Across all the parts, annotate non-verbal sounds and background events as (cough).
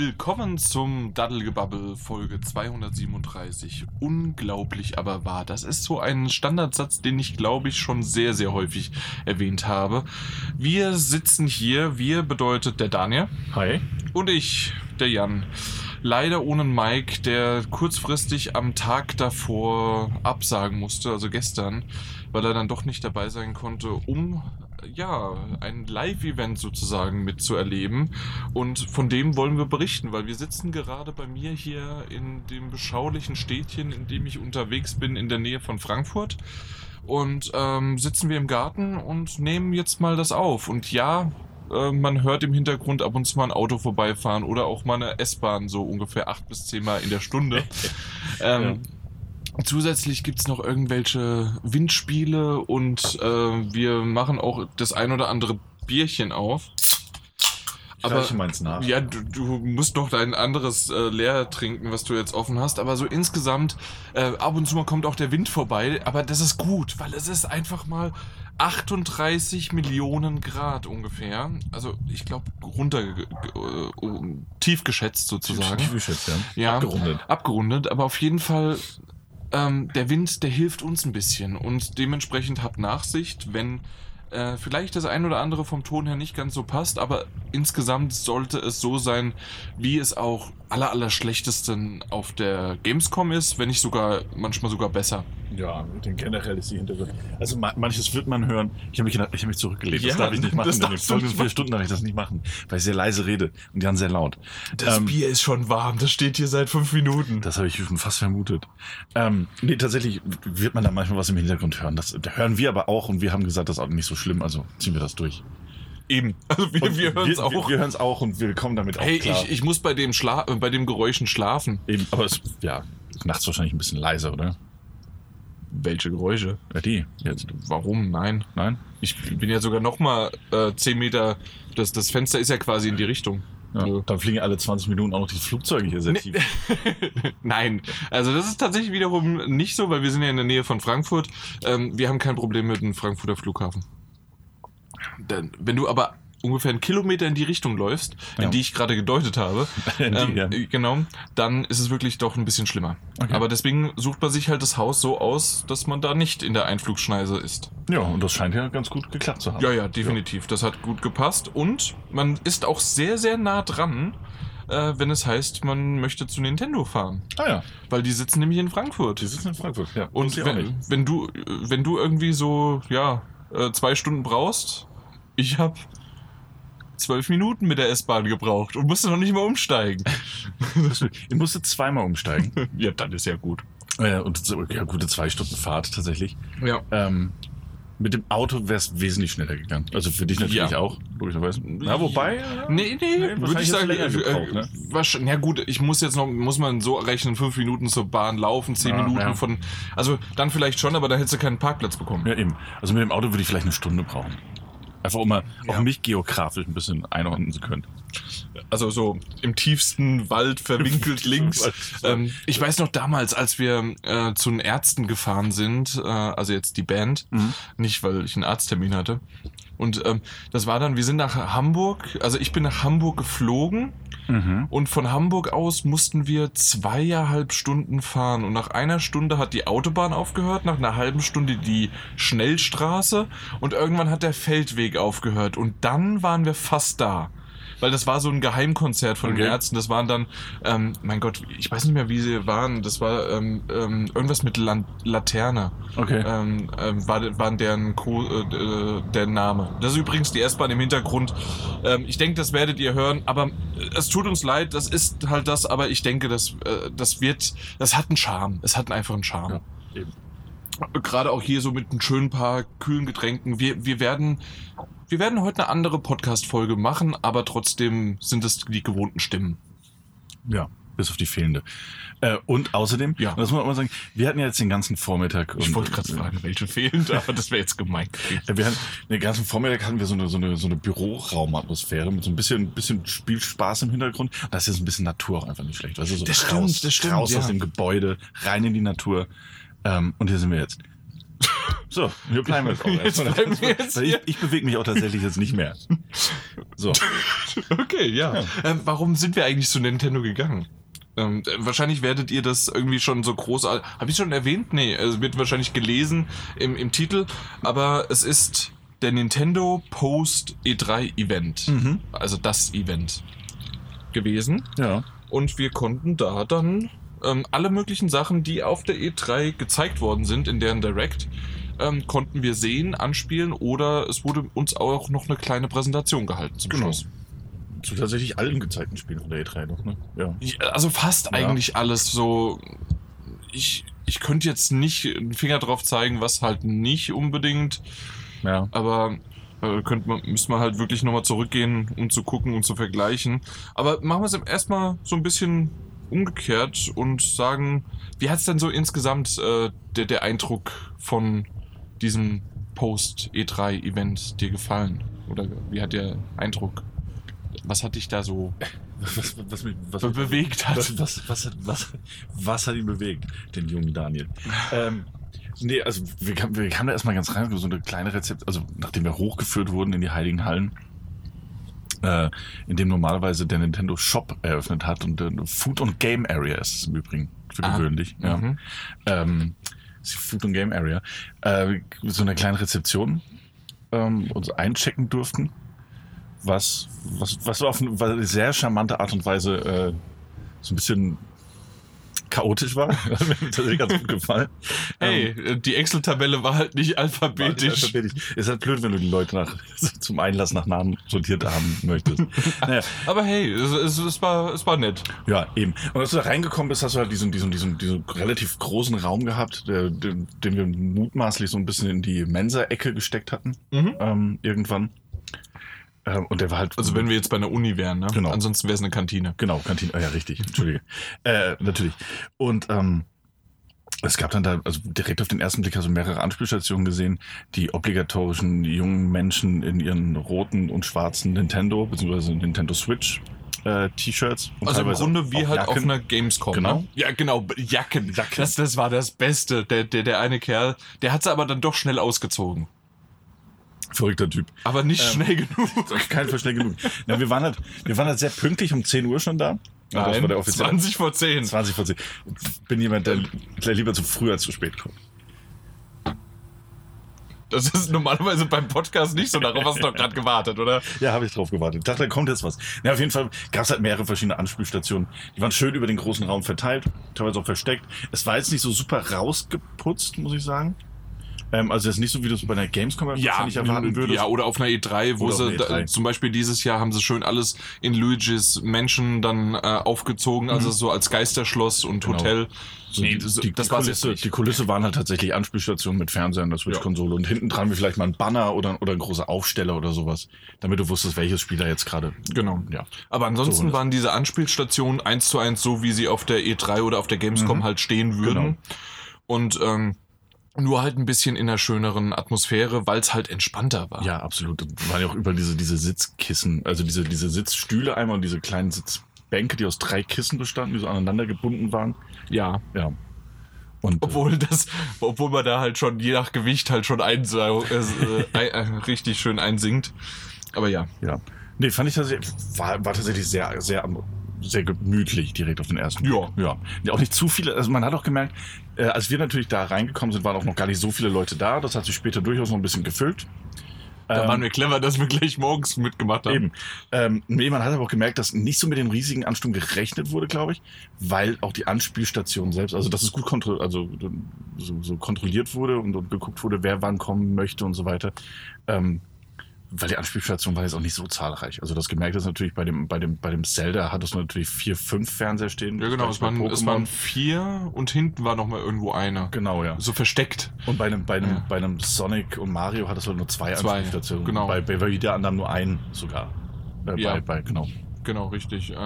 Willkommen zum Daddelgebabbel Folge 237. Unglaublich aber wahr. Das ist so ein Standardsatz, den ich glaube ich schon sehr, sehr häufig erwähnt habe. Wir sitzen hier, wir bedeutet der Daniel Hi. und ich, der Jan. Leider ohne Mike, der kurzfristig am Tag davor absagen musste, also gestern, weil er dann doch nicht dabei sein konnte, um ja, ein Live-Event sozusagen mitzuerleben. Und von dem wollen wir berichten, weil wir sitzen gerade bei mir hier in dem beschaulichen Städtchen, in dem ich unterwegs bin, in der Nähe von Frankfurt. Und ähm, sitzen wir im Garten und nehmen jetzt mal das auf. Und ja, äh, man hört im Hintergrund ab und zu mal ein Auto vorbeifahren oder auch mal eine S-Bahn, so ungefähr acht bis zehn Mal in der Stunde. ähm, Zusätzlich gibt's noch irgendwelche Windspiele und äh, wir machen auch das ein oder andere Bierchen auf. Ich Aber- reiche meins nach. Ja, du, du musst noch dein anderes äh, leer trinken, was du jetzt offen hast. Aber so insgesamt, äh, ab und zu mal kommt auch der Wind vorbei. Aber das ist gut, weil es ist einfach mal 38 Millionen Grad ungefähr. Also ich glaube, runter, ge- ge- äh, tief geschätzt sozusagen. Ich wüsste jetzt, ja. Ja. Abgerundet. abgerundet, aber auf jeden Fall ähm, der Wind, der hilft uns ein bisschen und dementsprechend habt Nachsicht, wenn äh, vielleicht das ein oder andere vom Ton her nicht ganz so passt, aber insgesamt sollte es so sein, wie es auch aller, aller schlechtesten auf der Gamescom ist, wenn nicht sogar manchmal sogar besser. Ja, den generell ist die Hintergrund. Also ma manches wird man hören. Ich habe mich, gedacht, ich hab mich zurückgelegt. Ja, das darf ich nicht das machen. In den darfst du folgenden nicht vier Stunden darf ich das nicht machen, weil ich sehr leise rede und Jan sehr laut. Ähm, Bier ist schon warm, das steht hier seit fünf Minuten. Das habe ich schon fast vermutet. Ähm, nee, tatsächlich wird man da manchmal was im Hintergrund hören. Das hören wir aber auch und wir haben gesagt, das ist auch nicht so schlimm, also ziehen wir das durch. Eben. Also wir, Und wir hören es auch. Wir, wir hören es auch und wir kommen damit hey, auch klar. ich, ich muss bei dem, Schla äh, bei dem Geräuschen schlafen. Eben, aber es ja, ist nachts wahrscheinlich ein bisschen leiser, oder? Welche Geräusche? Ja, die jetzt. Warum? Nein. Nein? Ich bin ja sogar noch mal äh, 10 Meter, das, das Fenster ist ja quasi in die Richtung. (laughs) Ja. Ja. Dann fliegen alle 20 Minuten auch noch die Flugzeuge hier sehr tief. (laughs) Nein, also das ist tatsächlich wiederum nicht so, weil wir sind ja in der Nähe von Frankfurt. Ähm, wir haben kein Problem mit dem Frankfurter Flughafen. Denn, wenn du aber ungefähr einen Kilometer in die Richtung läufst, Ja. in die ich gerade gedeutet habe, (laughs) In die, ähm, ja. äh, genau, dann ist es wirklich doch ein bisschen schlimmer. Okay. Aber deswegen sucht man sich halt das Haus so aus, dass man da nicht in der Einflugschneise ist. Ja, und das scheint ja ganz gut geklappt zu haben. Ja, ja, definitiv. Das hat gut gepasst. Und man ist auch sehr, sehr nah dran, äh, wenn es heißt, man möchte zu Nintendo fahren. Ah ja, Weil die sitzen nämlich in Frankfurt. die sitzen in Frankfurt. Ja, Und wusste ich auch wenn, wenn, du, äh, wenn du irgendwie so, ja, äh, zwei Stunden brauchst, ich habe zwölf Minuten mit der S-Bahn gebraucht und musste noch nicht mal umsteigen. nicht. Ich musste zweimal umsteigen. (laughs) ja, dann ist ja gut. äh, und so, ja, gute zwei Stunden Fahrt tatsächlich. Ja. Ähm, mit dem Auto wäre es wesentlich schneller gegangen. Also für dich natürlich Ja. auch, logischerweise. Na, wobei. äh, Nee, nee, würde wahrscheinlich ich sagen, hättest du länger äh, gebraucht, ne? wahrscheinlich, ja gut, ich muss jetzt noch, muss man so rechnen, fünf Minuten zur Bahn laufen, zehn Ja, Minuten ja. von, also dann vielleicht schon, aber dann hättest du keinen Parkplatz bekommen. Ja, eben. Also mit dem Auto würde ich vielleicht eine Stunde brauchen. Einfach um mal auch Ja. mich geografisch ein bisschen einordnen zu können. Also so im tiefsten Wald verwinkelt links. Ähm, ich weiß noch damals, als wir äh, zu den Ärzten gefahren sind, äh, also jetzt die Band, Mhm. nicht weil ich einen Arzttermin hatte. Und ähm, das war dann, wir sind nach Hamburg, also ich bin nach Hamburg geflogen Mhm. Und von Hamburg aus mussten wir zweieinhalb Stunden fahren. Und nach einer Stunde hat die Autobahn aufgehört, nach einer halben Stunde die Schnellstraße und irgendwann hat der Feldweg aufgehört. Und dann waren wir fast da. Weil das war so ein Geheimkonzert von den Okay. Ärzten. Das waren dann, ähm, mein Gott, ich weiß nicht mehr, wie sie waren. Das war ähm, ähm, irgendwas mit Lan Laterne. Okay. Ähm, ähm, war, waren deren Co äh, äh, der Name. Das ist übrigens die S-Bahn im Hintergrund. Ähm, ich denke, das werdet ihr hören, aber äh, es tut uns leid, das ist halt das, aber ich denke, das, äh, das wird, das hat einen Charme. Es hat einfach einen Charme. Ja, eben. Gerade auch hier so mit einem schönen paar kühlen Getränken. Wir, wir werden. Wir werden heute eine andere Podcast-Folge machen, aber trotzdem sind es die gewohnten Stimmen. Ja, bis auf die fehlende. Äh, und außerdem, Ja. das muss man auch mal sagen, wir hatten ja jetzt den ganzen Vormittag. und- welche fehlen da, aber das wäre jetzt gemein. Äh, Wir hatten, den ganzen Vormittag hatten wir so eine, so eine, so eine Büroraumatmosphäre mit so ein bisschen, bisschen Spielspaß im Hintergrund. Das ist jetzt ein bisschen Natur auch einfach nicht schlecht. Also so Das stimmt, raus, das stimmt, raus ja. aus dem Gebäude, rein in die Natur. Ähm, und hier sind wir jetzt. So, wir bleiben jetzt auch Jetzt erstmal. bleiben wir (laughs) jetzt Weil ich, ich bewege mich auch tatsächlich jetzt nicht mehr. (laughs) So. Okay, ja. Ja. Ähm, warum sind wir eigentlich zu Nintendo gegangen? Ähm, äh, wahrscheinlich werdet ihr das irgendwie schon so groß. Habe ich schon erwähnt? Nee, äh, es wird wahrscheinlich gelesen im, im Titel. Aber es ist der Nintendo Post E3 Event. Mhm. Also das Event gewesen. Ja. Und wir konnten da dann ähm, alle möglichen Sachen, die auf der E3 gezeigt worden sind, in deren Direct, ähm, konnten wir sehen, anspielen oder es wurde uns auch noch eine kleine Präsentation gehalten zum Genau. Schluss. Zu tatsächlich allen gezeigten Spielen von der E3 noch, ne? Ja. Ja, Also fast Ja. eigentlich alles so. Ich, ich könnte jetzt nicht einen Finger drauf zeigen, was halt nicht unbedingt, Ja. aber äh, könnte man, müsste man halt wirklich nochmal zurückgehen, um zu gucken und zu vergleichen. Aber machen wir es erstmal so ein bisschen umgekehrt und sagen, wie hat es denn so insgesamt äh, der, der Eindruck von diesem Post-E3-Event dir gefallen? Oder wie hat der Eindruck? Was hat dich da so Was, was, mich- was, be bewegt hat? Was, was, was, hat, was, was hat ihn bewegt, den jungen Daniel? ähm, nee, also wir, kam- wir kamen da erstmal ganz rein, so eine kleine Rezept, also nachdem wir hochgeführt wurden in die Heiligen Hallen, äh, in dem normalerweise der Nintendo Shop eröffnet hat und äh, Food und Game Area ist es im Übrigen, für Ah. gewöhnlich. Ja. Mhm. ähm, ist die Food and Game Area, äh, so eine kleine Rezeption ähm, uns einchecken durften, was, was, was auf eine, was eine sehr charmante Art und Weise äh, so ein bisschen chaotisch war. (laughs) Hat mir tatsächlich ganz gut gefallen. Ähm, Hey, äh, die Excel-Tabelle war halt nicht alphabetisch. Alphabetisch. Ist halt blöd, wenn du die Leute nach, (laughs) zum Einlass nach Namen sortiert haben möchtest. naja, Aber hey, es, es, es, war, es war nett. Ja, eben. Und als du da reingekommen bist, hast du halt diesen, diesen, diesen, diesen relativ großen Raum gehabt, der, den, den wir mutmaßlich so ein bisschen in die Mensa-Ecke gesteckt hatten, ähm, irgendwann. Ähm, und der war halt. Also wenn wir jetzt bei einer Uni wären, ne? Genau. Ansonsten wäre es eine Kantine. Genau, Kantine. Ah, ja, (laughs) richtig. Entschuldige. äh, natürlich. Und ähm, es gab dann da, also direkt auf den ersten Blick hast du mehrere Anspielstationen gesehen, die obligatorischen jungen Menschen in ihren roten und schwarzen Nintendo, beziehungsweise Nintendo Switch. äh, T-Shirts. und Also im teilweise Grunde wie auch halt auf Jacken. einer Gamescom. Genau. Ne? Ja, genau. b- Jacken. Jacken. Das, das war das Beste. Der, der, der eine Kerl, der hat sie aber dann doch schnell ausgezogen. Verrückter Typ. Aber nicht Ähm. schnell genug. Auf keinen Fall schnell genug. Na, wir, waren halt, wir waren halt sehr pünktlich um 10 Uhr schon da. (laughs) Ja, das war der offizielle 20 vor 10. 20 vor 10. Ich bin jemand, der der lieber zu früh als zu spät kommt. Das ist normalerweise beim Podcast nicht so. Darauf hast du doch gerade gewartet, oder? Ja, habe ich drauf gewartet. Ich dachte, da kommt jetzt was. Na, auf jeden Fall gab es halt mehrere verschiedene Anspielstationen. Die waren schön über den großen Raum verteilt, teilweise auch versteckt. Es war jetzt nicht so super rausgeputzt, muss ich sagen. Ähm, also jetzt nicht so, wie du es bei einer Gamescom wahrscheinlich erwarten würdest. Ja, oder auf einer E3, wo Oder auf sie einer E Da, E3. zum Beispiel dieses Jahr haben sie schön alles in Luigi's Mansion dann äh, aufgezogen, also so als Geisterschloss und Mhm. Genau. Hotel. So nee, die, das, die, das die, war's jetzt Kulisse, nicht. die Kulisse waren halt tatsächlich Anspielstationen mit Fernseher und der Switch-Konsole und hinten dran wie vielleicht mal ein Banner oder, oder ein großer Aufsteller oder sowas, damit du wusstest, welches Spiel da jetzt gerade. Genau. Ja. Aber So, ansonsten das- waren diese Anspielstationen eins zu eins so, wie sie auf der E3 oder auf der Mhm. Gamescom halt Genau. stehen würden. Und ähm, nur halt ein bisschen in einer schöneren Atmosphäre, weil es halt entspannter war. Ja, absolut. Und waren ja auch über diese, diese Sitzkissen, also diese, diese Sitzstühle einmal und diese kleinen Sitzbänke, die aus drei Kissen bestanden, die so aneinander gebunden waren. ja. Ja. Und äh, Obwohl das, obwohl man da halt schon je nach Gewicht halt schon einsau, äh, äh, äh, richtig schön einsinkt. Aber ja. ja. Nee, fand ich tatsächlich, war, war tatsächlich sehr, sehr, am- sehr gemütlich direkt auf den ersten Ja. Blick. Ja. ja. Auch nicht zu viele, also man hat auch gemerkt, äh, als wir natürlich da reingekommen sind, waren auch noch gar nicht so viele Leute da. Das hat sich später durchaus noch ein bisschen gefüllt. Da Ähm, waren wir clever, dass wir gleich morgens mitgemacht haben. Eben. Ähm, nee, man hat aber auch gemerkt, dass nicht so mit dem riesigen Ansturm gerechnet wurde, glaube ich, weil auch die Anspielstation selbst, also dass es gut kontro also, so, so kontrolliert wurde und, und geguckt wurde, wer wann kommen möchte und so weiter. Ähm, weil die Anspielstation war jetzt auch nicht so zahlreich. Also das gemerkt ist natürlich bei dem, bei dem, bei dem Zelda hattest du natürlich vier, fünf Fernseher stehen. Ja, genau. Bei Es waren, es Pokémon. waren vier und hinten war nochmal irgendwo einer. Genau, ja. So versteckt. Und bei einem, bei einem, Ja. bei einem Sonic und Mario hattest du nur zwei, Zwei, Anspielstationen. genau. Bei, bei jeder anderen nur einen sogar. Äh, Ja. bei, bei, genau. Genau, richtig. Äh,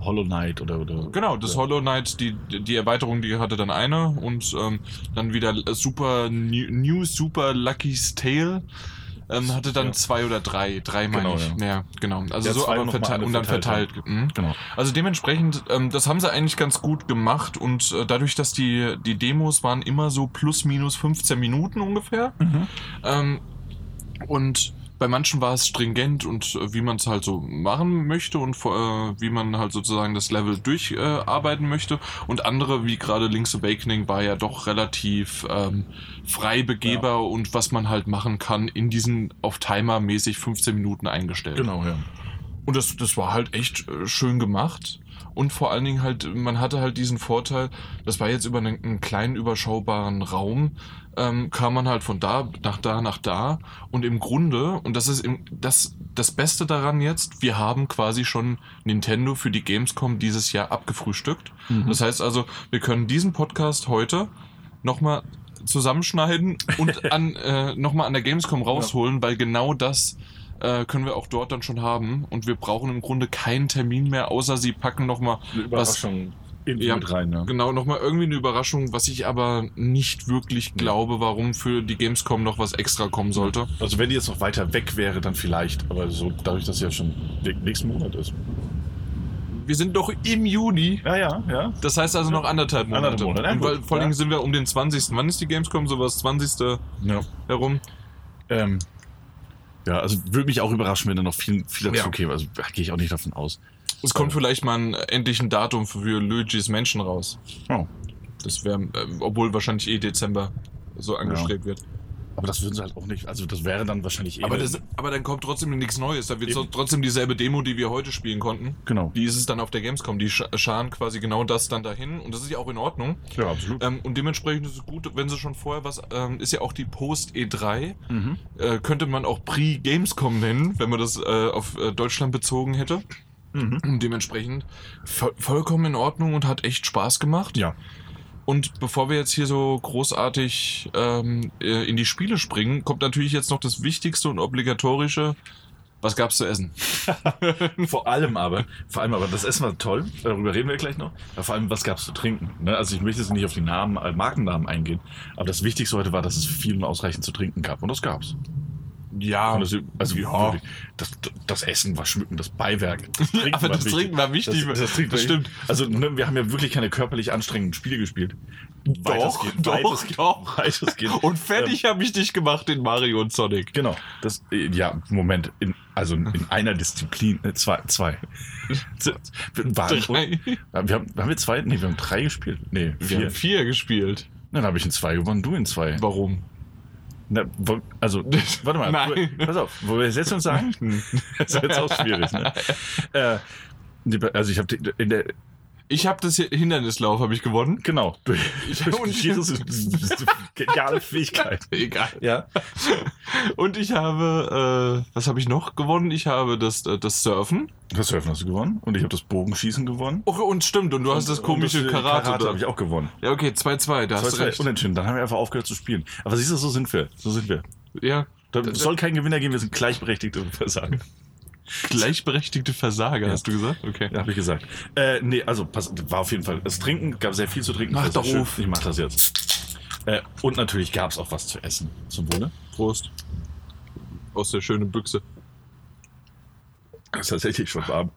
Hollow Knight oder, oder genau, das Hollow Knight, die, die Erweiterung, die hatte dann eine und ähm, dann wieder Super New, New Super Lucky's Tale. Ähm, hatte dann Ja. zwei oder drei, drei meine Genau, ich. Ja. genau. Also Ja, so zwei aber noch mal verteilt alle und dann verteilt. verteilt, Mhm. Genau. Also dementsprechend, ähm, das haben sie eigentlich ganz gut gemacht und äh, dadurch, dass die, die Demos waren Mhm. immer so plus minus 15 Minuten ungefähr, Ähm, und Bei manchen war es stringent und äh, wie man es halt so machen möchte und vor- äh, wie man halt sozusagen das Level durcharbeiten äh, arbeiten möchte. Und andere, wie gerade Link's Awakening, war ja doch relativ ähm, frei begehbar und was man halt machen kann in diesen auf Timer mäßig 15 Minuten eingestellt. Genau, ja. Und das, das war halt echt äh, schön gemacht. Und vor allen Dingen halt, man hatte halt diesen Vorteil, das war jetzt über einen, einen kleinen überschaubaren Raum, ähm, kam man halt von da nach da nach da. Und im Grunde, und das ist im, das, das Beste daran jetzt, wir haben quasi schon Nintendo für die Gamescom dieses Jahr abgefrühstückt. Mhm. Das heißt also, wir können diesen Podcast heute nochmal zusammenschneiden (laughs) und an, äh, nochmal an der Gamescom rausholen, weil genau das äh, können wir auch dort dann schon haben. Und wir brauchen im Grunde keinen Termin mehr, außer sie packen nochmal Eine Überraschung irgendwie Ja. mit rein, ja. genau nochmal irgendwie eine Überraschung, was ich aber nicht wirklich glaube, warum für die Gamescom noch was extra kommen sollte. Also wenn die jetzt noch weiter weg wäre, dann vielleicht. Aber so dadurch, dass sie ja schon nä- nächsten Monat ist. Wir sind doch im Juni. Ja, ja, ja. Das heißt also noch anderthalb Monate. Anderthalb Monate, ja, Und weil, gut, vor allen ja. Dingen sind wir um den 20. Wann ist die Gamescom? So was 20. Ja, herum. ähm, ja also würde mich auch überraschen, wenn da noch viel, viel dazu Ja. käme. Also da gehe ich auch nicht davon aus. Es kommt vielleicht mal ein, endlich ein Datum für Luigi's Menschen raus. Oh. Das wäre, äh, obwohl wahrscheinlich eh Dezember so angestrebt wird. Aber das würden sie halt auch nicht. Also das wäre dann wahrscheinlich eh. Aber, das, aber dann kommt trotzdem nichts Neues. Da wird so Eben. trotzdem dieselbe Demo, die wir heute spielen konnten. genau. Die ist es dann auf der Gamescom. Die scha- scharen quasi genau das dann dahin. Und das ist ja auch in Ordnung. Ja, absolut. Ähm, und dementsprechend ist es gut, wenn sie schon vorher was, ähm, ist ja auch die Post E3. Mhm. Äh, könnte man auch Pre-Gamescom nennen, wenn man das äh, auf äh, Deutschland bezogen hätte. Mhm. Und dementsprechend vo vollkommen in Ordnung und hat echt Spaß gemacht. Ja. Und bevor wir jetzt hier so großartig ähm, äh, in die Spiele springen, kommt natürlich jetzt noch das Wichtigste und Obligatorische. Was gab's zu essen? (laughs) Vor allem aber, vor allem aber, das Essen war toll, darüber reden wir gleich noch. Aber vor allem, was gab's zu trinken? Ne? Also ich möchte jetzt nicht auf die Namen, äh, Markennamen eingehen, aber das Wichtigste heute war, dass es viel und ausreichend zu trinken gab. Und das gab's. Ja, Und das, also Ah. ja. wirklich, das, das Essen war schmücken, (laughs) das Beiwerk. Das Trinken aber das Trinken war wichtig. Das, das, Trinken Das war- stimmt. Also ne, wir haben ja wirklich keine körperlich anstrengenden Spiele gespielt. Doch, Weitestgehend- doch, weitestgehend- doch. Weitestgehend. Und fertig hab habe ich dich gemacht in Mario und Sonic. Genau. Das, äh, ja, Moment. In, also in einer Disziplin, äh, zwei, zwei. Waren, Drei. wir haben, haben wir zwei? Nee, wir haben drei gespielt. Nee, Wir vier. haben vier gespielt. Dann habe ich in zwei gewonnen, du in zwei. Warum? Na, wo- also, warte mal. (laughs) Nein. Hm. Pass auf, wollen wir das jetzt schon sagen? (laughs) Das ist jetzt auch schwierig, (laughs) ne? Äh, nee, also ich habe in der Ich habe das hier, Hindernislauf habe ich gewonnen. (laughs) genau durch, Ich- durch (laughs) Jesus ist eine geniale Fähigkeit Egal. ja Und ich habe, äh, was habe ich noch gewonnen? Ich habe das, äh, das Surfen. das Surfen hast du gewonnen und ich habe das Bogenschießen gewonnen Oh, und stimmt, und du hast das komische Und äh, Karate. Karate da. habe ich auch gewonnen Ja, okay, 2-2, da hast du Zwei, zwei, recht. unentschieden dann haben wir einfach aufgehört zu spielen aber siehst du so sind wir so sind wir Ja, da Da- da- soll kein Gewinner geben wir sind gleichberechtigte Versager gleichberechtigte Versager, hast du gesagt? Okay. Ja, habe ich gesagt. Äh, nee, also pass, war auf jeden Fall. Das Trinken gab sehr viel zu trinken. Mach das war doch schön. auf. Ich mach das jetzt. Äh, und natürlich gab es auch was zu essen. Zum Wohle. Prost. Aus der schönen Büchse. Das ist tatsächlich schon warm.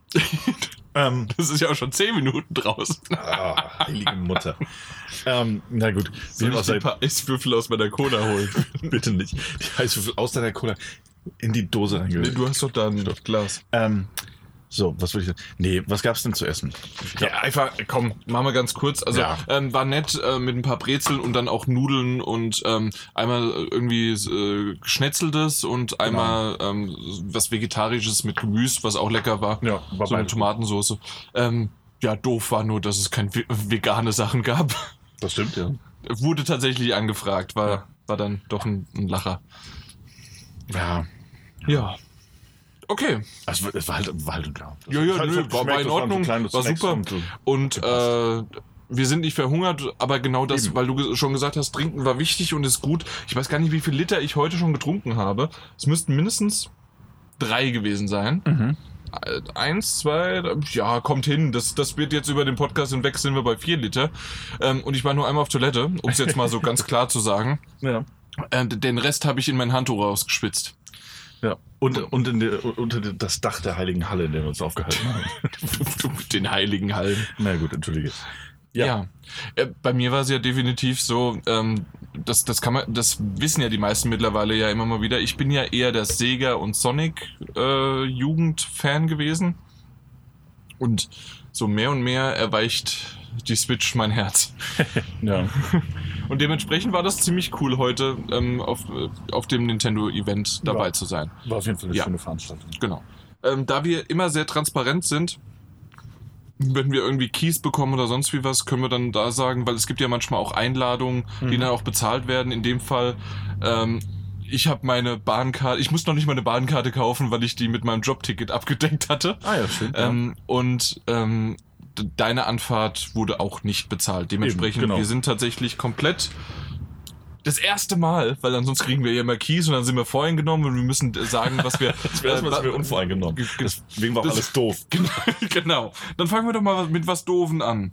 (laughs) ähm, Das ist ja auch schon 10 Minuten draußen. ah, heilige Mutter. ähm, na gut, wie Soll dem auch ich sei, ein paar Eiswürfel aus meiner Cola (laughs) holen? bitte nicht. Die Eiswürfel aus deiner Cola in die Dose nee, reingehört. du hast doch da ein Glas. ähm, so, was würde ich sagen? Nee, was gab's denn zu essen? Ja, einfach, komm, machen wir ganz kurz. Also Ja. ähm, war nett äh, mit ein paar Brezeln und dann auch Nudeln und ähm, einmal irgendwie äh, Geschnetzeltes und Genau. einmal ähm, was Vegetarisches mit Gemüse, was auch lecker war. Ja, war so eine beides gut. Tomatensoße. Ähm, ja, doof war nur, dass es keine ve- vegane Sachen gab. (laughs) Das stimmt, ja. Wurde tatsächlich angefragt, war, Ja. war dann doch ein, ein Lacher. Ja. Ja. Okay. Also, es war halt, war halt unglaublich. Ja, ja, Es hat nö, so geschmeckt, war- war in das waren so Ordnung, kleine war Snacks super. und so. Und äh, wir sind nicht verhungert, aber genau das, Eben. weil du ge- schon gesagt hast, trinken war wichtig und ist gut. Ich weiß gar nicht, wie viel Liter ich heute schon getrunken habe. Es müssten mindestens drei gewesen sein. Mhm. Äh, Eins, zwei, drei, ja, kommt hin. Das, das wird jetzt über den Podcast hinweg, sind wir bei vier Liter. Ähm, und ich war nur einmal auf Toilette, um es jetzt mal so ganz klar zu sagen. Ja. Äh, den Rest habe ich in mein Handtuch rausgespitzt. (laughs) Ja. Und, und in der, unter das Dach (laughs) der Heiligen Halle, in der wir uns aufgehalten haben. den heiligen Hallen. Na gut, entschuldige. Ja. Äh, Bei mir war es ja definitiv so, ähm, das, das kann man, das wissen ja die meisten mittlerweile ja immer mal wieder. Ich bin ja eher der Sega und Sonic äh, Jugendfan gewesen. Und so mehr und mehr erweicht die Switch mein Herz. Ja. Und dementsprechend war das ziemlich cool, heute ähm, auf, äh, auf dem Nintendo-Event dabei Ja. zu sein. War auf jeden Fall eine Ja. schöne Veranstaltung. Genau. Ähm, da wir immer sehr transparent sind, wenn wir irgendwie Keys bekommen oder sonst wie was, können wir dann da sagen, weil es gibt ja manchmal auch Einladungen, die Mhm. dann auch bezahlt werden. In dem Fall, ähm, ich habe meine Bahnkarte, ich muss noch nicht mal eine Bahnkarte kaufen, weil ich die mit meinem Jobticket abgedeckt hatte. Ah ja, schön. ja. Ähm, und ähm, d- deine Anfahrt wurde auch nicht bezahlt. Dementsprechend, Eben, genau. wir sind tatsächlich komplett das erste Mal, weil ansonsten kriegen wir ja immer Keys und dann sind wir vorhin genommen und wir müssen d- sagen, was (laughs) wir. Das wäre erstmal äh, sind wir unvoreingenommen. ge- ge- Deswegen war auch das- alles doof. Genau, (laughs) genau. Dann fangen wir doch mal mit was Doofen an.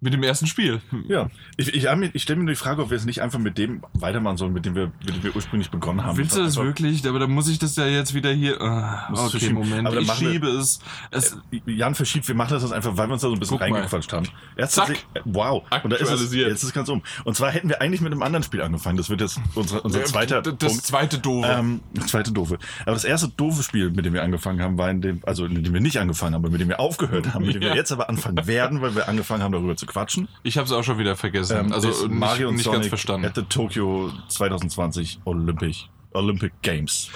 Mit dem ersten Spiel. Ja. Ich, ich, hab mir- ich stelle mir nur die Frage, ob wir es nicht einfach mit dem weitermachen sollen, mit dem wir, mit dem wir ursprünglich begonnen haben. Willst du das Einfach- wirklich? Aber dann muss ich das ja jetzt wieder hier. Ah, Musst du okay, schieben. Moment. Aber dann ich machen wir- schiebe es. es Jan verschiebt, wir machen das jetzt einfach, weil wir uns da so ein bisschen Guck mal. reingequatscht haben. Erst Zack. tatsächlich- Wow. Und da ist es, Aktualisiert. jetzt ist es ganz um. Und zwar hätten wir eigentlich mit einem anderen Spiel angefangen. Das wird jetzt unsere, unser Also zweiter äh, d- das Punkt. zweite Doofe. Ähm, das zweite doofe. Aber das erste doofe Spiel, mit dem wir angefangen haben, war in dem, also mit dem wir nicht angefangen haben, aber mit dem wir aufgehört haben, mit dem Ja. wir jetzt aber anfangen werden, weil wir angefangen haben, darüber zu quatschen. ich habe es auch schon wieder vergessen. Ähm, also ist nicht, Mario und nicht Sonic ganz verstanden. at the Tokyo 2020 Olympic, Olympic Games.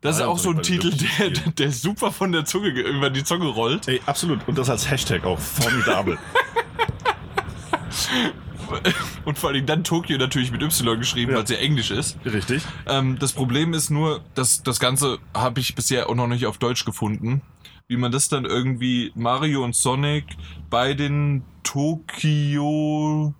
Das ist Also, auch so ein weil Titel, wirklich der, viel. der super von der Zunge ge- über die Zunge rollt. Ey, absolut. Und das als Hashtag (laughs) auch. Formidabel. Und vor allem dann Tokio natürlich mit Y geschrieben, Ja. weil es ja Englisch ist. Richtig. Ähm, das Problem ist nur, dass das Ganze habe ich bisher auch noch nicht auf Deutsch gefunden. Wie man das dann irgendwie Mario und Sonic bei den Tokio,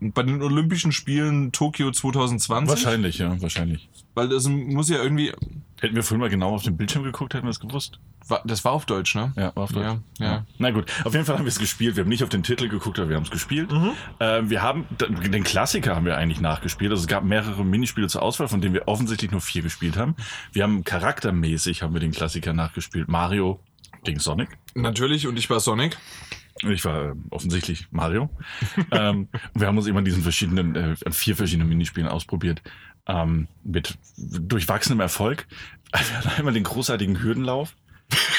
bei den Olympischen Spielen Tokio 2020. Wahrscheinlich, ja, wahrscheinlich. Weil das muss ja irgendwie, Hätten wir vorhin mal genau auf den Bildschirm geguckt, hätten wir es gewusst. wa- das war auf Deutsch, ne? Ja, war auf Deutsch. Ja, ja. Na gut, auf jeden Fall haben wir es gespielt. Wir haben nicht auf den Titel geguckt, aber wir haben es gespielt. Mhm. Ähm, wir haben den Klassiker haben wir eigentlich nachgespielt. Also es gab mehrere Minispiele zur Auswahl, von denen wir offensichtlich nur vier gespielt haben. Wir haben charaktermäßig haben wir den Klassiker nachgespielt. Mario gegen Sonic. Natürlich, und ich war Sonic. Ich war äh, offensichtlich (laughs) Mario. ähm, wir haben uns immer an diesen verschiedenen, äh, an vier verschiedenen Minispielen ausprobiert. Ähm, mit durchwachsenem Erfolg. Also Wir hatten einmal den (laughs) großartigen Hürdenlauf.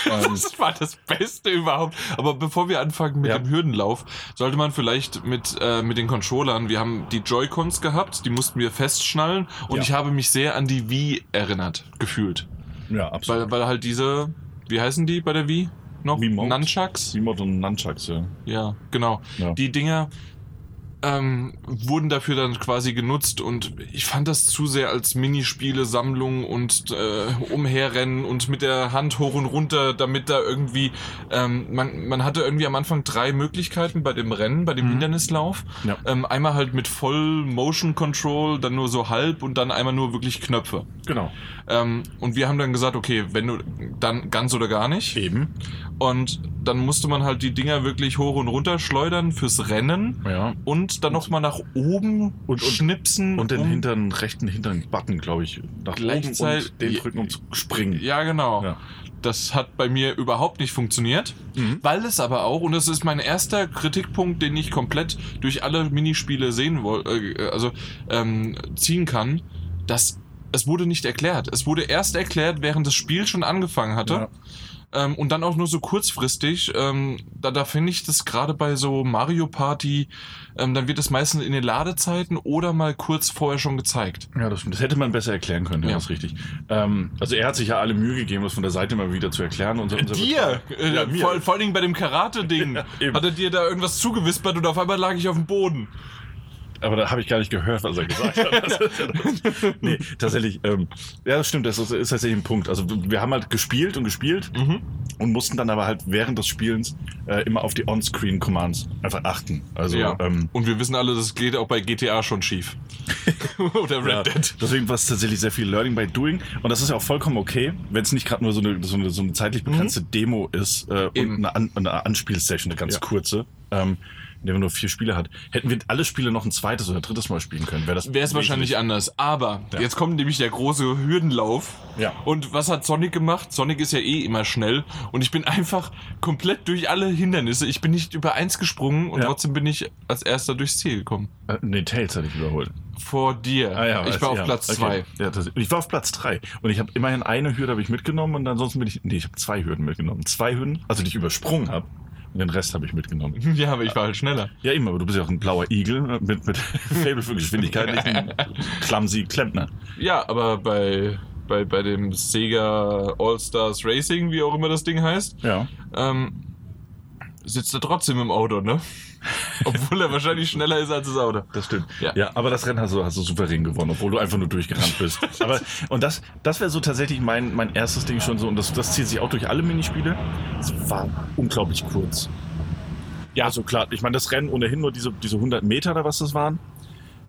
Ähm, Und Das war das Beste überhaupt. Aber bevor wir anfangen mit Ja. dem Hürdenlauf, sollte man vielleicht mit, äh, mit den Controllern, wir haben die Joy-Cons gehabt, die mussten wir festschnallen und Ja. ich habe mich sehr an die Wii erinnert, gefühlt. ja, absolut. Weil, weil halt diese, wie heißen die bei der Wii noch? Remote. Nunchucks? Simon und Nunchucks, ja. Ja, genau. Ja. Die Dinger ähm, wurden dafür dann quasi genutzt und ich fand das zu sehr als Minispiele, Sammlung und äh, Umherrennen und mit der Hand hoch und runter, damit da irgendwie, ähm, man, man hatte irgendwie am Anfang drei Möglichkeiten bei dem Rennen, bei dem Mhm. Hindernislauf. Ja. Ähm, einmal halt mit voll Motion Control, dann nur so halb und dann einmal nur wirklich Knöpfe. Genau. Ähm, und wir haben dann gesagt, okay, wenn du dann ganz oder gar nicht. Eben. Und dann musste man halt die Dinger wirklich hoch und runter schleudern fürs Rennen Ja. und dann nochmal nach oben und- schnipsen. Und den um- hinteren, rechten hinteren Button, glaube ich, nach oben Gleichzeitig- und den drücken, um zu springen. Ja, genau. Ja. Das hat bei mir überhaupt nicht funktioniert. Mhm. Weil es aber auch, und das ist mein erster Kritikpunkt, den ich komplett durch alle Minispiele sehen wollte, äh, also ähm, ziehen kann, dass es wurde nicht erklärt. Es wurde erst erklärt, während das Spiel schon angefangen hatte. Ja. Ähm, und dann auch nur so kurzfristig. Ähm, da da finde ich das gerade bei so Mario Party, ähm, dann wird das meistens in den Ladezeiten oder mal kurz vorher schon gezeigt. Ja, das, das hätte man besser erklären können, ja, Ja. das ist richtig. Ähm, also er hat sich ja alle Mühe gegeben, das von der Seite mal wieder zu erklären. Unser, unser Dir! Äh, Ja, mir. vor, vor allen Dingen bei dem (laughs) Karate-Ding. eben. hat er dir da irgendwas zugewispert und auf einmal lag ich auf dem Boden. Aber da habe ich gar nicht gehört, was er gesagt (laughs) hat. nee, tatsächlich. Ähm, ja, das stimmt, das ist, ist tatsächlich ein Punkt. Also wir haben halt gespielt und gespielt und mussten dann aber halt während des Spielens äh, immer auf die On-Screen-Commands einfach achten. Also ja. ähm, und wir wissen alle, das geht auch bei GTA schon schief. (laughs) oder Red Ja, Dead. Deswegen war es tatsächlich sehr viel Learning by Doing. Und das ist ja auch vollkommen okay, wenn es nicht gerade nur so eine, so, eine, so eine zeitlich begrenzte Demo ist äh, und Mhm. Eben. eine, An eine Anspielsession, eine ganz Ja. kurze. Ähm, in der man nur vier Spiele hat. Hätten wir alle Spiele noch ein zweites oder drittes Mal spielen können, wäre das. Wäre es wahrscheinlich anders. Aber Ja. jetzt kommt nämlich der große Hürdenlauf. Ja. Und was hat Sonic gemacht? Sonic ist ja eh immer schnell. Und ich bin einfach komplett durch alle Hindernisse. Ich bin nicht über eins gesprungen und Ja. trotzdem bin ich als erster durchs Ziel gekommen. Äh, nee, Tails hatte ich überholt. Vor dir. ich weiß, war auf Ah ja, Platz okay. zwei. (laughs) Ja, das, ich war auf Platz drei. Und ich habe immerhin eine Hürde habe ich mitgenommen und ansonsten bin ich. Nee, ich habe zwei Hürden mitgenommen. Zwei Hürden, also die ich übersprungen habe. Und den Rest habe ich mitgenommen. Ja, aber ich war halt schneller. Ja, eben, aber du bist ja auch ein blauer Igel äh, (laughs) mit, mit Fable für Geschwindigkeit, nicht ein clumsy Klempner. Ja, aber bei, bei, bei dem Sega All-Stars Racing, wie auch immer das Ding heißt, Ja. ähm, sitzt er trotzdem im Auto, (laughs) ne? Obwohl er wahrscheinlich schneller ist als das Auto. Das stimmt. Ja. Ja. aber das Rennen hast du, hast du souverän gewonnen, obwohl du einfach nur durchgerannt (laughs) bist. aber, und das, das wäre so tatsächlich mein, mein erstes Ding schon so. Und das, das zieht sich auch durch alle Minispiele. Es war unglaublich kurz. Ja, also klar, ich meine, das Rennen ohnehin nur diese, diese 100 Meter oder was das waren.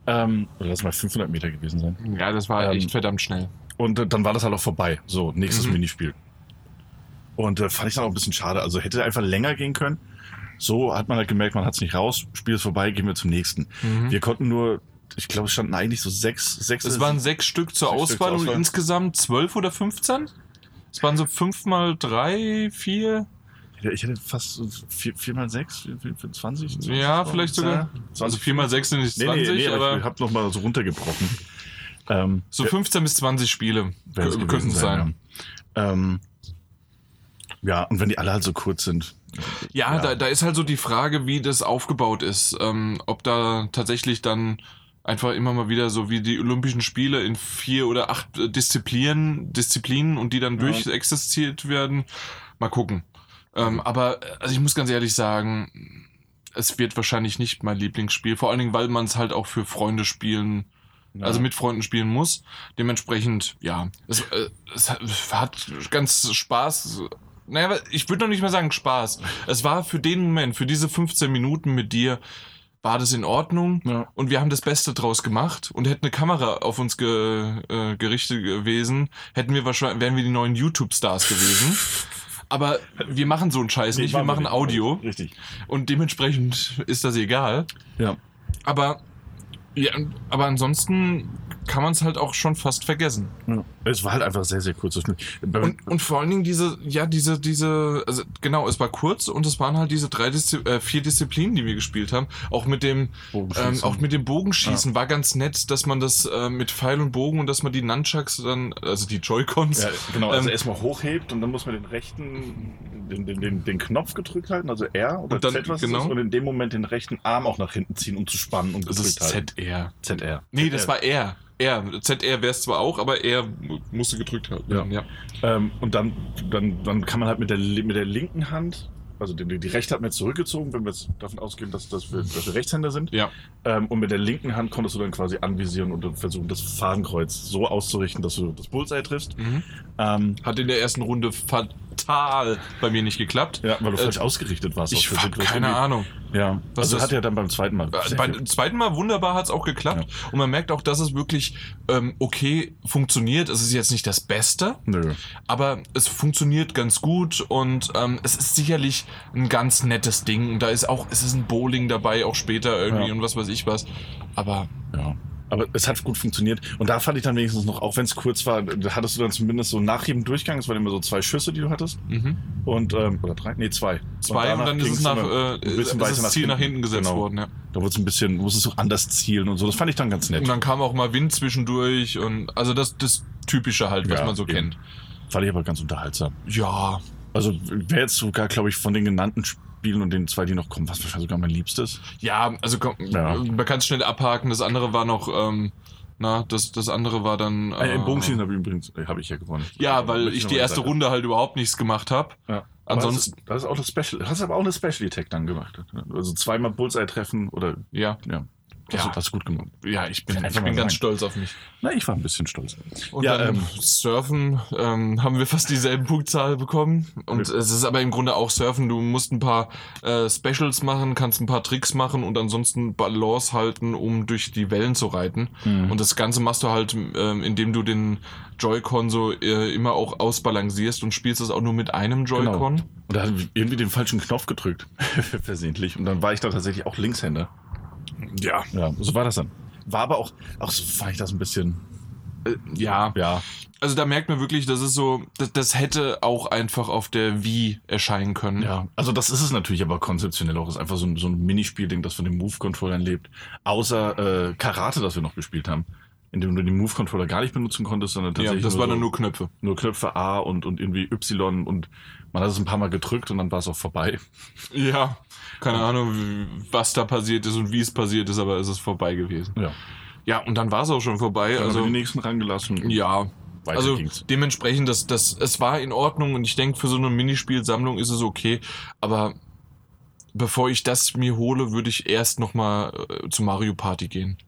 Ähm, oder lass mal 500 Meter gewesen sein. Ja, das war Ähm, echt verdammt schnell. Und äh, dann war das halt auch vorbei. So, nächstes Mhm. Minispiel. Und äh, fand ich dann auch ein bisschen schade. Also hätte einfach länger gehen können. So hat man halt gemerkt, man hat es nicht raus. Spiel ist vorbei, gehen wir zum nächsten. Mhm. Wir konnten nur, ich glaube, es standen eigentlich so sechs, sechs. Es waren sechs Stück zur Sechs Stück Auswahl zur Auswahl. und insgesamt zwölf oder 15? Es waren so fünf mal drei, vier. ich hätte fast so vier, vier mal sechs, vier, vier, vier, 20, 20. Ja, vielleicht sogar. Also 20, vier mal sechs sind nicht nee, 20, nee, nee, aber, aber ich habe mal so runtergebrochen. Ähm, so 15 bis 20 Spiele wär es gewesen könnten es sein. Ja. Ähm, ja, und wenn die alle halt so kurz sind. Ja, Ja. Da, da ist halt so die Frage, wie das aufgebaut ist. Ähm, ob da tatsächlich dann einfach immer mal wieder so wie die Olympischen Spiele in vier oder acht äh, Disziplinen, Disziplinen und die dann Ja. durchexerziert werden. Mal gucken. Ähm, Mhm. aber also ich muss ganz ehrlich sagen, es wird wahrscheinlich nicht mein Lieblingsspiel. Vor allen Dingen, weil man es halt auch für Freunde spielen ne? also mit Freunden spielen muss. Dementsprechend, ja, es, äh, es hat- hat ganz Spaß. Naja, aber ich würde noch nicht mal sagen Spaß. Es war für den Moment, für diese 15 Minuten mit dir, war das in Ordnung. Ja. Und wir haben das Beste draus gemacht. Und hätte eine Kamera auf uns ge, äh, gerichtet gewesen, hätten wir wahrscheinlich, wären wir die neuen YouTube-Stars gewesen. Aber wir machen so einen Scheiß nicht. Wir machen Audio. Richtig. Und dementsprechend ist das egal. Ja. Aber, ja, aber ansonsten kann man es halt auch schon fast vergessen. ja. Es war halt einfach sehr, sehr kurz. Und, ähm, und vor allen Dingen diese, ja, diese, diese, also genau, es war kurz und es waren halt diese drei Diszi äh, vier Disziplinen, die wir gespielt haben. Auch mit dem, ähm, auch mit dem Bogenschießen war ganz nett, dass man das äh, mit Pfeil und Bogen und dass man die Nunchucks dann, also die Joy-Cons, Ja, genau, also Ähm, erstmal hochhebt und dann muss man den rechten, den, den, den, den Knopf gedrückt halten, also R oder Und dann- Z, was genau. es ist, und in dem Moment den rechten Arm auch nach hinten ziehen, um zu spannen und das ist gedrückt halten. ZR. ZR. Nee, das war R. R. ZR wäre es zwar auch, aber R musste gedrückt werden. Ja. Ähm, und dann, dann, dann kann man halt mit der, li- mit der linken Hand, also die, die rechte hat man jetzt zurückgezogen, wenn wir jetzt davon ausgehen, dass, dass, wir, dass wir Rechtshänder sind. Ja. Ähm, und mit der linken Hand konntest du dann quasi anvisieren und dann versuchen, das Fadenkreuz so auszurichten, dass du das Bullseye triffst. Mhm. Ähm, Hat in der ersten Runde fatal bei mir nicht geklappt. ja, weil du Äh, falsch ausgerichtet warst. Ich auf der habe Situation. keine Ahnung. Ja, Was also ist- hat ja dann beim zweiten Mal. Äh, sehr viel- Beim zweiten Mal wunderbar hat es auch geklappt. Und man merkt auch, dass es wirklich ähm, okay funktioniert. Es ist jetzt nicht das Beste, Nö. aber es funktioniert ganz gut und ähm, es ist sicherlich ein ganz nettes Ding. Und da ist auch, es ist ein Bowling dabei, auch später irgendwie Ja. und was weiß ich was. Aber Ja. Aber es hat gut funktioniert. Und da fand ich dann wenigstens noch, auch wenn es kurz war, da hattest du dann zumindest so nach jedem Durchgang, es waren immer so zwei Schüsse, die du hattest. mhm. Und, ähm, oder drei? Nee, zwei. zwei und, danach dann ist es ging's nach, immer äh, ein bisschen ist weiter das nach Ziel nach hinten gesetzt Genau. worden. Ja. Da wurde es ein bisschen, musstest du anders zielen und so. Das fand ich dann ganz nett. Und dann kam auch mal Wind zwischendurch und also das, das Typische halt, was Ja, man so eben. kennt. Fand ich aber ganz unterhaltsam. Ja, Also wäre jetzt sogar, glaube ich, von den genannten Spielen und den zwei, die noch kommen, was wahrscheinlich sogar mein Liebstes. Ja, also komm, Ja. man kann es schnell abhaken. Das andere war noch, ähm, na, das, das andere war dann. Äh, Äh, Im Bogenschießen habe ich übrigens, äh, habe ich ja gewonnen. Ja, weil Möchte ich noch die mal erste sagen. Runde halt überhaupt nichts gemacht habe. Ja. Ansonsten- Aber Das ist, das ist auch das Special. Hast aber auch eine Special Attack dann gemacht. Also zweimal Bullseye treffen oder Ja. ja. Das, Ja. das ist gut gemacht. Ja, ich bin, Kann ich einfach bin mal ganz sagen. stolz auf mich. Na, ich war ein bisschen stolz. Und Ja, dann ähm, Surfen ähm, haben wir fast dieselben Punktzahl bekommen. Und Okay. es ist aber im Grunde auch Surfen. Du musst ein paar äh, Specials machen, kannst ein paar Tricks machen und ansonsten Balance halten, um durch die Wellen zu reiten. Mhm. Und das Ganze machst du halt, ähm, indem du den Joy-Con so äh, immer auch ausbalancierst und spielst es auch nur mit einem Genau. Joy-Con. Und da haben wir irgendwie den falschen Knopf gedrückt. (laughs) Versehentlich. Und dann war ich da tatsächlich auch Linkshänder. Ja. Ja, so war das dann. War aber auch, auch so fand ich das ein bisschen, Äh, ja. ja. Also da merkt man wirklich, das ist so, das, das hätte auch einfach auf der Wii erscheinen können. Ja, also das ist es natürlich aber konzeptionell auch. Ist einfach so ein, so ein Minispiel-Ding, das von den Move-Controllern lebt. Außer äh, Karate, das wir noch gespielt haben. In dem du den Move-Controller gar nicht benutzen konntest, sondern Ja, tatsächlich das waren dann so- nur Knöpfe. nur Knöpfe A und, und irgendwie Y und man hat es ein paar Mal gedrückt und dann war es auch vorbei. Ja, keine Ahnung, w- was da passiert ist und wie es passiert ist, aber es ist vorbei gewesen. Ja. Ja, und dann war es auch schon vorbei. Dann also, haben wir also, die nächsten rangelassen. ja. Weiter also ging's. dementsprechend, das, das, es war in Ordnung und ich denke, für so eine Minispielsammlung ist es okay. Aber bevor ich das mir hole, würde ich erst nochmal äh, zu Mario Party gehen.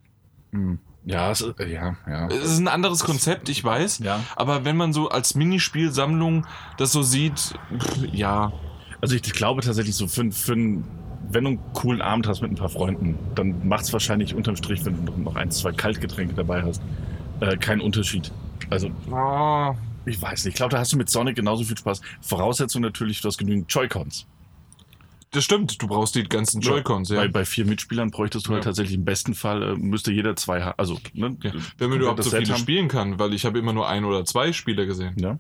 Hm. Ja, es ist, ja, ja. Es ist ein anderes Konzept, ich weiß. Ja. Aber wenn man so als Minispielsammlung das so sieht, pff, ja, Also ich, ich glaube tatsächlich so für, für einen, wenn du einen coolen Abend hast mit ein paar Freunden, dann macht es wahrscheinlich unterm Strich, wenn du noch ein, zwei Kaltgetränke dabei hast, äh, keinen Unterschied. Also ah, ich weiß nicht. Ich glaube, da hast du mit Sonic genauso viel Spaß. Voraussetzung natürlich, du hast genügend Joy-Cons. das stimmt, du brauchst die ganzen Joy-Cons, ja. Bei, bei vier Mitspielern bräuchtest du halt Ja. tatsächlich im besten Fall, äh, müsste jeder zwei haben. Also, ne? Ja, wenn man überhaupt das so Set viele haben. spielen kann, weil ich habe immer nur ein oder zwei Spieler gesehen. Ja.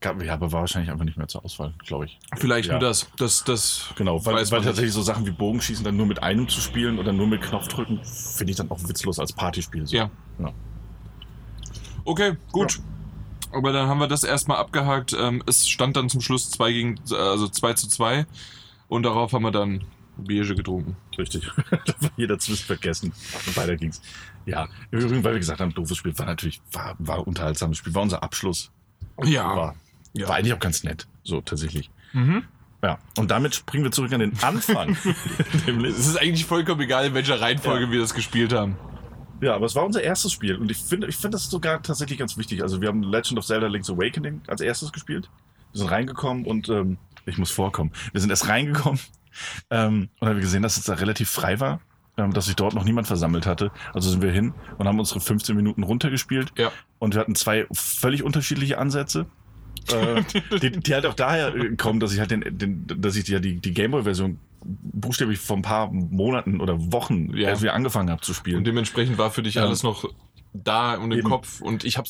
Gab, ja, aber war wahrscheinlich einfach nicht mehr zur Auswahl, glaube ich. Vielleicht Ja. nur das. Das, das. Genau, weil, Weiß weil man tatsächlich so Sachen wie Bogenschießen dann nur mit einem zu spielen oder nur mit Knopfdrücken, finde ich dann auch witzlos als Partyspiel. So. Ja. Okay, gut. Aber dann haben wir das erstmal abgehakt. Ähm, es stand dann zum Schluss 2 gegen, also 2 zu 2. Und darauf haben wir dann Bierge getrunken. Richtig. (laughs) da war jeder Zwist vergessen. Und weiter ging's. Ja, im Übrigen, weil wir gesagt haben, doofes Spiel war natürlich, war, war unterhaltsames Spiel, war unser Abschluss. Ja. War, Ja. war eigentlich auch ganz nett. So, tatsächlich. Mhm. Ja. Und damit springen wir zurück an den (laughs) Anfang. (laughs) Nämlich- Es ist eigentlich vollkommen egal, in welcher Reihenfolge wir das gespielt haben. Ja, aber es war unser erstes Spiel und ich finde ich finde das sogar tatsächlich ganz wichtig. Also wir haben Legend of Zelda Link's Awakening als erstes gespielt. Wir sind reingekommen und ähm, ich muss vorkommen. Wir sind erst reingekommen (laughs) ähm, und haben gesehen, dass es da relativ frei war, ähm, dass sich dort noch niemand versammelt hatte. Also sind wir hin und haben unsere 15 Minuten runtergespielt Ja. und wir hatten zwei völlig unterschiedliche Ansätze. äh, die, die halt auch daher äh, kommen, dass ich halt den, den dass ich ja die, die Gameboy-Version buchstäblich vor ein paar Monaten oder Wochen Ja. erst wieder angefangen habe zu spielen. Und dementsprechend war für dich Ja. alles noch da und im Eben. Kopf. Und ich habe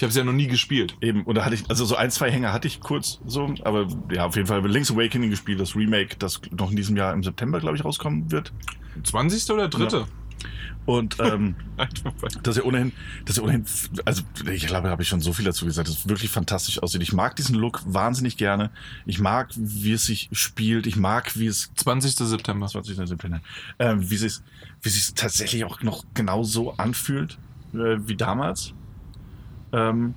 es ja noch nie gespielt. Eben, und da hatte ich, also so ein, zwei Hänger hatte ich kurz so, aber ja, auf jeden Fall Link's Awakening gespielt, das Remake, das noch in diesem Jahr im September, glaube ich, rauskommen wird. 20. oder 3.? Und ähm, (laughs) (laughs) Einfach weil- das ist ja ohnehin, das ist ja ohnehin, also ich glaube, da habe ich schon so viel dazu gesagt, das ist wirklich fantastisch aussieht. Ich mag diesen Look wahnsinnig gerne. Ich mag, wie es sich spielt. Ich mag, wie es 20. September. 20. September. Ähm, wie sich wie sich tatsächlich auch noch genau so anfühlt äh, wie damals. Ähm,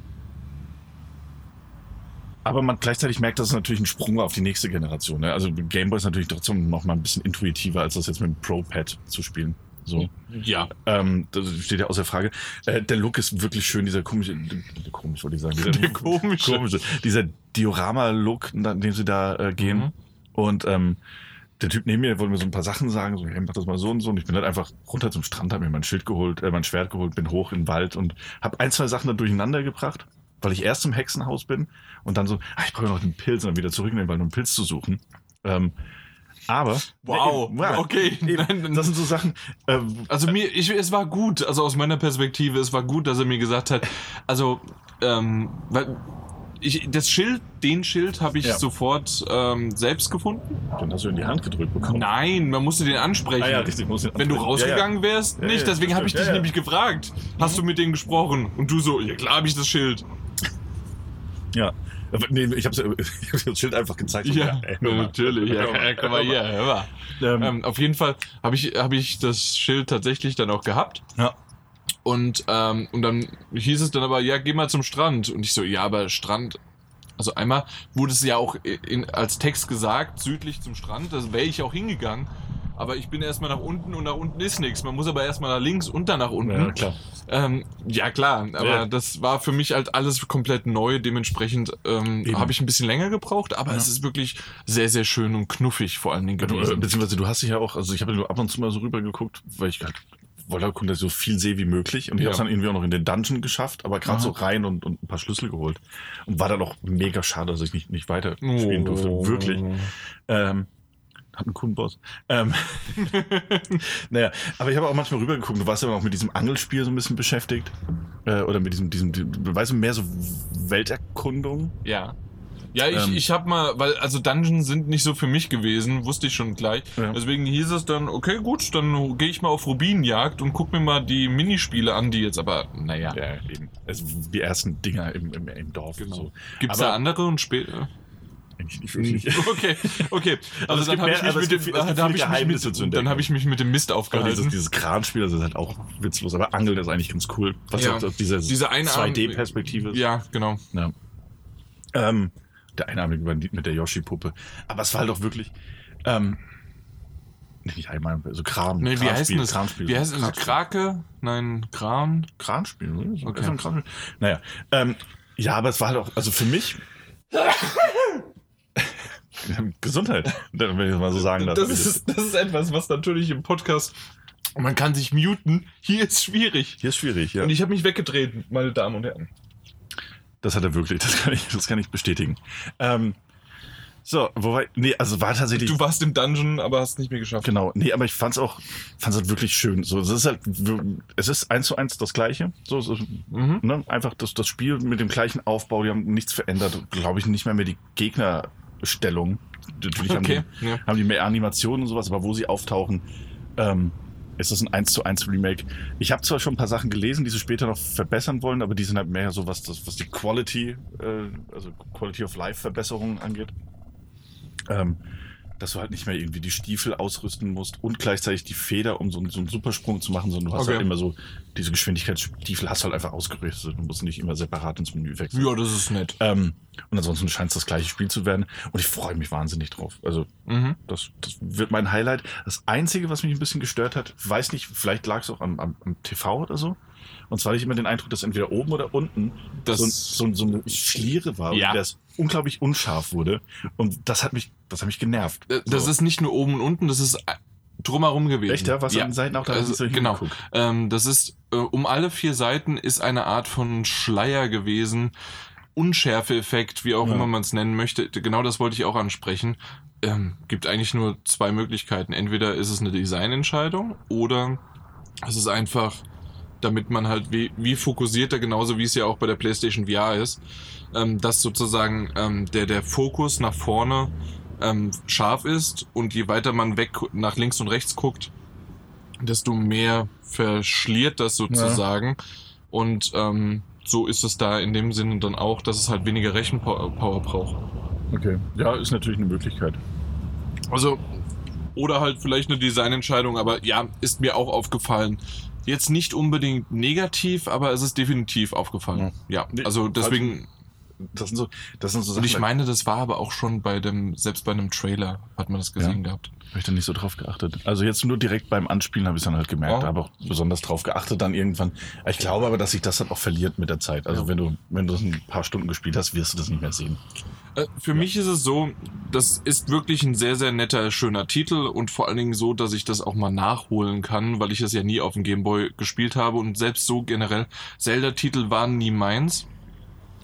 aber man gleichzeitig merkt, dass es natürlich ein Sprung war auf die nächste Generation. Ne? Also Gameboy ist natürlich trotzdem noch mal ein bisschen intuitiver, als das jetzt mit dem Pro-Pad zu spielen. So. Ja. Ähm, das steht ja außer Frage. Äh, der Look ist wirklich schön, dieser komische, komisch wollte ich sagen, (laughs) dieser, Der komische. komische dieser Diorama-Look, nach dem sie da äh, gehen. Mhm. Und ähm, der Typ neben mir wollte mir so ein paar Sachen sagen, so, hey, mach das mal so und so. Und ich bin halt einfach runter zum Strand, habe mir mein Schild geholt, äh, mein Schwert geholt, bin hoch in den Wald und habe ein, zwei Sachen da durcheinander gebracht, weil ich erst im Hexenhaus bin und dann so, ah, ich brauche noch den Pilz und dann wieder zurück in den Wald, um einen Pilz zu suchen. Ähm, aber. Wow. Nee, eben, ja, Okay. Nein, Eben, dann- das sind so Sachen. Ähm, Also mir, ich, es war gut, also aus meiner Perspektive, es war gut, dass er mir gesagt hat, also, ähm, weil ich, das Schild, den Schild habe ich Ja. sofort ähm, selbst gefunden. den hast du in die Hand gedrückt bekommen. Nein, man musste den ansprechen. Ah ja, richtig, muss den Wenn du ansprechen. Ja, ja. rausgegangen wärst, Ja, nicht. ja, Deswegen habe ich stimmt. dich Ja, ja. nämlich gefragt. Hast du mit denen gesprochen? Und du so, ja klar habe ich das Schild. Ja. Aber Nee, (laughs) ich habe hab das Schild einfach gezeigt. Ja, ey, hör mal. (laughs) natürlich. Ja, Hör mal. komm mal hier, hör mal. Ähm, Ähm, auf jeden Fall habe ich, hab ich das Schild tatsächlich dann auch gehabt. ja. Und, ähm, und dann hieß es dann aber, ja, geh mal zum Strand. Und ich so, ja, aber Strand. Also einmal wurde es ja auch in, als Text gesagt, südlich zum Strand, da wäre ich auch hingegangen. Aber ich bin erstmal nach unten und nach unten ist nichts. Man muss aber erstmal nach links und dann nach unten. Ja, klar. Ähm, ja, klar, aber Ja. das war für mich halt alles komplett neu. Dementsprechend ähm, Eben. habe ich ein bisschen länger gebraucht, aber Ja. es ist wirklich sehr, sehr schön und knuffig vor allen Dingen Ja, du, äh, gewesen. beziehungsweise du hast dich ja auch, also ich habe ja nur ab und zu mal so rüber geguckt, weil ich halt wollte halt gucken, dass ich so viel sehe wie möglich. Und ich Ja. habe es dann irgendwie auch noch in den Dungeon geschafft, aber gerade Aha. so rein und, und ein paar Schlüssel geholt. Und war dann auch mega schade, dass ich nicht, nicht weiter spielen durfte. Oh. Wirklich. Ähm, hat einen coolen Boss. Ähm, (laughs) naja, aber ich habe auch manchmal rübergeguckt. Du warst ja auch mit diesem Angelspiel so ein bisschen beschäftigt. Äh, oder mit diesem, diesem, diesem, weißt du, mehr so Welterkundung. Ja. Ja, ich, Ähm. ich habe mal, weil also Dungeons sind nicht so für mich gewesen, wusste ich schon gleich. Ja. Deswegen hieß es dann, okay, gut, dann gehe ich mal auf Rubinjagd und guck mir mal die Minispiele an, die jetzt aber, naja, Ja, eben. Also die ersten Dinger im, im, im Dorf. Genau. So. gibt's aber- da andere und später? Eigentlich nicht wirklich. (laughs) Okay, okay. Also dann es gibt habe mehr- ich mich aber es mit gibt dem, viel- es gibt da hab viele ich mich Geheimnisse zu mit, entdecken. dann habe ich mich mit dem Mist (laughs) Aber dieses, aufgehalten. dieses Kranspiel, das ist halt auch witzlos. Aber Angeln ist eigentlich ganz cool. Was Ja. auch diese, Diese Einarm- 2D-Perspektive ist. Ja, genau. Ähm, der einarmige Bandit mit der Yoshi-Puppe. Aber es war halt auch wirklich. Ähm, nee, nicht einmal, also Kram. Nee, wie Kranspiel, heißt denn das? Kranspiel. Wie heißt es? Kranspiel. Krake? Nein, Kran? Kranspiel, oder? So, Okay. einfach ein Kranspiel. Naja. Ähm, ja, aber es war halt auch, also (laughs) für mich. Gesundheit, wenn ich das mal so sagen darf. das ist etwas, was natürlich im Podcast. Man kann sich muten. Hier ist schwierig. Hier ist schwierig, ja. Und ich habe mich weggedreht, meine Damen und Herren. Das hat er wirklich, das kann ich, das kann ich bestätigen. Ähm, so, wobei, nee, also war tatsächlich. Du warst im Dungeon, aber hast es nicht mehr geschafft. Genau, nee, aber ich fand's auch, fand's halt wirklich schön. So, es ist halt, wir- es ist eins zu eins das Gleiche. So, es ist, Mhm. ne, einfach das, das Spiel mit dem gleichen Aufbau, die haben nichts verändert. Glaube ich nicht mehr mehr die Gegnerstellung. Natürlich Okay. haben, Ja. die, haben die mehr Animationen und sowas, aber wo sie auftauchen, ähm, ist das ein eins zu eins Remake. Ich habe zwar schon ein paar Sachen gelesen, die sie später noch verbessern wollen, aber die sind halt mehr so, was, das, was die Quality, äh, also Quality of Life Verbesserungen angeht. Ähm, dass du halt nicht mehr irgendwie die Stiefel ausrüsten musst und gleichzeitig die Feder, um so einen, so einen Supersprung zu machen, sondern du hast Okay. halt immer so diese Geschwindigkeitsstiefel hast du halt einfach ausgerüstet und musst nicht immer separat ins Menü wechseln. ja, das ist nett. Ähm, und ansonsten scheint es das gleiche Spiel zu werden und ich freue mich wahnsinnig drauf. Also Mhm. das, das wird mein Highlight. Das Einzige, was mich ein bisschen gestört hat, weiß nicht, vielleicht lag es auch am, am, am TV oder so. Und zwar hatte ich immer den Eindruck, dass entweder oben oder unten Das- so, ein- so, ein- so eine Schliere war, Ja. in der es unglaublich unscharf wurde. Und das hat mich, das hat mich genervt. Äh, Das so. ist nicht nur oben und unten, das ist äh, drumherum gewesen. echt, ja? Was ja. an den Seiten auch da Also, hab ich so genau. hingeguckt. Ähm, das ist, äh, um alle vier Seiten ist eine Art von Schleier gewesen. Unschärfeeffekt, wie auch Ja. immer man es nennen möchte. Genau das wollte ich auch ansprechen. Ähm, gibt eigentlich nur zwei Möglichkeiten. Entweder ist es eine Designentscheidung oder es ist einfach, damit man halt wie, wie fokussierter, genauso wie es ja auch bei der PlayStation VR ist, ähm, dass sozusagen ähm, der, der Fokus nach vorne ähm, scharf ist und je weiter man weg nach links und rechts guckt, desto mehr verschliert das sozusagen. Und ähm, so ist es da in dem Sinne dann auch, dass es halt weniger Rechenpower braucht. Okay. Ja, ist natürlich eine Möglichkeit. Also, oder halt vielleicht eine Designentscheidung, aber ja, ist mir auch aufgefallen. Jetzt nicht unbedingt negativ, aber es ist definitiv aufgefallen. Ja, Nee, also falsch. deswegen, Das sind so, das sind so und Sachen, ich da meine, das war aber auch schon bei dem, selbst bei einem Trailer hat man das gesehen gehabt. Hab ich dann nicht so drauf geachtet. Also jetzt nur direkt beim Anspielen habe ich es dann halt gemerkt, Oh. Da habe auch besonders drauf geachtet dann irgendwann. Ich glaube aber, dass sich das dann auch verliert mit der Zeit. Also Ja. wenn du wenn du das ein paar Stunden gespielt hast, wirst du das nicht mehr sehen. Äh, Für mich ist es so, das ist wirklich ein sehr, sehr netter, schöner Titel und vor allen Dingen so, dass ich das auch mal nachholen kann, weil ich das ja nie auf dem Gameboy gespielt habe und selbst so generell, Zelda-Titel waren nie meins.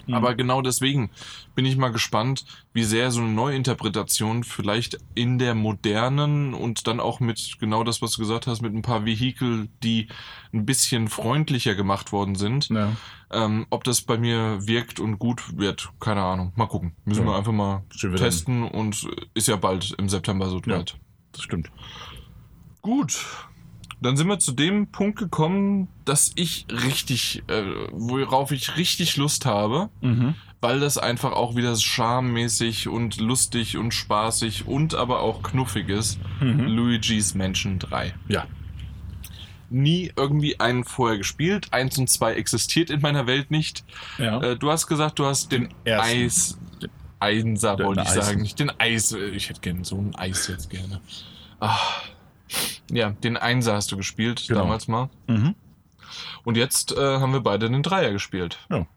Mhm. Aber genau deswegen bin ich mal gespannt, wie sehr so eine Neuinterpretation vielleicht in der modernen und dann auch mit genau das, was du gesagt hast, mit ein paar Vehikel, die ein bisschen freundlicher gemacht worden sind, Ja. ähm, ob das bei mir wirkt und gut wird, keine Ahnung. Mal gucken. Müssen Ja. wir einfach mal Schön wieder. testen und äh, ist ja bald im September so Ja. weit. Das stimmt. Gut. Dann sind wir zu dem Punkt gekommen, dass ich richtig, äh, worauf ich richtig Lust habe, Mhm. weil das einfach auch wieder charmmäßig und lustig und spaßig und aber auch knuffig ist. Luigi's Mansion 3. Mhm. Ja. Nie irgendwie einen vorher gespielt. Eins und zwei existiert in meiner Welt nicht. Ja. Äh, du hast gesagt, du hast den, ersten. Eis. Einser Den wollte ich Eisen. äh, sagen. Nicht den Eis. Ich hätte gerne so ein Eis jetzt gerne. Ah, Ja, den Einser hast du gespielt Genau. damals mal. Mhm. Und jetzt äh, haben wir beide den Dreier gespielt. Ja.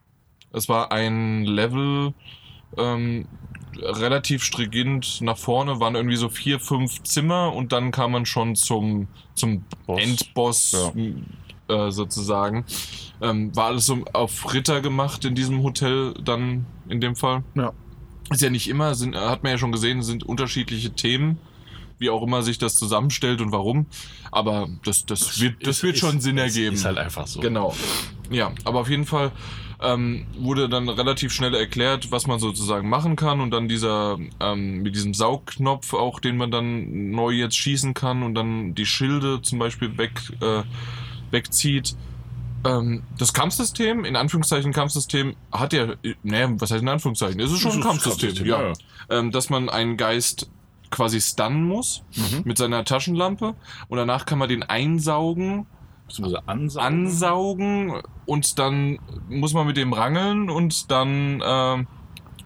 Es war ein Level ähm, relativ stringent nach vorne, waren irgendwie so vier, fünf Zimmer und dann kam man schon zum, zum Boss. Endboss Ja. m, äh, sozusagen. Ähm, war alles so auf Ritter gemacht in diesem Hotel dann in dem Fall. Ja. Ist ja nicht immer, sind, hat man ja schon gesehen, sind unterschiedliche Themen, wie auch immer sich das zusammenstellt und warum. Aber das, das wird, das Ist- wird ist- schon Sinn ist- ergeben. Ist halt einfach so. Genau. Ja, aber auf jeden Fall ähm, wurde dann relativ schnell erklärt, was man sozusagen machen kann und dann dieser ähm, mit diesem Saugknopf auch, den man dann neu jetzt schießen kann und dann die Schilde zum Beispiel weg, äh, wegzieht. Ähm, das Kampfsystem, in Anführungszeichen Kampfsystem, hat ja, äh, naja, was heißt in Anführungszeichen? Es ist schon ein Das ist Kampfsystem, ja. ja. Ähm, dass man einen Geist quasi stunnen muss Mhm. mit seiner Taschenlampe und danach kann man den einsaugen Beziehungsweise ansaugen. ansaugen und dann muss man mit dem rangeln und dann ähm,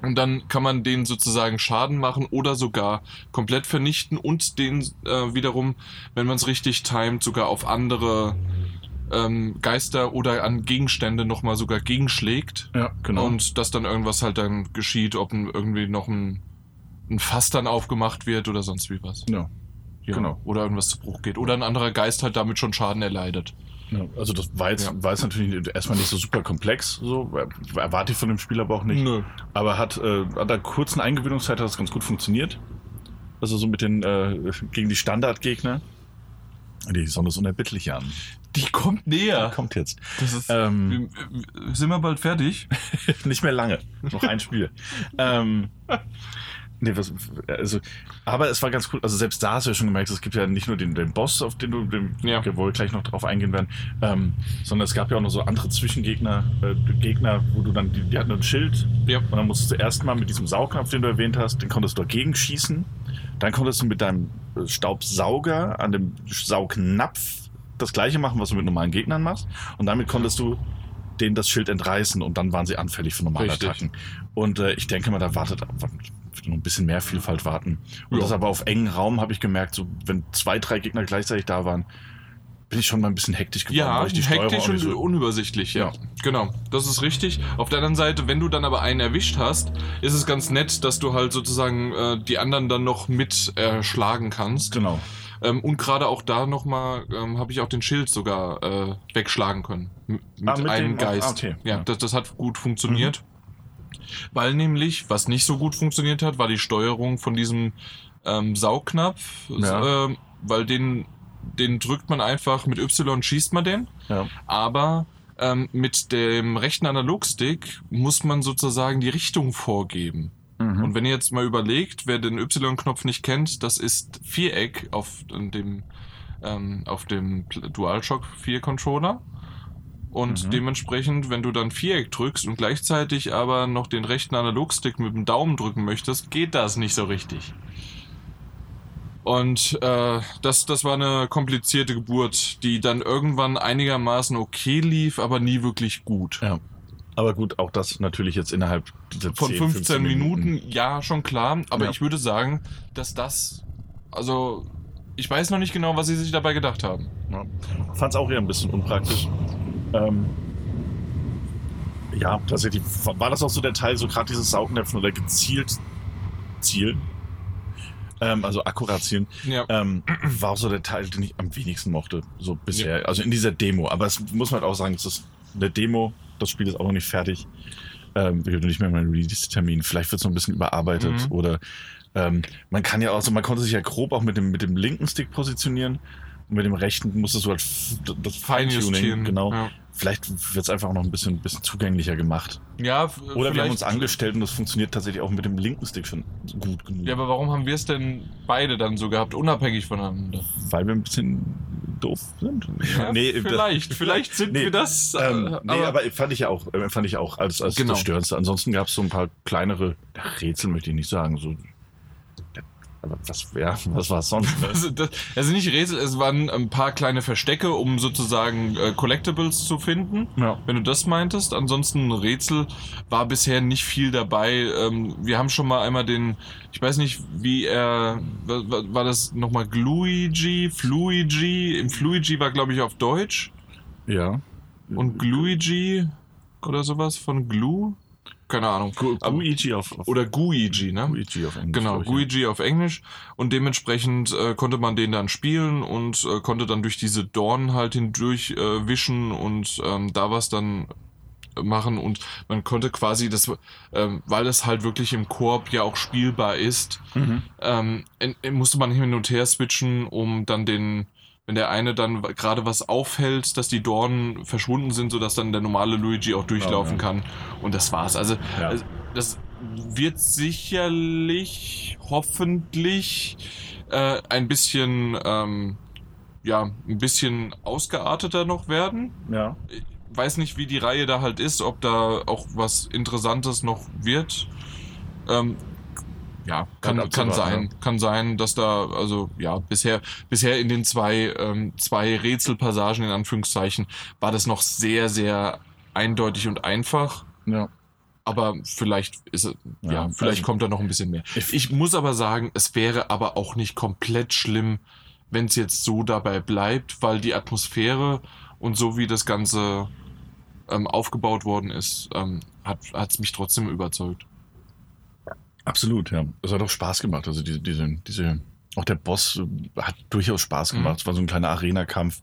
und dann kann man den sozusagen Schaden machen oder sogar komplett vernichten und den äh, wiederum, wenn man es richtig timet, sogar auf andere ähm, Geister oder an Gegenstände nochmal sogar gegenschlägt ja, genau. und dass dann irgendwas halt dann geschieht, ob ein, irgendwie noch ein, ein Fass dann aufgemacht wird oder sonst wie was. Ja. Genau. Oder irgendwas zu Bruch geht. Oder ein anderer Geist halt damit schon Schaden erleidet. Ja, also das war jetzt, Ja. war jetzt natürlich erstmal nicht so super komplex, so äh, erwarte ich von dem Spiel aber auch nicht. Nö. Aber hat äh, an der kurzen Eingewöhnungszeit hat das ganz gut funktioniert. Also so mit den äh, gegen die Standardgegner. Die Sonne ist unerbittlich an. Die kommt Ja. näher. Kommt jetzt. Das ist, Ähm, wir, wir- sind wir bald (laughs) fertig? nicht mehr lange. Noch ein Spiel. ähm, nee, was, also, aber es war ganz cool. Also selbst da hast du ja schon gemerkt, es gibt ja nicht nur den, den Boss, auf den du den, Ja. wir wohl gleich noch drauf eingehen werden, ähm, sondern es gab ja auch noch so andere Zwischengegner, äh, Gegner, wo du dann, die, die hatten ein Schild Ja. und dann musstest du erstmal mit diesem Saugnapf, den du erwähnt hast, den konntest du dagegen schießen. Dann konntest du mit deinem äh, Staubsauger an dem Saugnapf das gleiche machen, was du mit normalen Gegnern machst. Und damit konntest du denen das Schild entreißen und dann waren sie anfällig für normale Richtig. Attacken. Und äh, ich denke mal, da wartet wird noch ein bisschen mehr Vielfalt warten. Und Ja. das aber auf engen Raum habe ich gemerkt, so wenn zwei, drei Gegner gleichzeitig da waren, bin ich schon mal ein bisschen hektisch geworden. Ja, weil ich die hektisch Steuerung und nicht so- unübersichtlich, ja. Ja. Genau, das ist richtig. Auf der anderen Seite, wenn du dann aber einen erwischt hast, ist es ganz nett, dass du halt sozusagen äh, die anderen dann noch mit äh, schlagen kannst. Genau. Ähm, und gerade auch da nochmal ähm, habe ich auch den Schild sogar äh, wegschlagen können. M mit, mit einem dem- ah, Geist. okay. Ja, Ja. das, das hat gut funktioniert. Weil nämlich, was nicht so gut funktioniert hat, war die Steuerung von diesem ähm, Saugnapf. Ja. Ähm, weil den, den drückt man einfach mit Y, schießt man den. Ja. Aber ähm, mit dem rechten Analogstick muss man sozusagen die Richtung vorgeben. Mhm. Und wenn ihr jetzt mal überlegt, wer den Y-Knopf nicht kennt, das ist Viereck auf dem, ähm, auf dem Pl- DualShock 4 Controller. Und Mhm. dementsprechend, wenn du dann Viereck drückst und gleichzeitig aber noch den rechten Analogstick mit dem Daumen drücken möchtest, geht das nicht so richtig. Und äh, das, das war eine komplizierte Geburt, die dann irgendwann einigermaßen okay lief, aber nie wirklich gut. Ja. Aber gut, auch das natürlich jetzt innerhalb dieser Von 10, 15, Minuten, ja, schon klar. Aber Ja. ich würde sagen, dass das, also, ich weiß noch nicht genau, was sie sich dabei gedacht haben. Fand es auch eher ein bisschen unpraktisch. Ähm, ja, tatsächlich war das auch so der Teil, so gerade dieses Saugnäpfen oder gezielt zielen. Ähm, also akkurat zielen. Ja, Ähm, war auch so der Teil, den ich am wenigsten mochte, so bisher. Also in dieser Demo. Aber es muss man halt auch sagen, es ist eine Demo. Das Spiel ist auch noch nicht fertig. Ähm, wir haben nicht mehr meinen Release-Termin. Vielleicht wird es noch ein bisschen überarbeitet. Mhm. Oder ähm, man kann ja auch, so, man konnte sich ja grob auch mit dem, mit dem linken Stick positionieren. Und mit dem rechten musstest du halt f- das Feintuning. Feinjustieren, Genau. Ja, Vielleicht wird es einfach auch noch ein bisschen, bisschen zugänglicher gemacht. ja f- Oder wir haben uns Äh, vielleicht- angestellt und das funktioniert tatsächlich auch mit dem linken Stick schon gut genug. Ja, aber warum haben wir es denn beide dann so gehabt, unabhängig voneinander? weil wir ein bisschen doof sind. Ja, vielleicht, (laughs) vielleicht sind Nee, wir das. äh, Ähm, nee, aber, fand ich ja auch, äh, fand ich auch als, als Genau. das Störendste. Ansonsten gab es so ein paar kleinere Rätsel, möchte ich nicht sagen. So, Aber was, ja, was war es sonst? Also, das, also nicht Rätsel, es waren ein paar kleine Verstecke, um sozusagen äh, Collectibles zu finden. Ja. Wenn du das meintest, ansonsten Rätsel war bisher nicht viel dabei. Ähm, wir haben schon mal einmal den, ich weiß nicht, wie er, wa- wa- war das nochmal Gluigi, Fluigi? Im Fluigi war, glaube ich, auf Deutsch. Ja. Und Gluigi oder sowas von Glu? Keine Ahnung. Gu- Aber- Guigi auf, auf Oder Guigi, ne? Guigi auf Englisch. Genau, glaub ich, ja. Guigi auf Englisch. Und dementsprechend äh, konnte man den dann spielen und äh, konnte dann durch diese Dornen halt hindurch äh, wischen und ähm, da was dann äh, machen. Und man konnte quasi das, ähm, weil es halt wirklich im Koop ja auch spielbar ist, Mhm. ähm, in, in, musste man hin und her switchen, um dann den, wenn der eine dann w- gerade was aufhält, dass die Dornen verschwunden sind, sodass dann der normale Luigi auch durchlaufen Genau, ja. kann. Und das war's. Also Ja. also, das wird sicherlich, hoffentlich äh, ein bisschen, ähm, ja, ein bisschen ausgearteter noch werden. ja. Ich weiß nicht, wie die Reihe da halt ist, ob da auch was Interessantes noch wird. Ähm, ja, kann, Bleibt kann sein. abzuwarten, ne? Kann sein, dass da, also ja, bisher, bisher in den zwei, ähm, zwei Rätselpassagen in Anführungszeichen war das noch sehr, sehr eindeutig und einfach. Ja. Aber vielleicht ist es, ja, Ja, vielleicht also- kommt da noch ein bisschen mehr. Ich- Ich, muss aber sagen, es wäre aber auch nicht komplett schlimm, wenn es jetzt so dabei bleibt, weil die Atmosphäre und so wie das Ganze ähm, aufgebaut worden ist, ähm, hat es mich trotzdem überzeugt. Absolut, ja. Es hat auch Spaß gemacht. Also diese, diese, diese, auch der Boss äh, hat durchaus Spaß Mhm. gemacht. Es war so ein kleiner Arena-Kampf,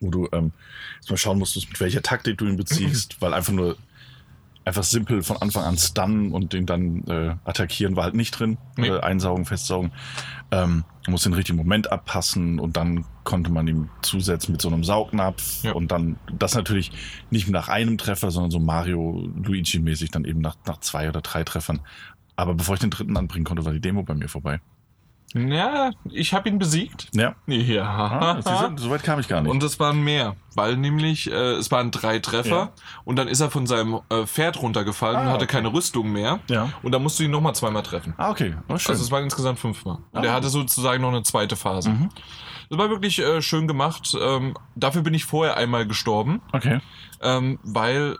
wo du ähm, jetzt mal schauen musstest, mit welcher Taktik du (laughs) ihn beziehst, weil einfach nur einfach simpel von Anfang an stunnen und den dann äh, attackieren war halt nicht drin. Nee. Äh, einsaugen, festsaugen. Ähm, man muss den richtigen Moment abpassen und dann konnte man ihm zusetzen mit so einem Saugnapf Ja. und dann das natürlich nicht nach einem Treffer, sondern so Mario Luigi mäßig dann eben nach, nach zwei oder drei Treffern. Aber bevor ich den dritten anbringen konnte, war die Demo bei mir vorbei. Ja, ich habe ihn besiegt. Ja, Ja. ah, sie sind, so weit kam ich gar nicht. Und es waren mehr, weil nämlich äh, es waren drei Treffer Ja. und dann ist er von seinem äh, Pferd runtergefallen und Ah, hatte okay. keine Rüstung mehr ja. und dann musst du ihn nochmal zweimal treffen. Ah, okay. Oh, schön. Also es waren insgesamt fünfmal. Und Ah. er hatte sozusagen noch eine zweite Phase. Mhm. Das war wirklich äh, schön gemacht. Ähm, dafür bin ich vorher einmal gestorben, okay. ähm, weil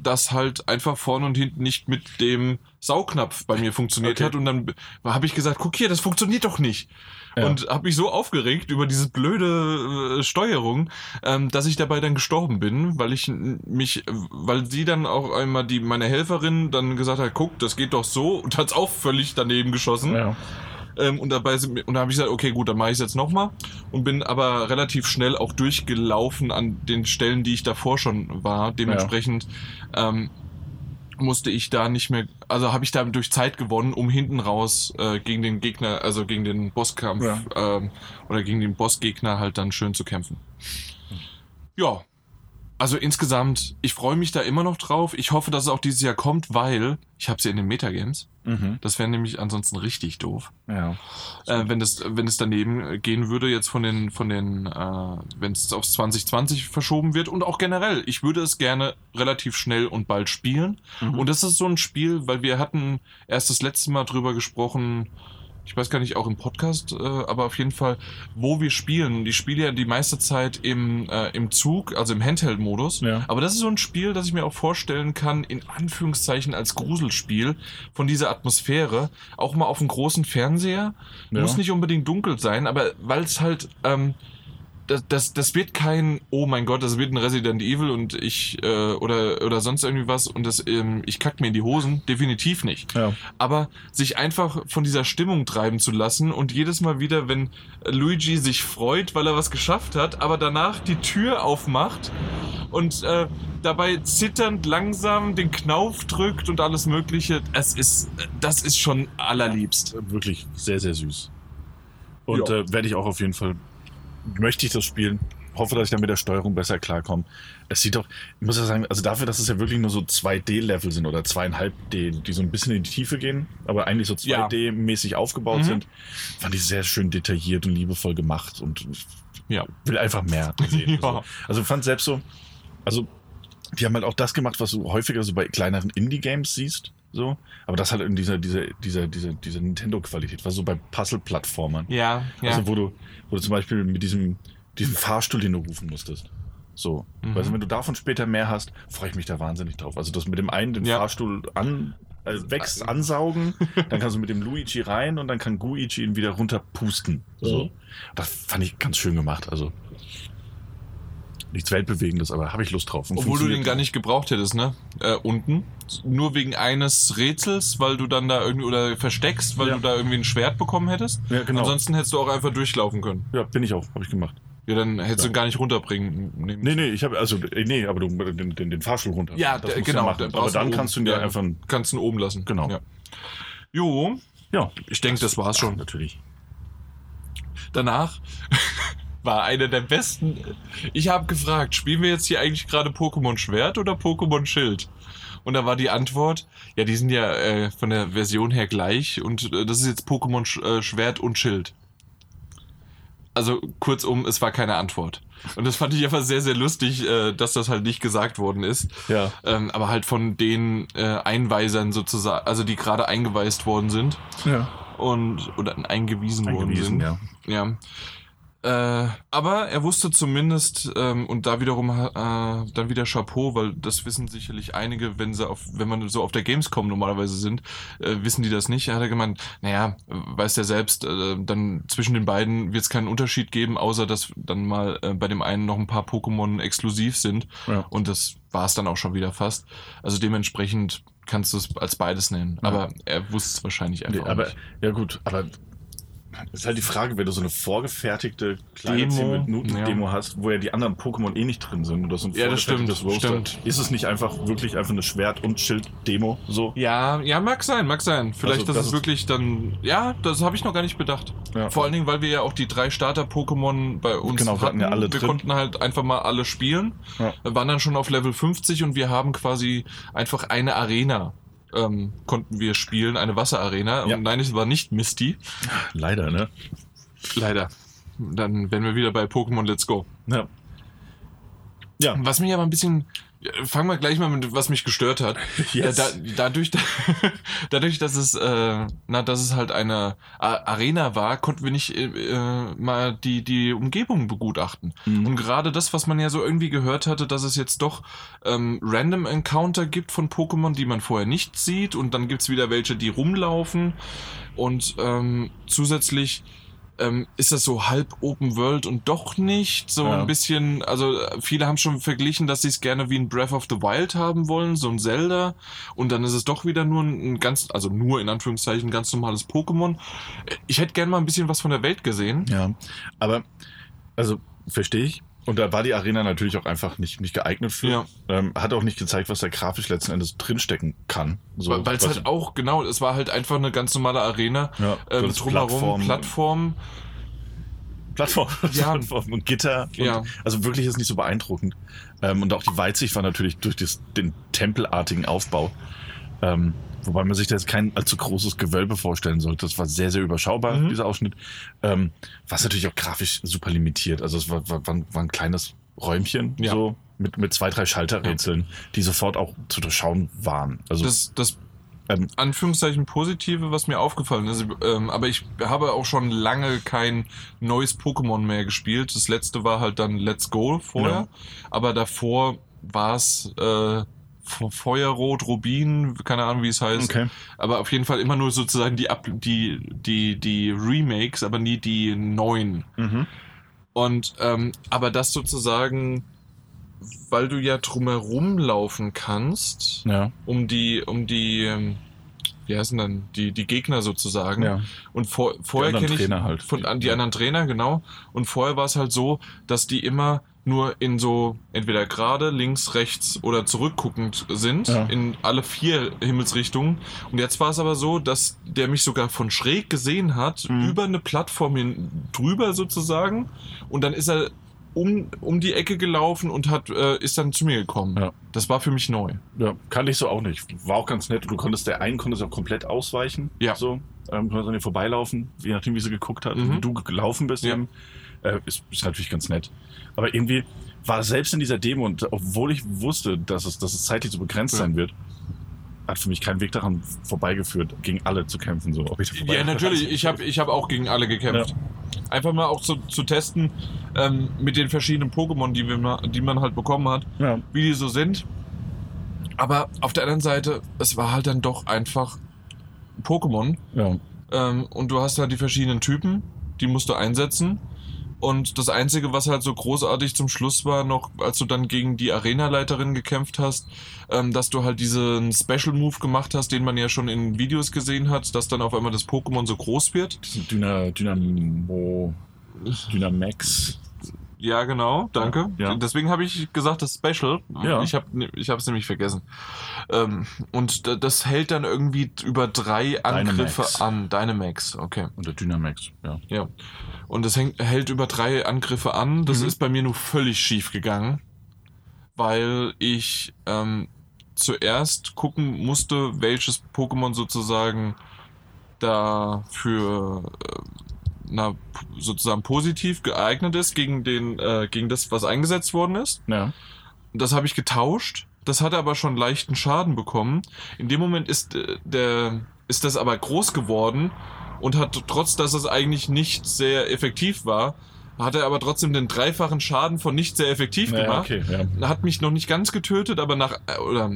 das halt einfach vorne und hinten nicht mit dem Saugnapf bei mir funktioniert Okay. hat. Und dann habe ich gesagt, guck hier, das funktioniert doch nicht. Ja. Und habe mich so aufgeregt über diese blöde äh, Steuerung, ähm, dass ich dabei dann gestorben bin, weil ich n- mich, äh, weil sie dann auch einmal die, meine Helferin dann gesagt hat, guck, das geht doch so und hat's auch völlig daneben geschossen. Ja. Ähm, und dabei sind, mir- und da habe ich gesagt, okay, gut, dann mache ich es jetzt nochmal. Und bin aber relativ schnell auch durchgelaufen an den Stellen, die ich davor schon war. Dementsprechend ähm, musste ich da nicht mehr, also habe ich da durch Zeit gewonnen, um hinten raus äh, gegen den Gegner, also gegen den Bosskampf Ja. ähm, oder gegen den Bossgegner halt dann schön zu kämpfen. Ja. Also insgesamt, ich freue mich da immer noch drauf. Ich hoffe, dass es auch dieses Jahr kommt, weil ich habe sie in den Metagames. Mhm. Das wäre nämlich ansonsten richtig doof ja. äh, wenn das wenn es daneben äh, gehen würde jetzt von den von den äh, wenn es aufs 2020 verschoben wird und auch generell ich würde es gerne relativ schnell und bald spielen Mhm. und das ist so ein Spiel weil wir hatten erst das letzte Mal drüber gesprochen ich weiß gar nicht auch im Podcast äh, aber auf jeden Fall wo wir spielen die spiele ja die meiste Zeit im äh, im Zug also im Handheld Modus Ja. aber das ist so ein Spiel, das ich mir auch vorstellen kann, in Anführungszeichen als Gruselspiel, von dieser Atmosphäre, auch mal auf einem großen Fernseher. Ja. Muss nicht unbedingt dunkel sein, aber weil es halt, ähm, das, das, das wird kein, oh mein Gott, das wird ein Resident Evil und ich, äh, oder, oder sonst irgendwie was und das, ähm, ich kack mir in die Hosen, definitiv nicht Ja. aber sich einfach von dieser Stimmung treiben zu lassen und jedes Mal wieder, wenn Luigi sich freut, weil er was geschafft hat, aber danach die Tür aufmacht und äh, dabei zitternd langsam den Knauf drückt und alles Mögliche, es ist, das ist schon allerliebst. wirklich sehr, sehr süß. Und Ja. äh, werde ich auch auf jeden Fall, möchte ich das spielen. Hoffe, dass ich dann mit der Steuerung besser klarkomme. Es sieht doch, ich muss ja sagen, also dafür, dass es ja wirklich nur so 2D-Level sind oder 2,5D, die so ein bisschen in die Tiefe gehen, aber eigentlich so Ja. 2D-mäßig aufgebaut Mhm. sind, fand ich sehr schön detailliert und liebevoll gemacht und ich Ja. will (laughs) einfach mehr sehen. Ja. So. Also fand selbst so, also die haben halt auch das gemacht, was du häufiger so bei kleineren Indie-Games siehst. So. Aber das halt in dieser, dieser, dieser, dieser, dieser Nintendo-Qualität, was so bei Puzzle-Plattformern. Ja, ja. Also wo du, wo du zum Beispiel mit diesem, diesem Fahrstuhl, den du rufen musstest. So. Mhm. Also wenn du davon später mehr hast, freue ich mich da wahnsinnig drauf. Also das mit dem einen den Ja. Fahrstuhl an, äh, wächst, (laughs) ansaugen, dann kannst du mit dem Luigi rein und dann kann Guigi ihn wieder runterpusten. So. Mhm. Das fand ich ganz schön gemacht. Also nichts Weltbewegendes, aber habe ich Lust drauf. Und Obwohl du den funktioniert gar nicht gebraucht hättest, ne? Äh, unten. Nur wegen eines Rätsels, weil du dann da irgendwie oder versteckst, weil Ja. du da irgendwie ein Schwert bekommen hättest. Ja, genau. Ansonsten hättest du auch einfach durchlaufen können. ja, bin ich auch, habe ich gemacht. Ja, dann hättest Ja. du ihn gar nicht runterbringen. nehmen Nee, nee, ich habe also äh, nee, aber du den, den, den Fahrstuhl runter. Ja, das d- musst genau, Du ja da machen. brauchst Aber dann du oben- kannst du ihn ja ja. einfach Kannst ihn oben lassen. Genau. Ja. Jo, ja, ich denke, das war's schon. natürlich. Danach (laughs) war einer der besten. Ich habe gefragt, spielen wir jetzt hier eigentlich gerade Pokémon Schwert oder Pokémon Schild? Und da war die Antwort, ja, die sind ja äh, von der Version her gleich und äh, das ist jetzt Pokémon Sch äh, Schwert und Schild. Also kurzum, es war keine Antwort. Und das fand ich einfach sehr, sehr lustig, äh, dass das halt nicht gesagt worden ist. Ja. Ähm, aber halt von den äh, Einweisern sozusagen, also die gerade eingeweist worden sind Ja. und oder eingewiesen, worden Eingewiesen, sind. ja. Ja. Äh, aber er wusste zumindest, ähm, und da wiederum äh, dann wieder Chapeau, weil das wissen sicherlich einige, wenn sie auf, wenn man so auf der Gamescom normalerweise sind, äh, wissen die das nicht. Er hat er gemeint, naja, äh, weiß der selbst, äh, dann zwischen den beiden wird es keinen Unterschied geben, außer dass dann mal äh, bei dem einen noch ein paar Pokémon exklusiv sind. Ja. Und das war es dann auch schon wieder fast. Also dementsprechend kannst du es als beides nennen. Ja. Aber er wusste es wahrscheinlich einfach Nee, aber nicht. ja gut, aber ist halt die Frage, wenn du so eine vorgefertigte kleine Demo, 10 Minuten ja. Demo hast, wo ja die anderen Pokémon eh nicht drin sind oder so ein Ja, das stimmt, vorgefertigtes Roster, stimmt. ist es nicht einfach wirklich einfach eine Schwert und Schild Demo so? Ja, ja, mag sein, mag sein. Vielleicht, Also, dass das es ist- wirklich dann. Ja, das habe ich noch gar nicht bedacht. Ja. Vor allen Dingen, weil wir ja auch die drei Starter-Pokémon bei uns Genau, wir hatten hatten. ja alle wir drin. konnten halt einfach mal alle spielen. Ja. Wir Waren dann schon auf Level 50 und wir haben quasi einfach eine Arena. Ähm, konnten wir spielen, eine Wasserarena. Ja. Und nein, es war nicht Misty. Leider, ne? Leider. Dann wären wir wieder bei Pokémon Let's Go. Ja. Ja, Was mich aber ein bisschen. ja, Fangen wir gleich mal mit, was mich gestört hat. (laughs) Ja, da, dadurch, dadurch, dass es, äh, na, dass es halt eine A Arena war, konnten wir nicht äh, äh, mal die, die Umgebung begutachten. Und gerade das, was man ja so irgendwie gehört hatte, dass es jetzt doch ähm, Random Encounter gibt von Pokémon, die man vorher nicht sieht, und dann gibt's wieder welche, die rumlaufen. Und ähm, zusätzlich ähm, ist das so halb Open World und doch nicht. So Ja. ein bisschen, also äh, viele haben schon verglichen, dass sie es gerne wie ein Breath of the Wild haben wollen, so ein Zelda. Und dann ist es doch wieder nur ein, ein ganz, also nur in Anführungszeichen, ein ganz normales Pokémon. Äh, Ich hätte gerne mal ein bisschen was von der Welt gesehen. Ja, aber also verstehe ich. Und da war die Arena natürlich auch einfach nicht, nicht geeignet für. Ja. Ähm, hat auch nicht gezeigt, was da grafisch letzten Endes drinstecken kann. So, Weil es was- halt auch, genau, es war halt einfach eine ganz normale Arena. ja, Ähm, das drumherum, Plattform. Plattform, (laughs) Ja. Plattform und Gitter. Und, Ja. Also wirklich ist nicht so beeindruckend. Ähm, und auch die Weitsicht war natürlich durch das, den tempelartigen Aufbau. Ähm, wobei man sich da jetzt kein allzu großes Gewölbe vorstellen sollte. Das war sehr, sehr überschaubar, Mhm. dieser Ausschnitt. Ähm, was natürlich auch grafisch super limitiert. Also es war, war, war, ein- war ein kleines Räumchen Ja. so mit, mit zwei, drei Schalterrätseln, die sofort auch zu durchschauen waren. Also Das, das Ähm. Anführungszeichen Positive, was mir aufgefallen ist. Ähm, aber ich habe auch schon lange kein neues Pokémon mehr gespielt. Das letzte war halt dann Let's Go vorher. Aber davor war es äh, Fe- Feuerrot, Rubin, keine Ahnung, wie es heißt. Aber auf jeden Fall immer nur sozusagen die, Up- die, die, die Remakes, aber nie die neuen. Mhm. Und ähm, aber das sozusagen, weil du ja drumherum laufen kannst, Ja, um die, um die, ähm, wie heißen dann, die, die Gegner sozusagen. ja. Und vor, vorher anderen kenne ich Trainer halt. von an die anderen Trainer, genau. Und vorher war es halt so, dass die immer nur in so entweder gerade, links, rechts oder zurückguckend sind, Ja. in alle vier Himmelsrichtungen. Und jetzt war es aber so, dass der mich sogar von schräg gesehen hat, Mhm. über eine Plattform hin, drüber sozusagen. Und dann ist er um, um die Ecke gelaufen und hat, äh, ist dann zu mir gekommen. Ja. Das war für mich neu. Ja, kannte ich so auch nicht. War auch ganz nett. Du konntest der einen konntest auch komplett ausweichen. Ja. So, ähm, konntest an dir vorbeilaufen, je nachdem, wie sie geguckt hat, Mhm. wie du gelaufen bist. Ja. Eben. Äh, ist, ist natürlich ganz nett. Aber irgendwie war selbst in dieser Demo, und obwohl ich wusste, dass es, dass es zeitlich so begrenzt Ja. sein wird, hat für mich keinen Weg daran vorbeigeführt, gegen alle zu kämpfen. So. Ob ich da vorbei- Ja, natürlich. Ich habe ich hab auch gegen alle gekämpft. Einfach mal auch zu, zu testen ähm, mit den verschiedenen Pokémon, die, wir, ma- die man halt bekommen hat, Ja. wie die so sind. Aber auf der anderen Seite, es war halt dann doch einfach Pokémon. Ja. Ähm, und du hast halt die verschiedenen Typen, die musst du einsetzen. Und das Einzige, was halt so großartig zum Schluss war, noch als du dann gegen die Arenaleiterin gekämpft hast, ähm, dass du halt diesen Special Move gemacht hast, den man ja schon in Videos gesehen hat, dass dann auf einmal das Pokémon so groß wird. Das ist Dyna, Dynamo. Dynamax. Ja, genau, danke. Ja. Deswegen habe ich gesagt, das Special. Ja. Ich habe ich hab's nämlich vergessen. Ähm, und d- das hält dann irgendwie über drei Angriffe Dynamax. an. Dynamax, okay. Oder Dynamax, ja. Ja. Und das hängt, hält über drei Angriffe an. Das Mhm. ist bei mir nur völlig schief gegangen, weil ich ähm, zuerst gucken musste, welches Pokémon sozusagen da für äh, na, p- sozusagen positiv geeignet ist gegen, den, äh, gegen das, was eingesetzt worden ist. Ja. Das habe ich getauscht. Das hat aber schon leichten Schaden bekommen. In dem Moment ist, äh, der, ist das aber groß geworden und hat, trotz dass es eigentlich nicht sehr effektiv war, hat er aber trotzdem den dreifachen Schaden von nicht sehr effektiv Naja, gemacht okay, ja. hat mich noch nicht ganz getötet, aber nach äh, oder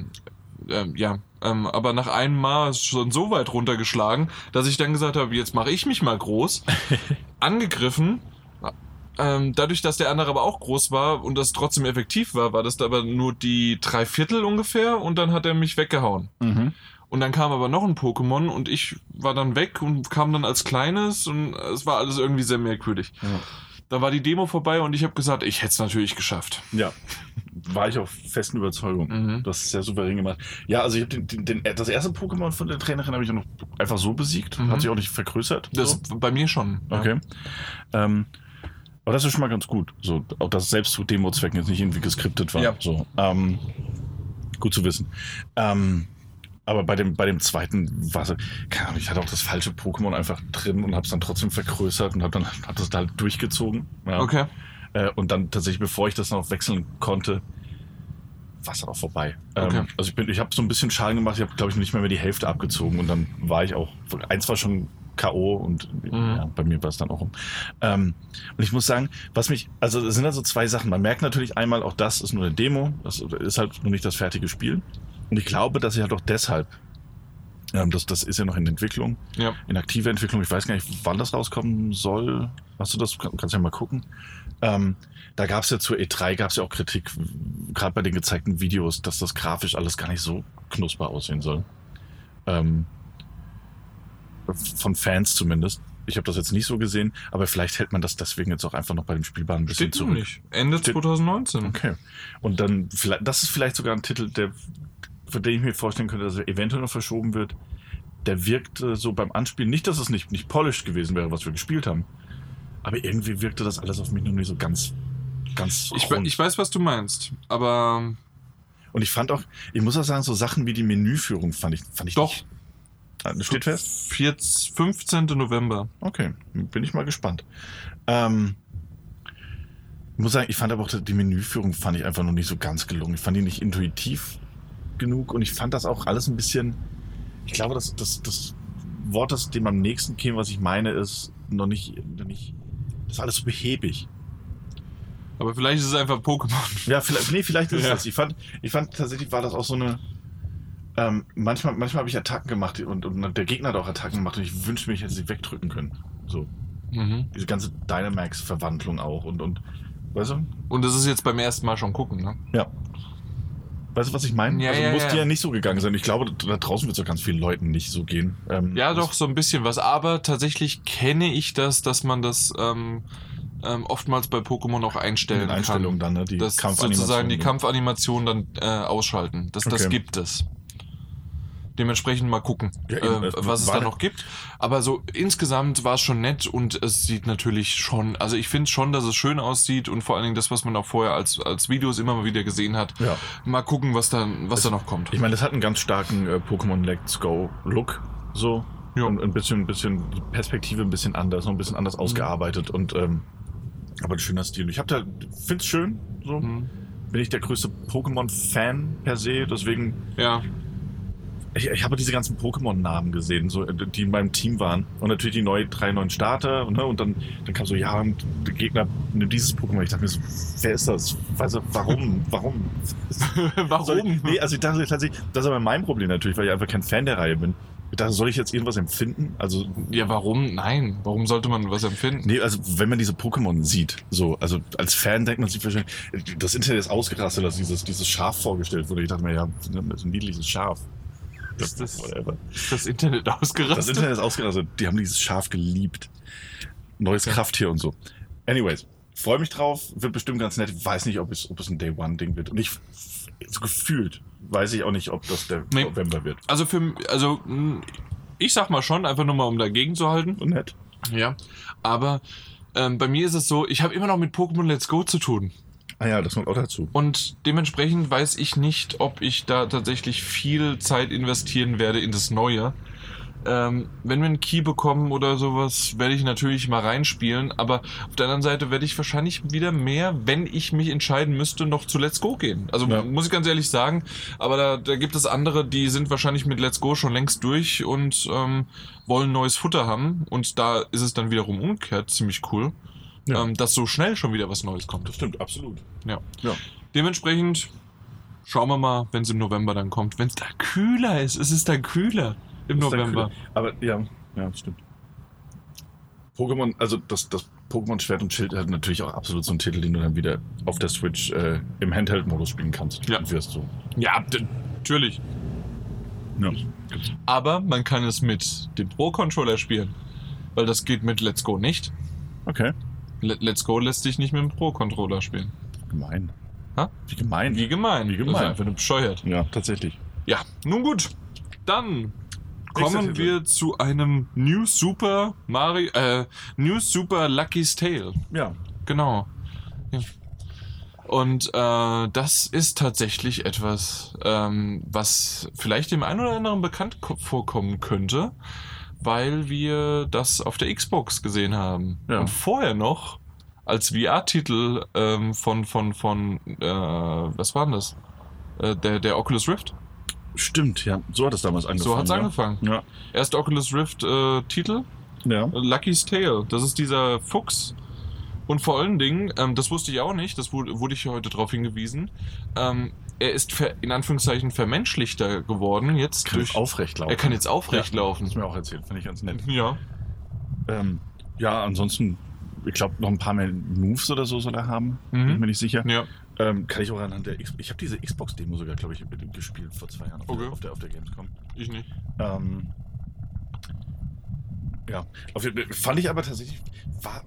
ähm, ja, ähm, aber nach einem Mal schon so weit runtergeschlagen, dass ich dann gesagt habe, jetzt mache ich mich mal groß. Angegriffen. Ähm, dadurch, dass der andere aber auch groß war und das trotzdem effektiv war, war das aber nur die drei Viertel ungefähr und dann hat er mich weggehauen. Mhm. Und dann kam aber noch ein Pokémon und ich war dann weg und kam dann als kleines und es war alles irgendwie sehr merkwürdig. Ja. Da war die Demo vorbei und ich habe gesagt, ich hätte es natürlich geschafft. ja. War ich auf festen Überzeugung. Mhm. Das ist sehr souverän gemacht. Ja, also ich habe den, den, den, das erste Pokémon von der Trainerin habe ich ja noch einfach so besiegt. Mhm. Hat sich auch nicht vergrößert. Das so. bei mir schon. ja. Okay. Ähm, aber das ist schon mal ganz gut. So, auch dass es selbst zu Demo-Zwecken jetzt nicht irgendwie geskriptet war. Ja. So, ähm, gut zu wissen. Ähm, aber bei dem, bei dem zweiten war es, keine Ahnung, ich hatte auch das falsche Pokémon einfach drin und habe es dann trotzdem vergrößert und habe dann hab das da halt durchgezogen. Ja. Okay. Äh, und dann tatsächlich, bevor ich das noch wechseln konnte, war es dann auch vorbei. Okay. Ähm, also ich, bin- ich habe so ein bisschen Schaden gemacht, ich habe, glaube ich, nicht mehr, mehr die Hälfte abgezogen und dann war ich auch, eins war schon K.O. und Mhm. ja, bei mir war es dann auch um. Ähm, und ich muss sagen, was mich, also es sind also zwei Sachen. Man merkt natürlich einmal, auch das ist nur eine Demo, das ist halt noch nicht das fertige Spiel. Und ich glaube, dass ich halt auch deshalb, ähm, das, das ist ja noch in Entwicklung, Ja. in aktiver Entwicklung. Ich weiß gar nicht, wann das rauskommen soll. Hast du das? Kann- Kannst ja mal gucken. Ähm, da gab es ja zur E3 gab es ja auch Kritik, gerade bei den gezeigten Videos, dass das grafisch alles gar nicht so knusper aussehen soll. Ähm, von Fans zumindest. Ich habe das jetzt nicht so gesehen, aber vielleicht hält man das deswegen jetzt auch einfach noch bei dem Spielbaren ein bisschen Steht zurück. nicht. Ende Steht- 2019. Okay. Und dann, vielleicht, das ist vielleicht sogar ein Titel, der, für den ich mir vorstellen könnte, dass er eventuell noch verschoben wird. Der wirkte so beim Anspielen, nicht, dass es nicht, nicht polished gewesen wäre, was wir gespielt haben, aber irgendwie wirkte das alles auf mich noch nicht so ganz, ganz Ich, we- rund. ich weiß, was du meinst, aber Und ich fand auch, ich muss auch sagen, so Sachen wie die Menüführung fand ich, fand ich Doch. nicht- Ah, das Steht fest? 14, 15. November. Okay, bin ich mal gespannt. Ähm, ich muss sagen, ich fand aber auch die Menüführung fand ich einfach noch nicht so ganz gelungen. Ich fand die nicht intuitiv genug und ich fand das auch alles ein bisschen. Ich glaube, das, das, das Wort, das dem am nächsten käme, was ich meine, ist noch nicht, noch nicht. Das ist alles so behäbig. Aber vielleicht ist es einfach Pokémon. (laughs) Ja, vielleicht, nee, vielleicht ist es Ja. das. Ich fand, ich fand tatsächlich war das auch so eine. Ähm, manchmal manchmal habe ich Attacken gemacht und, und der Gegner hat auch Attacken gemacht und ich wünschte mir, ich hätte sie wegdrücken können. So. Mhm. diese ganze Dynamax-Verwandlung auch und, und weißt du, Und das ist jetzt beim ersten Mal schon gucken, ne? weißt du, was ich meine? Ja, also ja, muss ja. dir ja nicht so gegangen sein. Ich glaube, da draußen wird es ja ganz vielen Leuten nicht so gehen. Ähm, Ja, das- doch, so ein bisschen was. Aber tatsächlich kenne ich das, dass man das ähm, ähm, oftmals bei Pokémon auch in den einstellen Einstellungen kann. dann, ne? Die Das Kampfanimation. sozusagen die Kampfanimation dann äh, ausschalten. Das, das Okay. gibt es. Dementsprechend mal gucken, Ja, eben, also äh, es was es war- da noch gibt. Aber so insgesamt war es schon nett und es sieht natürlich schon, also ich finde schon, dass es schön aussieht und vor allen Dingen das, was man auch vorher als, als Videos immer mal wieder gesehen hat. Ja. Mal gucken, was da, was da noch kommt. Ich meine, das hat einen ganz starken äh, Pokémon Let's Go Look, so. Ja. Mhm. Und ein bisschen, ein bisschen die Perspektive ein bisschen anders, noch ein bisschen anders ausgearbeitet und ähm, aber ein schöner Stil. Ich hab da, find's schön, so. Mhm. Bin ich der größte Pokémon-Fan per se, deswegen Ja, ich, ich habe diese ganzen Pokémon-Namen gesehen, so, äh, die in meinem Team waren. Und natürlich die neue, drei neuen Starter. Ne? Und dann, dann kam so, ja, und der Gegner nimmt dieses Pokémon. Ich dachte mir so, wer ist das? Also, warum? Warum? Soll Warum? Ich, nee, also ich dachte tatsächlich, das ist aber mein Problem natürlich, weil ich einfach kein Fan der Reihe bin. Ich dachte, soll ich jetzt irgendwas empfinden? Also, Ja, warum? Nein. Warum sollte man was empfinden? nee, also wenn man diese Pokémon sieht, so, also als Fan denkt man sich wahrscheinlich, das Internet ist ausgerastet, dass dieses, dieses Schaf vorgestellt wurde. Ich dachte mir, ja, das ist ein niedliches Schaf. Ist das- Whatever. Ist das Internet (laughs) Das ausgerastet? Internet ist ausgerastet. Die haben dieses Schaf geliebt. Neues Ja. Krafttier und so. Anyways, freue mich drauf. Wird bestimmt ganz nett. Ich weiß nicht, ob es, ob es ein Day-One-Ding wird. Und ich, so gefühlt, weiß ich auch nicht, ob das der Nee. November wird. also für m- also mh, ich sag mal schon, einfach nur mal um dagegen zu halten. Und nett. Ja. Aber ähm, bei mir ist es so, ich habe immer noch mit Pokémon Let's Go zu tun. Ah ja, das kommt auch dazu. Und dementsprechend weiß ich nicht, ob ich da tatsächlich viel Zeit investieren werde in das Neue. Ähm, wenn wir einen Key bekommen oder sowas, werde ich natürlich mal reinspielen. Aber auf der anderen Seite werde ich wahrscheinlich wieder mehr, wenn ich mich entscheiden müsste, noch zu Let's Go gehen. Also Ja. muss ich ganz ehrlich sagen. Aber da, da gibt es andere, die sind wahrscheinlich mit Let's Go schon längst durch und ähm, wollen neues Futter haben. Und da ist es dann wiederum umgekehrt ziemlich cool, Ja. ähm, dass so schnell schon wieder was Neues kommt. Das stimmt, absolut. Dementsprechend schauen wir mal, wenn es im November dann kommt. Wenn es da kühler ist, es ist da kühler im Das ist dann November. cool. Aber ja, ja, das stimmt. Pokémon, also das, das Pokémon Schwert und Schild hat natürlich auch absolut so einen Titel, den du dann wieder auf der Switch äh, im Handheld-Modus spielen kannst. Ja. Und wirst so. Ja, d- natürlich. Ja. Aber man kann es mit dem Pro-Controller spielen. Weil das geht mit Let's Go nicht. Okay. Le- Let's Go lässt sich nicht mit dem Pro-Controller spielen. Gemein. Hä? Wie gemein. Wie gemein. Wie gemein. Das ist einfach nur bescheuert. Ja, tatsächlich. Ja, nun gut. Dann kommen Titel. wir zu einem New Super Mario, äh, New Super Lucky's Tale. Ja. Genau. Ja. Und äh, das ist tatsächlich etwas, ähm, was vielleicht dem einen oder anderen bekannt ko- vorkommen könnte, weil wir das auf der Xbox gesehen haben. Ja. Und vorher noch als VR-Titel ähm, von, von, von äh, was war denn das? Äh, der, der Oculus Rift. Stimmt, ja. So hat es damals angefangen. so hat's angefangen. Ja. Erst Oculus Rift-Titel, Ja. Lucky's Tale. Das ist dieser Fuchs. Und vor allen Dingen, ähm, das wusste ich auch nicht, das wurde, wurde ich heute darauf hingewiesen, ähm, er ist ver, in Anführungszeichen vermenschlichter geworden. Jetzt Kann durch, ich aufrecht laufen. er kann jetzt aufrecht Das laufen. ist mir auch erzählt, finde ich ganz nett. Ja, Ähm, ja, ansonsten, ich glaube, noch ein paar mehr Moves oder so soll er haben. Mhm. Bin mir nicht sicher. ja. Ähm, kann ich auch anhand der X Ich habe diese Xbox-Demo sogar, glaube ich, gespielt vor zwei Jahren auf, Okay. der, auf, der, auf der Gamescom. Ich nicht. Ähm, ja, auf jeden Fall fand ich aber tatsächlich, war,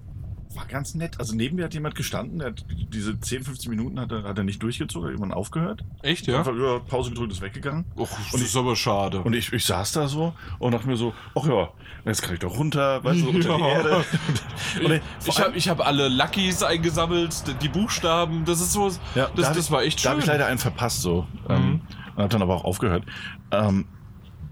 war ganz nett. Also neben mir hat jemand gestanden, der hat diese 10, 15 Minuten hat er, hat er nicht durchgezogen, hat jemand aufgehört. Echt, ja? Einfach über Pause gedrückt, ist weggegangen. Och, das ist aber schade. Und ich, ich saß da so und dachte mir so, ach ja, jetzt kann ich doch runter, weißt du, so unter die Ja. Erde. (laughs) Und ich, ich vor ich allem- habe ich hab alle Luckys eingesammelt, d- die Buchstaben, das ist so, ja, da das, hab das war echt Da habe schön. ich halt leider einen verpasst so. Mhm. Ähm, und habe dann aber auch aufgehört. Ähm,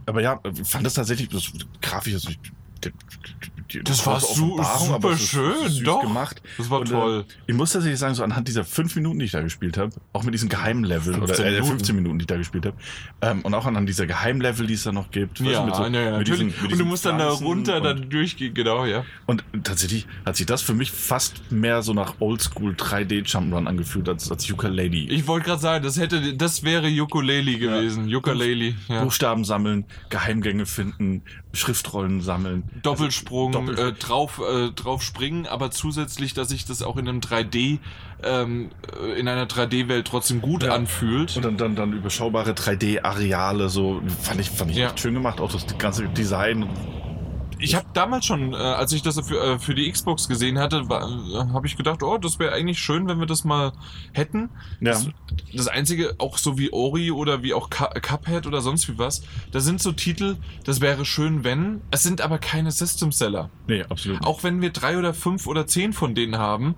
aber ja, ich fand das tatsächlich das, grafisch jetzt nicht. die- die- die- Das war große su- Offenbarung, aber es ist superschön, süß doch. gemacht. das war Und, äh, toll. Ich muss tatsächlich sagen, so anhand dieser fünf Minuten, die ich da gespielt habe, auch mit diesen Geheimlevel oder 15 äh, Minuten. 15 Minuten, die ich da gespielt habe, ähm, und auch anhand dieser Geheimlevel, die es da noch gibt. weißt du, ja, mit so- ja, ja, mit natürlich. diesen- mit und du diesen musst dann da Pflanzen runter, und- dann durchgehen, genau, ja. und tatsächlich hat sich das für mich fast mehr so nach Oldschool 3D Jump'n'Run angefühlt als, als Ukulele. Ich wollte gerade sagen, das hätte, das wäre Ukulele gewesen. Ukulele, ja. Buchstaben sammeln, Geheimgänge finden, Schriftrollen sammeln. Doppelsprung, Doppelsprung. Äh, drauf, äh, drauf springen, aber zusätzlich, dass sich das auch in einem 3D, ähm, äh, in einer 3D-Welt trotzdem gut Ja. anfühlt. Und dann, dann, dann überschaubare 3D-Areale, so fand ich, fand ich Ja. echt schön gemacht. Auch das ganze Design. ich habe damals schon, äh, als ich das für, äh, für die Xbox gesehen hatte, habe ich gedacht, oh, das wäre eigentlich schön, wenn wir das mal hätten. Ja, Das, das einzige, auch so wie Ori oder wie auch Cu- Cuphead oder sonst wie was, da sind so Titel, das wäre schön, wenn. Es sind aber keine System-Seller. nee, absolut. Auch wenn wir drei oder fünf oder zehn von denen haben,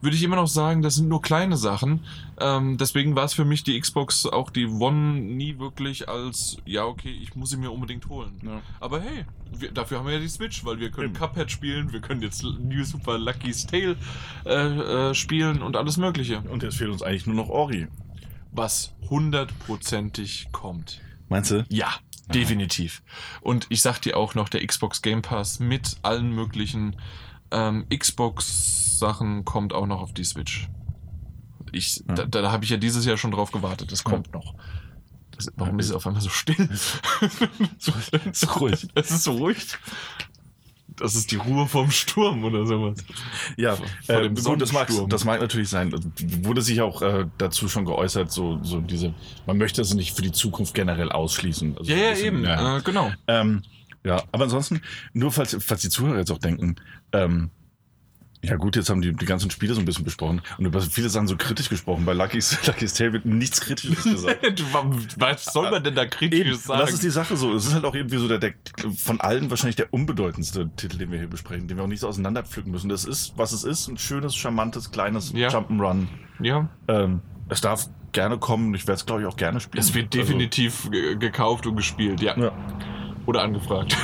würde ich immer noch sagen, das sind nur kleine Sachen. Ähm, deswegen war es für mich die Xbox, auch die One, nie wirklich als, ja, okay, ich muss sie mir unbedingt holen. Ja. Aber hey, wir, dafür haben wir ja die Switch, weil wir können Eben. Cuphead spielen, wir können jetzt New Super Lucky's Tale äh, äh, spielen und alles Mögliche. Und jetzt fehlt uns eigentlich nur noch Ori. Was hundertprozentig kommt. Mhm. Meinst du? Ja, Definitiv. Und ich sag dir auch noch, der Xbox Game Pass mit allen möglichen ähm, Xbox-Sachen kommt auch noch auf die Switch. Ich, Ja. Da, da habe ich ja dieses Jahr schon drauf gewartet. Das kommt noch. Das, warum Ja, ist es auf einmal so (laughs) still? (laughs) Ist ruhig. Es ist so ruhig. Das ist die Ruhe vom Sturm oder sowas. Ja, Vor- vor äh, dem gut, das mag, Sonnensturm. das mag natürlich sein. Wurde sich auch äh, dazu schon geäußert, so, so diese, man möchte es nicht für die Zukunft generell ausschließen. Also Ja, so ein ja, bisschen, eben. ja. Äh, genau. Ähm, ja, aber ansonsten, nur falls, falls die Zuhörer jetzt auch denken, ähm, ja gut, jetzt haben die, die ganzen Spiele so ein bisschen besprochen und über viele Sachen so kritisch gesprochen. Bei (laughs) Lucky's, Lucky's Tale wird (laughs) nichts Kritisches gesagt. Du, wa- Was soll man denn da Eben, kritisch das ist sagen? die Sache so. Es ist halt auch irgendwie so der, der von allen wahrscheinlich der unbedeutendste Titel, den wir hier besprechen, den wir auch nicht so auseinander pflücken müssen. Das ist, was es ist, ein schönes, charmantes, kleines Ja. Jump'n'Run. Ja, Ähm, es darf gerne kommen. Ich werde es, glaube ich, auch gerne spielen. es wird definitiv ge- gekauft und gespielt, ja. Also, ja. Oder angefragt.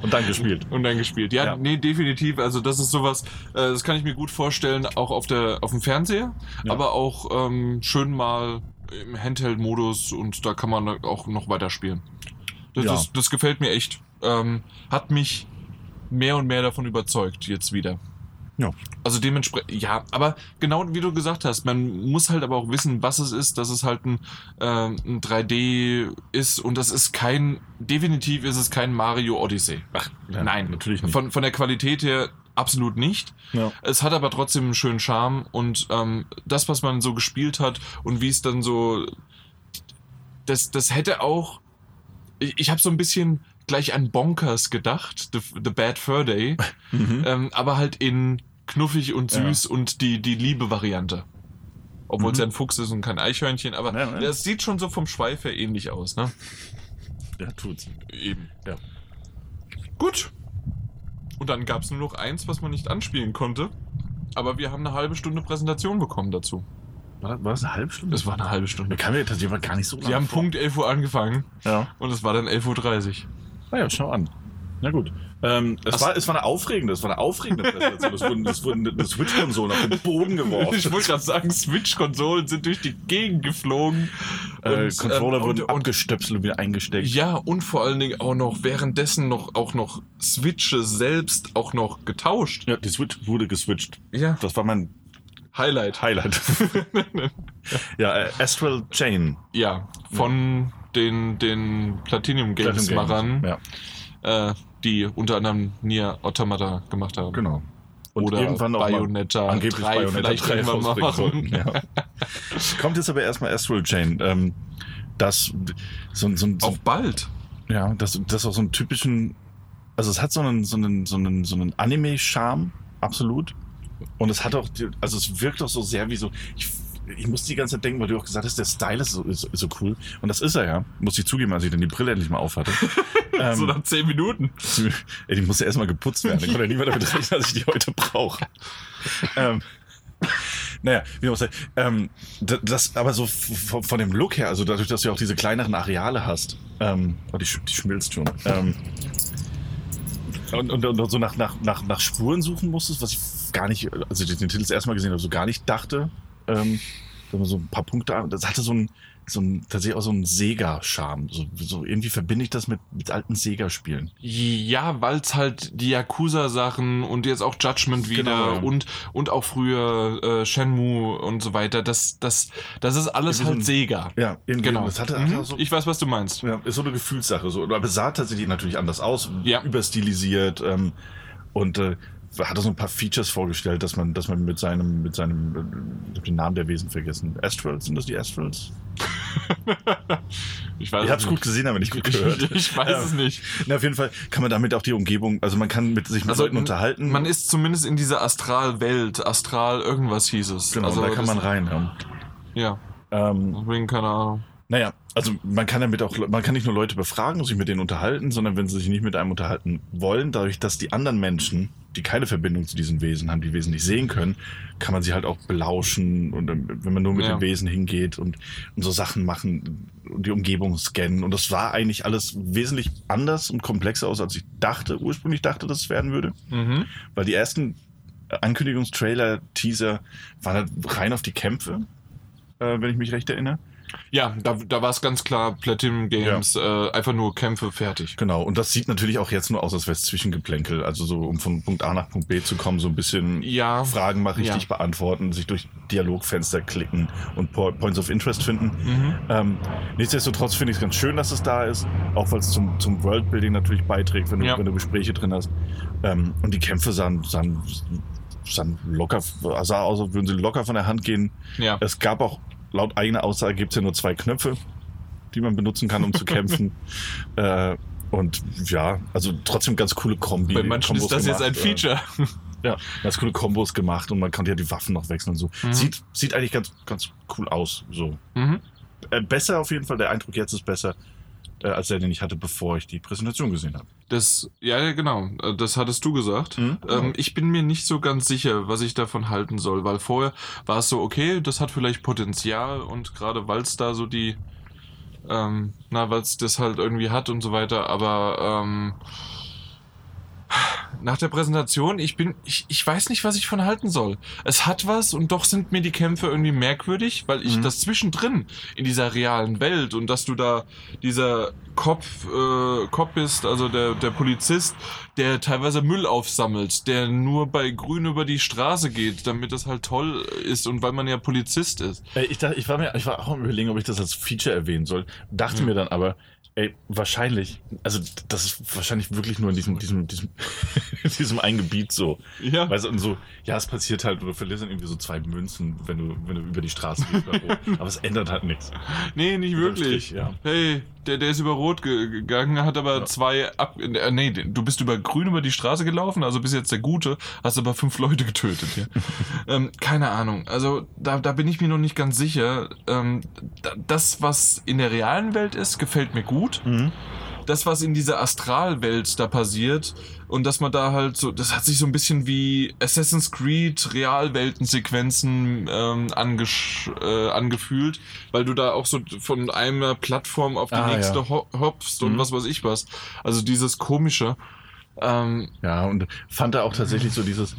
(laughs) Und dann gespielt. Und dann gespielt. Ja, Ja. nee, definitiv. Also das ist sowas, äh, das kann ich mir gut vorstellen, auch auf, der, auf dem Fernseher, Ja. aber auch ähm, schön mal im Handheld-Modus und da kann man auch noch weiterspielen. Das, Ja. ist, das gefällt mir echt. Ähm, hat mich mehr und mehr davon überzeugt jetzt wieder. Ja. Also dementsprechend, ja, aber genau wie du gesagt hast, man muss halt aber auch wissen, was es ist, dass es halt ein, ähm, ein 3D ist und das ist kein, definitiv ist es kein Mario Odyssey. Ach, ja, nein, natürlich nicht. Von, von der Qualität her absolut nicht. Ja. Es hat aber trotzdem einen schönen Charme und ähm, das, was man so gespielt hat und wie es dann so, das, das hätte auch, ich, ich habe so ein bisschen gleich an Bonkers gedacht, The, the Bad Fur (laughs) Day, Mhm. ähm, aber halt in knuffig und Ja. süß und die, die Liebe-Variante. Obwohl es Mhm. ja ein Fuchs ist und kein Eichhörnchen, aber Ja, ja. das sieht schon so vom Schweif her ähnlich aus, ne? Ja, tut's. Eben. Ja. Gut. Und dann gab es nur noch eins, was man nicht anspielen konnte. Aber wir haben eine halbe Stunde Präsentation bekommen dazu. War, war das eine halbe Stunde? Das war eine halbe Stunde. Mir kam mir tatsächlich aber gar nicht so lange Die haben vor. Punkt 11 Uhr angefangen Ja. und es war dann 11.30 Uhr. Naja, Ah schau an. Na gut. Ähm, es, Ach- war, es war eine aufregende, es war eine aufregende Präsentation. Es wurden, es wurden eine Switch-Konsole auf den Boden Ich geworfen. wollte gerade sagen, Switch-Konsolen sind durch die Gegend geflogen. Äh, Und, Controller ähm, wurden und, und, abgestöpselt und wieder eingesteckt. Ja, und vor allen Dingen auch noch währenddessen noch, auch noch Switches selbst auch noch getauscht. Ja, die Switch wurde geswitcht. Ja, Das war mein Highlight. (laughs) Highlight. ja, äh, Astral Chain. Ja, von den, den Platinum Games Machern, Ja, äh, die unter anderem Nier Automata gemacht haben. genau. Und Oder irgendwann auch mal Bayonetta angeblich 3 Bayonetta vielleicht 3 irgendwann mal rausbringen machen. wollten. Ja. Kommt jetzt aber erstmal Astral Chain. Ähm, das so, ein- so, ein- so, Auf bald. ja, das, das auch so einen typischen, also es hat so einen, so einen, so einen, so einen Anime-Charme, absolut. Und es hat auch, die- also es wirkt auch so sehr wie so, ich, ich muss die ganze Zeit denken, weil du auch gesagt hast, der Style ist so, ist, ist so cool. Und das ist er ja, muss ich zugeben, als ich dann die Brille endlich mal aufhatte. Ähm, so nach 10 Minuten. Ey, die muss ja erstmal geputzt werden. Ich konnte ja niemand damit rechnen, dass ich die heute brauche. ähm, naja, wie auch sei. Ähm, d- das, aber so f- f- von dem Look her, also dadurch, dass du ja auch diese kleineren Areale hast, ähm, oh, die, sch- die schmilzt schon. Ähm, und, und, und so nach, nach, nach, nach Spuren suchen musstest, was ich gar nicht, also den den Titel das erste Mal gesehen habe, so gar nicht dachte. Ähm, da waren so ein paar Punkte, an- das hatte so ein, so ein tatsächlich auch so einen Sega-Charme. So, so irgendwie verbinde ich das mit, mit alten Sega-Spielen. Ja, weil's halt die Yakuza-Sachen und jetzt auch Judgment wieder Genau, ja. und, und auch früher äh, Shenmue und so weiter. Das, das, das ist alles Ja, wir halt sind- Sega. Ja, irgendwie. Genau. Das hatte, hatte Mhm. auch so, Ich weiß, was du meinst. ja, ist so eine Gefühlssache. So. Aber es sah tatsächlich natürlich anders aus, Ja. überstilisiert ähm, und äh, hatte so ein paar Features vorgestellt, dass man, dass man mit seinem, mit seinem, äh, ich hab den Namen der Wesen vergessen. Astrals, sind das die Astrals? Ich weiß ich hab's gut (laughs) gesehen, aber nicht gut gehört. Ich weiß es Ja. nicht. (laughs) Na, auf jeden Fall kann man damit auch die Umgebung, also man kann mit, sich mit Also, Leuten m- unterhalten. Man ist zumindest in dieser Astralwelt, Astral irgendwas hieß es. genau, also da kann das- man rein. Ja. Ja, Ähm, deswegen keine Ahnung. Naja, also man kann damit auch, man kann nicht nur Leute befragen und sich mit denen unterhalten, sondern wenn sie sich nicht mit einem unterhalten wollen, dadurch, dass die anderen Menschen, die keine Verbindung zu diesen Wesen haben, die Wesen nicht sehen können, kann man sie halt auch belauschen und ähm, wenn man nur mit Ja. dem Wesen hingeht und, und so Sachen machen und die Umgebung scannen. Und das war eigentlich alles wesentlich anders und komplexer aus, als ich dachte, ursprünglich dachte, dass es werden würde. Mhm. Weil die ersten Ankündigungstrailer, Teaser waren halt rein auf die Kämpfe, äh, wenn ich mich recht erinnere. Ja, da, da war es ganz klar, Platinum Games, äh, einfach nur Kämpfe, fertig. Genau, und das sieht natürlich auch jetzt nur aus, als wäre es Zwischengeplänkel. Also so, um von Punkt A nach Punkt B zu kommen, so ein bisschen Ja, Fragen mal richtig Ja. beantworten, sich durch Dialogfenster klicken und Po- Points of Interest finden. mhm. Ähm, nichtsdestotrotz finde ich es ganz schön, dass es da ist, auch weil es zum, zum Worldbuilding natürlich beiträgt, wenn du, Ja. wenn du Gespräche drin hast. Ähm, und die Kämpfe sahen, sahen, sahen locker, sah aus, als würden sie locker von der Hand gehen. ja. Es gab auch, laut eigener Aussage, gibt es ja nur zwei Knöpfe, die man benutzen kann, (laughs) um zu kämpfen. äh, und ja, also trotzdem ganz coole Kombi. Bei manchen ist Kombos das jetzt ein gemacht, äh, Feature. ja, ganz coole Kombos gemacht und man konnte ja die Waffen noch wechseln und so. Mhm. Sieht, sieht eigentlich ganz, ganz cool aus. So. Mhm. Äh, besser auf jeden Fall, der Eindruck jetzt ist besser, äh, als der, den ich hatte, bevor ich die Präsentation gesehen habe. Das, ja, ja, genau. Äh, Das hattest du gesagt. Mhm. Ähm, ich bin mir nicht so ganz sicher, was ich davon halten soll, weil vorher war es so, okay, das hat vielleicht Potenzial und gerade weil es da so die, ähm, na, weil es das halt irgendwie hat und so weiter, aber ähm, nach der Präsentation, ich bin, ich, ich weiß nicht, was ich von halten soll. Es hat was und doch sind mir die Kämpfe irgendwie merkwürdig, weil ich Mhm. das zwischendrin in dieser realen Welt und dass du da dieser Kopf, äh, Kopf bist, also der, der Polizist, der teilweise Müll aufsammelt, der nur bei Grün über die Straße geht, damit das halt toll ist und weil man ja Polizist ist. Äh, ich, dachte, ich, war mir, ich war auch am überlegen, ob ich das als Feature erwähnen soll. Dachte Mhm. mir dann ah, aber, ey, wahrscheinlich, also das ist wahrscheinlich wirklich nur in diesem, diesem, diesem, (laughs) diesem einen Gebiet so. Ja. Weißt du, und so, ja, es passiert halt, du verlierst dann irgendwie so zwei Münzen, wenn du, wenn du über die Straße gehst. oder wo. aber es ändert halt nichts. Nee, nicht Unterm wirklich. Strich, ja. Hey, der, der ist über Rot ge gegangen, hat aber Ja. zwei ab. Äh, nee, du bist über Grün über die Straße gelaufen, also bist jetzt der Gute, hast aber fünf Leute getötet. Ja. ähm, keine Ahnung. Also da, da bin ich mir noch nicht ganz sicher. Ähm, da, das, was in der realen Welt ist, gefällt mir gut. Das, was in dieser Astralwelt da passiert und dass man da halt so, das hat sich so ein bisschen wie Assassin's Creed Realweltensequenzen ähm, angesch äh, angefühlt weil du da auch so von einer Plattform auf die Ah, nächste ja. ho hopfst und Mhm. was weiß ich was. Also dieses komische. Ähm, Ja, und fand da auch tatsächlich so dieses,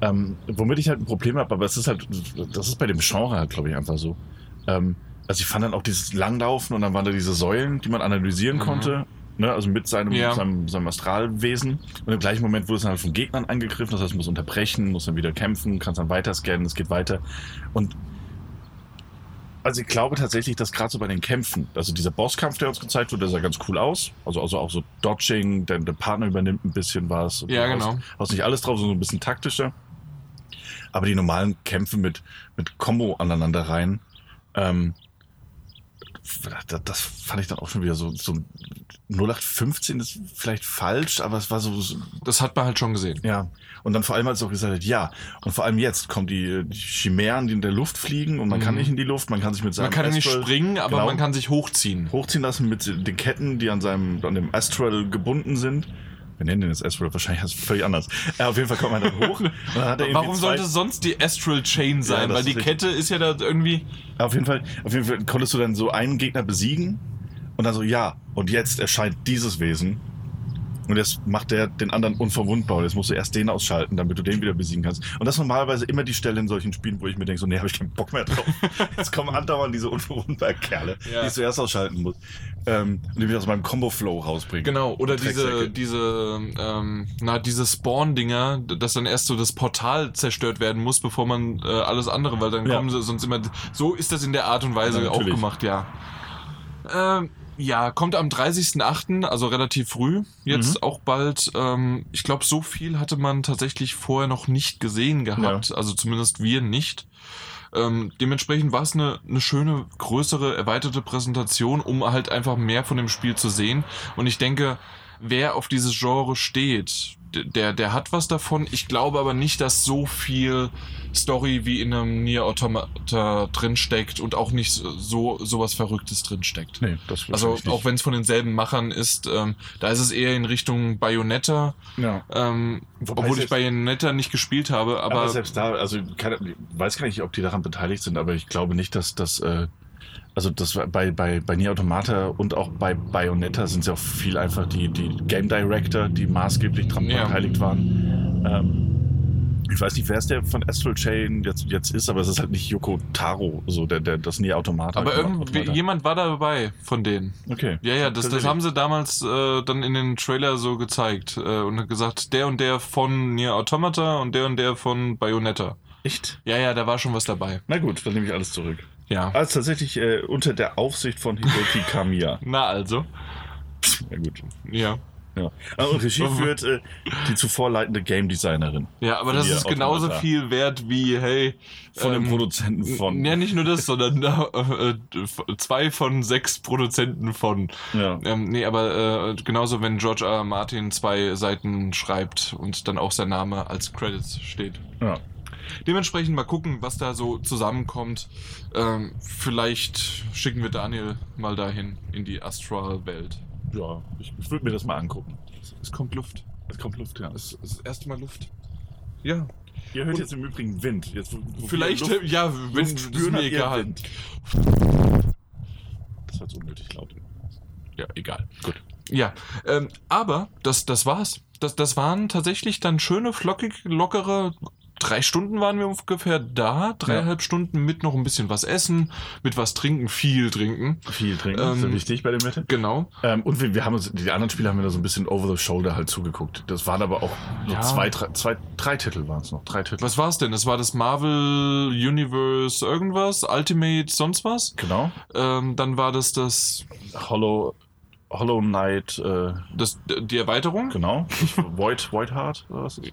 ähm, womit ich halt ein Problem habe, aber es ist halt, das ist bei dem Genre halt, glaube ich, einfach so. Ähm, also ich fand dann auch dieses Langlaufen und dann waren da diese Säulen, die man analysieren Mhm. konnte. Ne, also mit seinem, Ja. seinem, seinem Astralwesen. Und im gleichen Moment wurde es dann halt von Gegnern angegriffen. Das heißt, man muss unterbrechen, muss dann wieder kämpfen, kannst dann weiter scannen, es geht weiter. Und also ich glaube tatsächlich, dass gerade so bei den Kämpfen, also dieser Bosskampf, der uns gezeigt wurde, der sah ganz cool aus. Also, also auch so Dodging, der, der Partner übernimmt ein bisschen was. Und ja, du genau. haust nicht alles drauf, sondern ein bisschen taktischer. Aber die normalen Kämpfe mit, mit Combo aneinander rein, ähm, das, das fand ich dann auch schon wieder so, so 0815 ist vielleicht falsch, aber es war so, so Das hat man halt schon gesehen. ja. Und dann vor allem, als es auch gesagt hat, ja. Und vor allem jetzt kommen die, die Chimären, die in der Luft fliegen und man kann Mhm. nicht in die Luft, man kann sich mit seinem Man kann ja nicht Astral- springen, aber genau. man kann sich hochziehen. hochziehen lassen mit den Ketten, die an seinem, an dem Astral gebunden sind. Wir nennen den jetzt Astral, wahrscheinlich heißt es völlig anders. Äh, auf jeden Fall kommt man dann (laughs) hoch. Und dann hat er irgendwie Warum zwei- sollte sonst die Astral Chain sein? das weil die ist richtig. Kette ist ja da irgendwie. Auf jeden Fall, auf jeden Fall konntest du dann so einen Gegner besiegen und dann so, ja, und jetzt erscheint dieses Wesen. Und jetzt macht der den anderen unverwundbar. Und jetzt musst du erst den ausschalten, damit du den wieder besiegen kannst. Und das ist normalerweise immer die Stelle in solchen Spielen, wo ich mir denke, so, nee, habe ich keinen Bock (laughs) mehr drauf. Jetzt kommen andauernd diese unverwundbaren Kerle, Ja. die ich zuerst ausschalten muss. Ähm, und die mich aus meinem Combo-Flow rausbringen. Genau, oder Die diese, Drecksäcke. diese, ähm, na, diese Spawn-Dinger, d- dass dann erst so das Portal zerstört werden muss, bevor man äh, alles andere, weil dann Ja. kommen sie sonst immer. So ist das in der Art und Weise Ja, auch natürlich. gemacht, ja. Ähm, ja, kommt am 30.08., also relativ früh, jetzt Mhm. auch bald. Ähm, ich glaube, so viel hatte man tatsächlich vorher noch nicht gesehen gehabt, also zumindest wir nicht. Ähm, dementsprechend war es eine, eine schöne, größere, erweiterte Präsentation, um halt einfach mehr von dem Spiel zu sehen. Und ich denke, wer auf dieses Genre steht, d- der, der hat was davon. Ich glaube aber nicht, dass so viel Story wie in einem Nier Automata drinsteckt und auch nicht so sowas Verrücktes drinsteckt. Nee, das Also wahrscheinlich auch wenn es von denselben Machern ist, ähm, da ist es eher in Richtung Bayonetta, nicht. Ja. ähm, Wobei obwohl ich selbst- Bayonetta nicht gespielt habe, Aber, aber, selbst da, also keine, ich weiß gar nicht, ob die daran beteiligt sind, aber ich glaube nicht, dass das, äh, also das war bei, bei, bei Nier Automata und auch bei Bayonetta sind ja auch viel einfach die, die Game Director, die maßgeblich daran Ja. beteiligt waren. Ähm, ich weiß nicht, wer es der von Astral Chain jetzt, jetzt ist, aber es ist halt nicht Yoko Taro, so der, der, das Nähautomat. Aber irgendwie, jemand war dabei von denen. Okay. Ja, ja, das, das haben sie damals äh, dann in den Trailer so gezeigt äh, und hat gesagt, der und der von Nier Automata und der und der von Bayonetta. Echt? Ja, ja, da war schon was dabei. Na gut, dann nehme ich alles zurück. Ja. Also tatsächlich äh, unter der Aufsicht von Hideki (laughs) Kamiya. Na also. ja, gut. Ja. Ja. Ah, Und Regie führt äh, die zuvor leitende Game Designerin. Ja, aber das Hier, ist genauso Automata. viel wert wie, hey. Von dem ähm, Produzenten von. Ja, nicht nur das, sondern äh, äh, zwei von sechs Produzenten von. Ja. Ähm, nee, aber äh, genauso, wenn George R. R. Martin zwei Seiten schreibt und dann auch sein Name als Credits steht. ja. Dementsprechend mal gucken, was da so zusammenkommt. Ähm, vielleicht schicken wir Daniel mal dahin in die Astral-Welt. halt, Ja, ich, ich würde mir das mal angucken. Es kommt Luft. Es kommt Luft, ja. Es ist das erste Mal Luft. Ja, Ihr hört Und- jetzt im Übrigen Wind. Jetzt, wo- wo wir vielleicht, Luft, ja, wenn Luft es mir spüren, habt ihr egal. Wind. Das war jetzt unnötig laut. Ja, egal. Gut. Ja, ähm, aber das, das war's. Das, das waren tatsächlich dann schöne, flockig, lockere. Drei Stunden waren wir ungefähr da, dreieinhalb Stunden mit noch ein bisschen was essen, mit was trinken, viel trinken. Viel trinken, Ähm, ist ja wichtig bei dem Wetter. Genau. Ähm, und wir, wir haben uns, die anderen Spiele haben wir da so ein bisschen over the shoulder halt zugeguckt. Das waren aber auch so Ja. zwei, drei, zwei, drei Titel waren es noch. Drei Titel. Was war's denn? Das war das Marvel Universe irgendwas, Ultimate sonst was. Genau. Ähm, dann war das das, Hollow, Hollow Knight, äh, das die Erweiterung. genau. Void, Void Heart oder was? ist-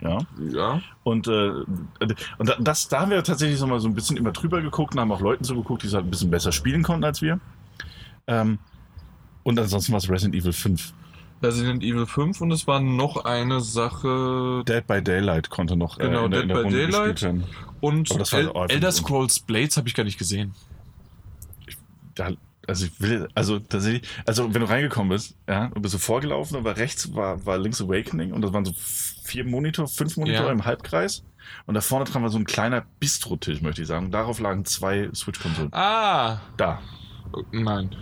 Ja. Ja. Und, äh, und das, da haben wir tatsächlich so mal so ein bisschen immer drüber geguckt und haben auch Leuten zugeguckt, die es halt ein bisschen besser spielen konnten als wir. Ähm, und ansonsten war es Resident Evil 5. Resident Evil 5 und es war noch eine Sache Dead by Daylight konnte noch äh, Genau, in Dead der, in der by Runde Daylight. gespielt werden. und Aber das war El auch- Elder Scrolls Blades habe ich gar nicht gesehen. da, also ich will, also tatsächlich, also wenn du reingekommen bist, ja, und bist du vorgelaufen, aber rechts war, war Link's Awakening und das waren so vier Monitor, fünf Monitor Ja. im Halbkreis und da vorne dran war so ein kleiner Bistrotisch, möchte ich sagen. Und darauf lagen zwei Switch-Konsolen. Ah, Da, nein.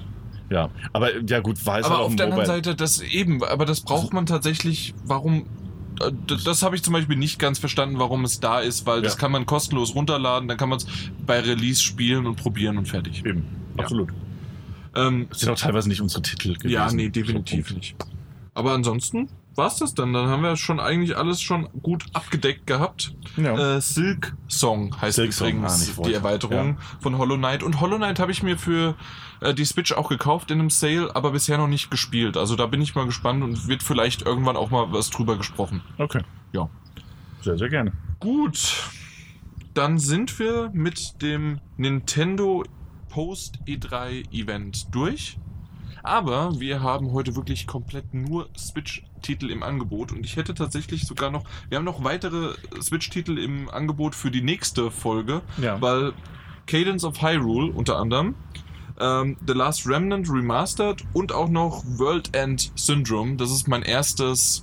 ja. Aber ja gut, war es aber halt auch auf ein Also der anderen Mobile. Seite, das eben, aber das braucht man tatsächlich, warum. äh, d- Das habe ich zum Beispiel nicht ganz verstanden, warum es da ist, weil das Ja. kann man kostenlos runterladen, dann kann man es bei Release spielen und probieren und fertig. Eben, Ja. absolut. Ähm, Das sind auch teilweise nicht unsere Titel gewesen. ja, nee, definitiv nicht. Aber ansonsten war es das dann. Dann haben wir schon eigentlich alles schon gut abgedeckt gehabt. Ja. Äh, Silk Song heißt Silk Song, übrigens ah, nicht Volt. die Erweiterung von Hollow Knight. Und Hollow Knight habe ich mir für äh, die Switch auch gekauft in einem Sale, aber bisher noch nicht gespielt. Also da bin ich mal gespannt und wird vielleicht irgendwann auch mal was drüber gesprochen. Okay. Ja. Sehr, sehr gerne. Gut, dann sind wir mit dem Nintendo Post E3 Event durch. Aber wir haben heute wirklich komplett nur Switch-Titel im Angebot und ich hätte tatsächlich sogar noch, wir haben noch weitere Switch-Titel im Angebot für die nächste Folge, Ja. weil Cadence of Hyrule unter anderem, ähm, The Last Remnant Remastered und auch noch World End Syndrome. Das ist mein erstes,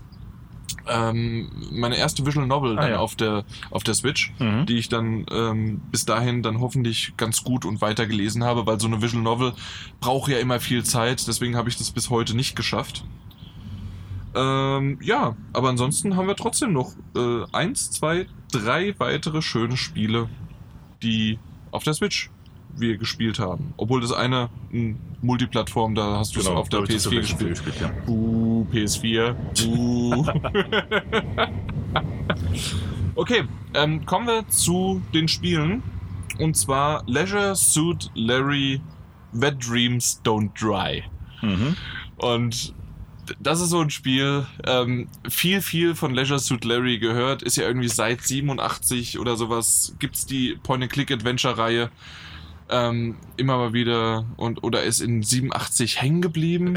ähm, meine erste Visual Novel Ah, dann ja. auf, der, auf der Switch, Mhm. die ich dann ähm, bis dahin dann hoffentlich ganz gut und weiter gelesen habe, weil so eine Visual Novel braucht ja immer viel Zeit. Deswegen habe ich das bis heute nicht geschafft. Ähm, ja, aber ansonsten haben wir trotzdem noch äh, eins, zwei, drei weitere schöne Spiele, die auf der Switch wir gespielt haben. Obwohl das eine ein Multiplattform, da hast du es auf der glaub Genau, ich, das PS4 hast du gespielt. gespielt, ja. Buh, PS4. Buh. (laughs) okay, ähm, kommen wir zu den Spielen. Und zwar Leisure Suit Larry Wet Dreams Don't Dry. Mhm. Und d- das ist so ein Spiel, ähm, viel, viel von Leisure Suit Larry gehört, ist ja irgendwie seit 87 oder sowas, gibt's die Point-and-Click-Adventure-Reihe ähm, immer mal wieder und oder ist in 87 hängen (laughs) geblieben.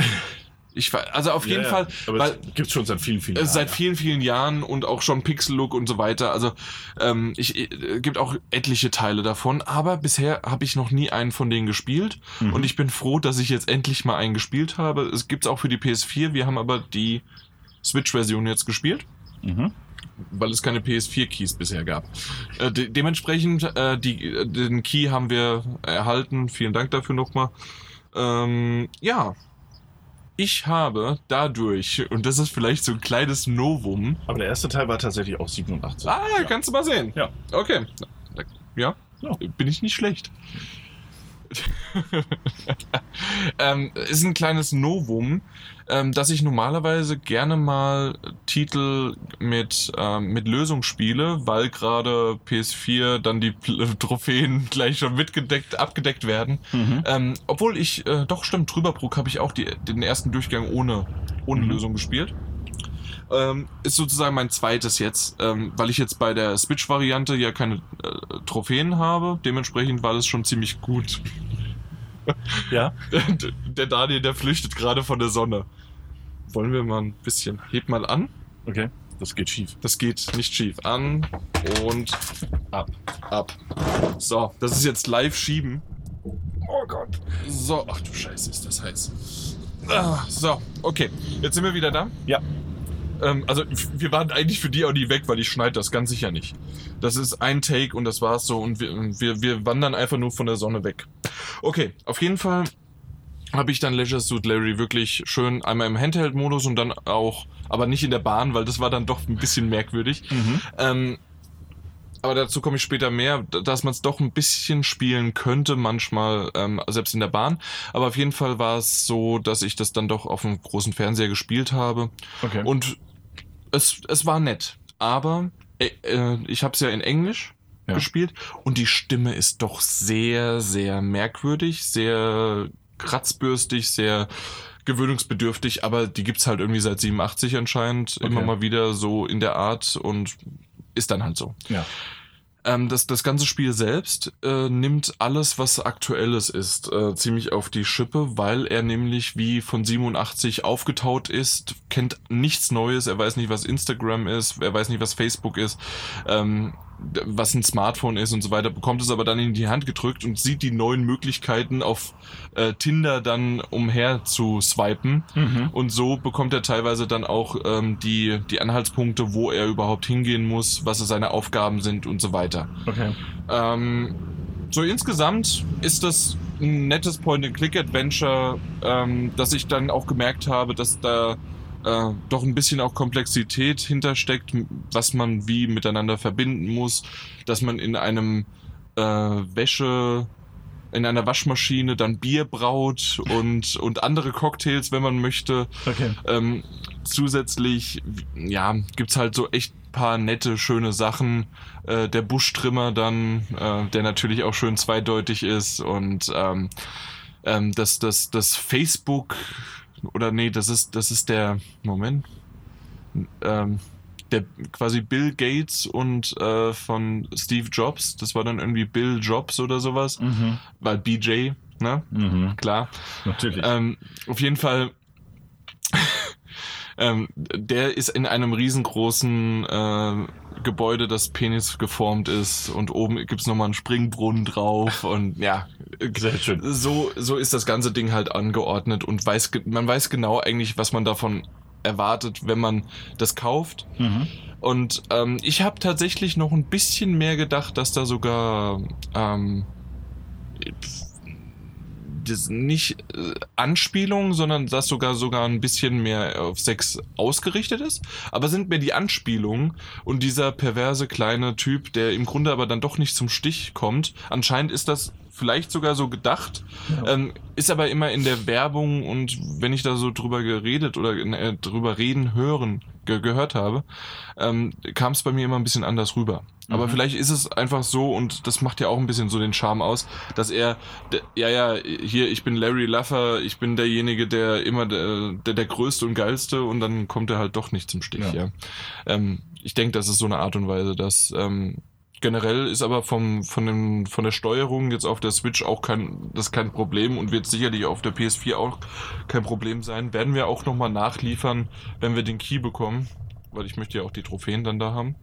Ich, wa- also auf jeden ja, Fall, Ja. Aber weil- es gibt schon seit vielen, vielen äh, Seit ja. vielen, vielen Jahren und auch schon Pixel-Look und so weiter. Also ähm, ich äh, gibt auch etliche Teile davon, aber bisher habe ich noch nie einen von denen gespielt. Mhm. Und ich bin froh, dass ich jetzt endlich mal einen gespielt habe. Es gibt's auch für die PS4, wir haben aber die Switch-Version jetzt gespielt Mhm. weil es keine PS4-Keys bisher gab. Äh, de dementsprechend, äh, die, äh, den Key haben wir erhalten. Vielen Dank dafür nochmal. Ähm, ja. Ich habe dadurch, und das ist vielleicht so ein kleines Novum. Aber der erste Teil war tatsächlich auch 87. Ah, Ja. kannst du mal sehen. Ja. Okay. Ja. Bin ich nicht schlecht. (laughs) ähm, ist ein kleines Novum, ähm, dass ich normalerweise gerne mal Titel mit, ähm, mit Lösung spiele, weil gerade PS4 dann die Pl- Trophäen (laughs) gleich schon mitgedeckt, abgedeckt werden. Mhm. Ähm, obwohl ich, äh, doch stimmt, Trüberbrook habe ich auch die, den ersten Durchgang ohne, ohne Mhm. Lösung gespielt. Ähm, ist sozusagen mein zweites jetzt, ähm, weil ich jetzt bei der Switch-Variante ja keine äh, Trophäen habe. Dementsprechend war das schon ziemlich gut. Ja. (laughs) der Daniel, der flüchtet gerade von der Sonne. Wollen wir mal ein bisschen, heb mal an. Okay. Das geht schief. Das geht nicht schief. An und ab. Ab. So, das ist jetzt live schieben. Oh Gott. So, ach du Scheiße, ist das heiß. Ah, so, okay. Jetzt sind wir wieder da. Ja. Ähm, also, f- wir waren eigentlich für die auch nie weg, weil ich schneide das ganz sicher nicht. Das ist ein Take und das war's so. Und wir, wir, wir wandern einfach nur von der Sonne weg. Okay, auf jeden Fall habe ich dann Leisure Suit Larry wirklich schön einmal im Handheld-Modus und dann auch, aber nicht in der Bahn, weil das war dann doch ein bisschen merkwürdig. Mhm. Ähm, aber dazu komme ich später mehr, d- dass man es doch ein bisschen spielen könnte, manchmal, ähm, selbst in der Bahn. Aber auf jeden Fall war es so, dass ich das dann doch auf dem großen Fernseher gespielt habe. Okay. Und es, es war nett. Aber äh, äh, ich habe es ja in Englisch Ja. gespielt und die Stimme ist doch sehr, sehr merkwürdig, sehr kratzbürstig, sehr gewöhnungsbedürftig, aber die gibt's halt irgendwie seit 87 anscheinend immer Okay. mal wieder so in der Art und ist dann halt so. Ja. Ähm, das, das ganze Spiel selbst äh, nimmt alles, was aktuelles ist, äh, ziemlich auf die Schippe, weil er nämlich wie von 87 aufgetaut ist, kennt nichts Neues, er weiß nicht, was Instagram ist, er weiß nicht, was Facebook ist, ähm, d- was ein Smartphone ist und so weiter, bekommt es aber dann in die Hand gedrückt und sieht die neuen Möglichkeiten auf äh, Tinder dann umher zu swipen. Mhm. Und so bekommt er teilweise dann auch ähm, die, die Anhaltspunkte, wo er überhaupt hingehen muss, was seine Aufgaben sind und so weiter. Okay. Ähm, so insgesamt ist das ein nettes Point-and-Click-Adventure, ähm, dass ich dann auch gemerkt habe, dass da äh, doch ein bisschen auch Komplexität hintersteckt, m- was man wie miteinander verbinden muss, dass man in einem äh, Wäsche in einer Waschmaschine dann Bier braut und, und andere Cocktails, wenn man möchte. Okay. Ähm, zusätzlich, ja, gibt's halt so echt paar nette, schöne Sachen. Äh, der Buschtrimmer dann, äh, der natürlich auch schön zweideutig ist und ähm, ähm, das, das, das Facebook oder nee, das ist, das ist der, Moment, ähm, der quasi Bill Gates und äh, von Steve Jobs, das war dann irgendwie Bill Jobs oder sowas, Mhm. weil BJ, ne? Mhm. Klar. Natürlich. Ähm, auf jeden Fall, (laughs) ähm, der ist in einem riesengroßen äh, Gebäude, das Penis geformt ist und oben gibt's nochmal einen Springbrunnen drauf und ja, Sehr schön. so, so ist das ganze Ding halt angeordnet und weiß, ge- man weiß genau eigentlich, was man davon erwartet, wenn man das kauft. Mhm. Und ähm, ich habe tatsächlich noch ein bisschen mehr gedacht, dass da sogar ähm, das nicht äh, Anspielungen, sondern dass sogar sogar ein bisschen mehr auf Sex ausgerichtet ist. Aber sind mir die Anspielungen und dieser perverse kleine Typ, der im Grunde aber dann doch nicht zum Stich kommt, anscheinend ist das vielleicht sogar so gedacht, Ja. ähm, ist aber immer in der Werbung und wenn ich da so drüber geredet oder äh, drüber reden, hören, ge gehört habe, ähm, kam es bei mir immer ein bisschen anders rüber. Aber Mhm. vielleicht ist es einfach so und das macht ja auch ein bisschen so den Charme aus, dass er, d- ja, ja, hier, ich bin Larry Laffer, ich bin derjenige, der immer der, der, der Größte und Geilste und dann kommt er halt doch nicht zum Stich, ja. Ja. Ähm, ich denke, das ist so eine Art und Weise, dass ähm, generell ist aber vom, von, dem, von der Steuerung jetzt auf der Switch auch kein, das kein Problem und wird sicherlich auf der PS4 auch kein Problem sein. Werden wir auch nochmal nachliefern, wenn wir den Key bekommen, weil ich möchte ja auch die Trophäen dann da haben.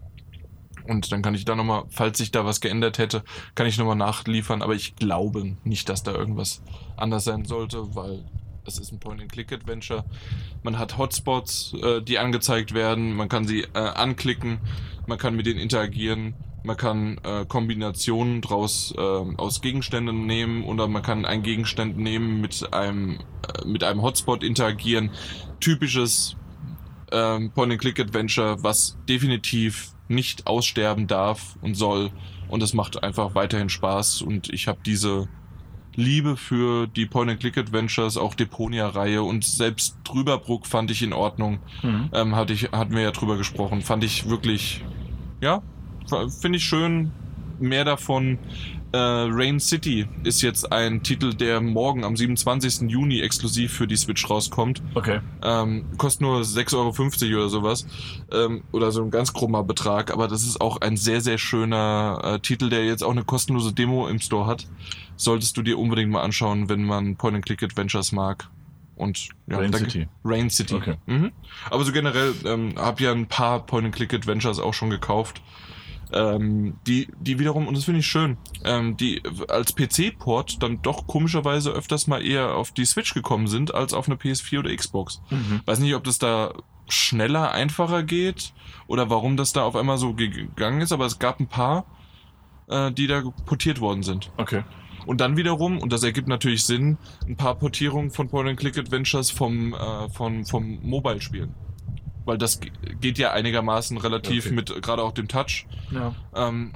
Und dann kann ich da nochmal, falls sich da was geändert hätte, kann ich nochmal nachliefern. Aber ich glaube nicht, dass da irgendwas anders sein sollte, weil es ist ein Point-and-Click-Adventure. Man hat Hotspots, äh, die angezeigt werden, man kann sie äh, anklicken, man kann mit denen interagieren, man kann äh, Kombinationen draus äh, aus Gegenständen nehmen oder man kann einen Gegenstand nehmen mit einem äh, mit einem Hotspot interagieren. Typisches ähm, Point-and-Click-Adventure, was definitiv nicht aussterben darf und soll. Und das macht einfach weiterhin Spaß. Und ich habe diese Liebe für die Point-and-Click-Adventures, auch Deponia-Reihe und selbst Drüberbruck fand ich in Ordnung. Mhm. Ähm, hatte ich, hatten wir ja drüber gesprochen. Fand ich wirklich, ja, f- finde ich schön. Mehr davon. Äh, Rain City ist jetzt ein Titel, der morgen am 27. Juni exklusiv für die Switch rauskommt. Okay. Ähm, kostet nur 6,50 Euro oder sowas. Ähm, oder so ein ganz krummer Betrag. Aber das ist auch ein sehr, sehr schöner äh, Titel, der jetzt auch eine kostenlose Demo im Store hat. Solltest du dir unbedingt mal anschauen, wenn man Point-and-Click-Adventures mag. Und ja, Rain danke. City. Rain City. Okay. Mhm. Aber so generell ähm, habe ja ein paar Point-and-Click-Adventures auch schon gekauft. Ähm, die, die wiederum, und das finde ich schön, ähm, die als PC-Port dann doch komischerweise öfters mal eher auf die Switch gekommen sind als auf eine PS4 oder Xbox. Mhm. Weiß nicht, ob das da schneller, einfacher geht oder warum das da auf einmal so ge- gegangen ist, aber es gab ein paar, äh, die da portiert worden sind. Okay. Und dann wiederum, und das ergibt natürlich Sinn, ein paar Portierungen von Point-and-Click-Adventures vom, äh, vom, vom Mobile-Spielen. Weil das ge- geht ja einigermaßen relativ Okay. mit äh, gerade auch dem Touch. Ja. Ähm,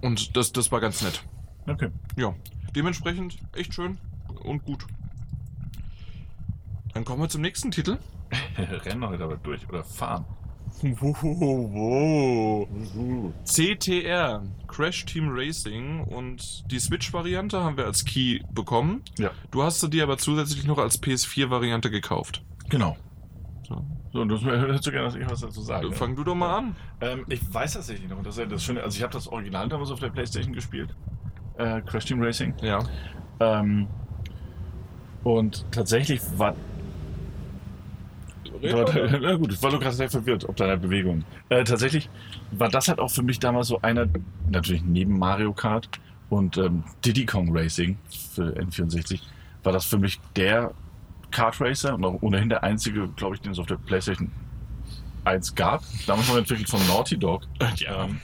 und das, das war ganz nett. Okay. Ja, dementsprechend echt schön und gut. Dann kommen wir zum nächsten Titel. Rennen heute aber durch oder fahren. Wow. CTR, Crash Team Racing und die Switch-Variante haben wir als Key bekommen. Ja. Du hast sie dir aber zusätzlich noch als PS4-Variante gekauft. Genau. So. So, du hättest du gerne, dass ich was dazu sage. Dann fang du doch mal an. Ähm, ich weiß tatsächlich noch, und das ist ja das Schöne. Also ich habe das Original damals auf der Playstation gespielt. Äh, Crash Team Racing. Ja. Ähm, und tatsächlich war Dort, na gut, ich war Lukas sehr verwirrt ob deiner Bewegung. Äh, tatsächlich war das halt auch für mich damals so einer, natürlich neben Mario Kart und ähm, Diddy Kong Racing für N64, war das für mich der Kart Racer und auch ohnehin der einzige, glaube ich, den es auf der PlayStation 1 gab. Damals noch entwickelt von Naughty Dog. Ja. Ähm,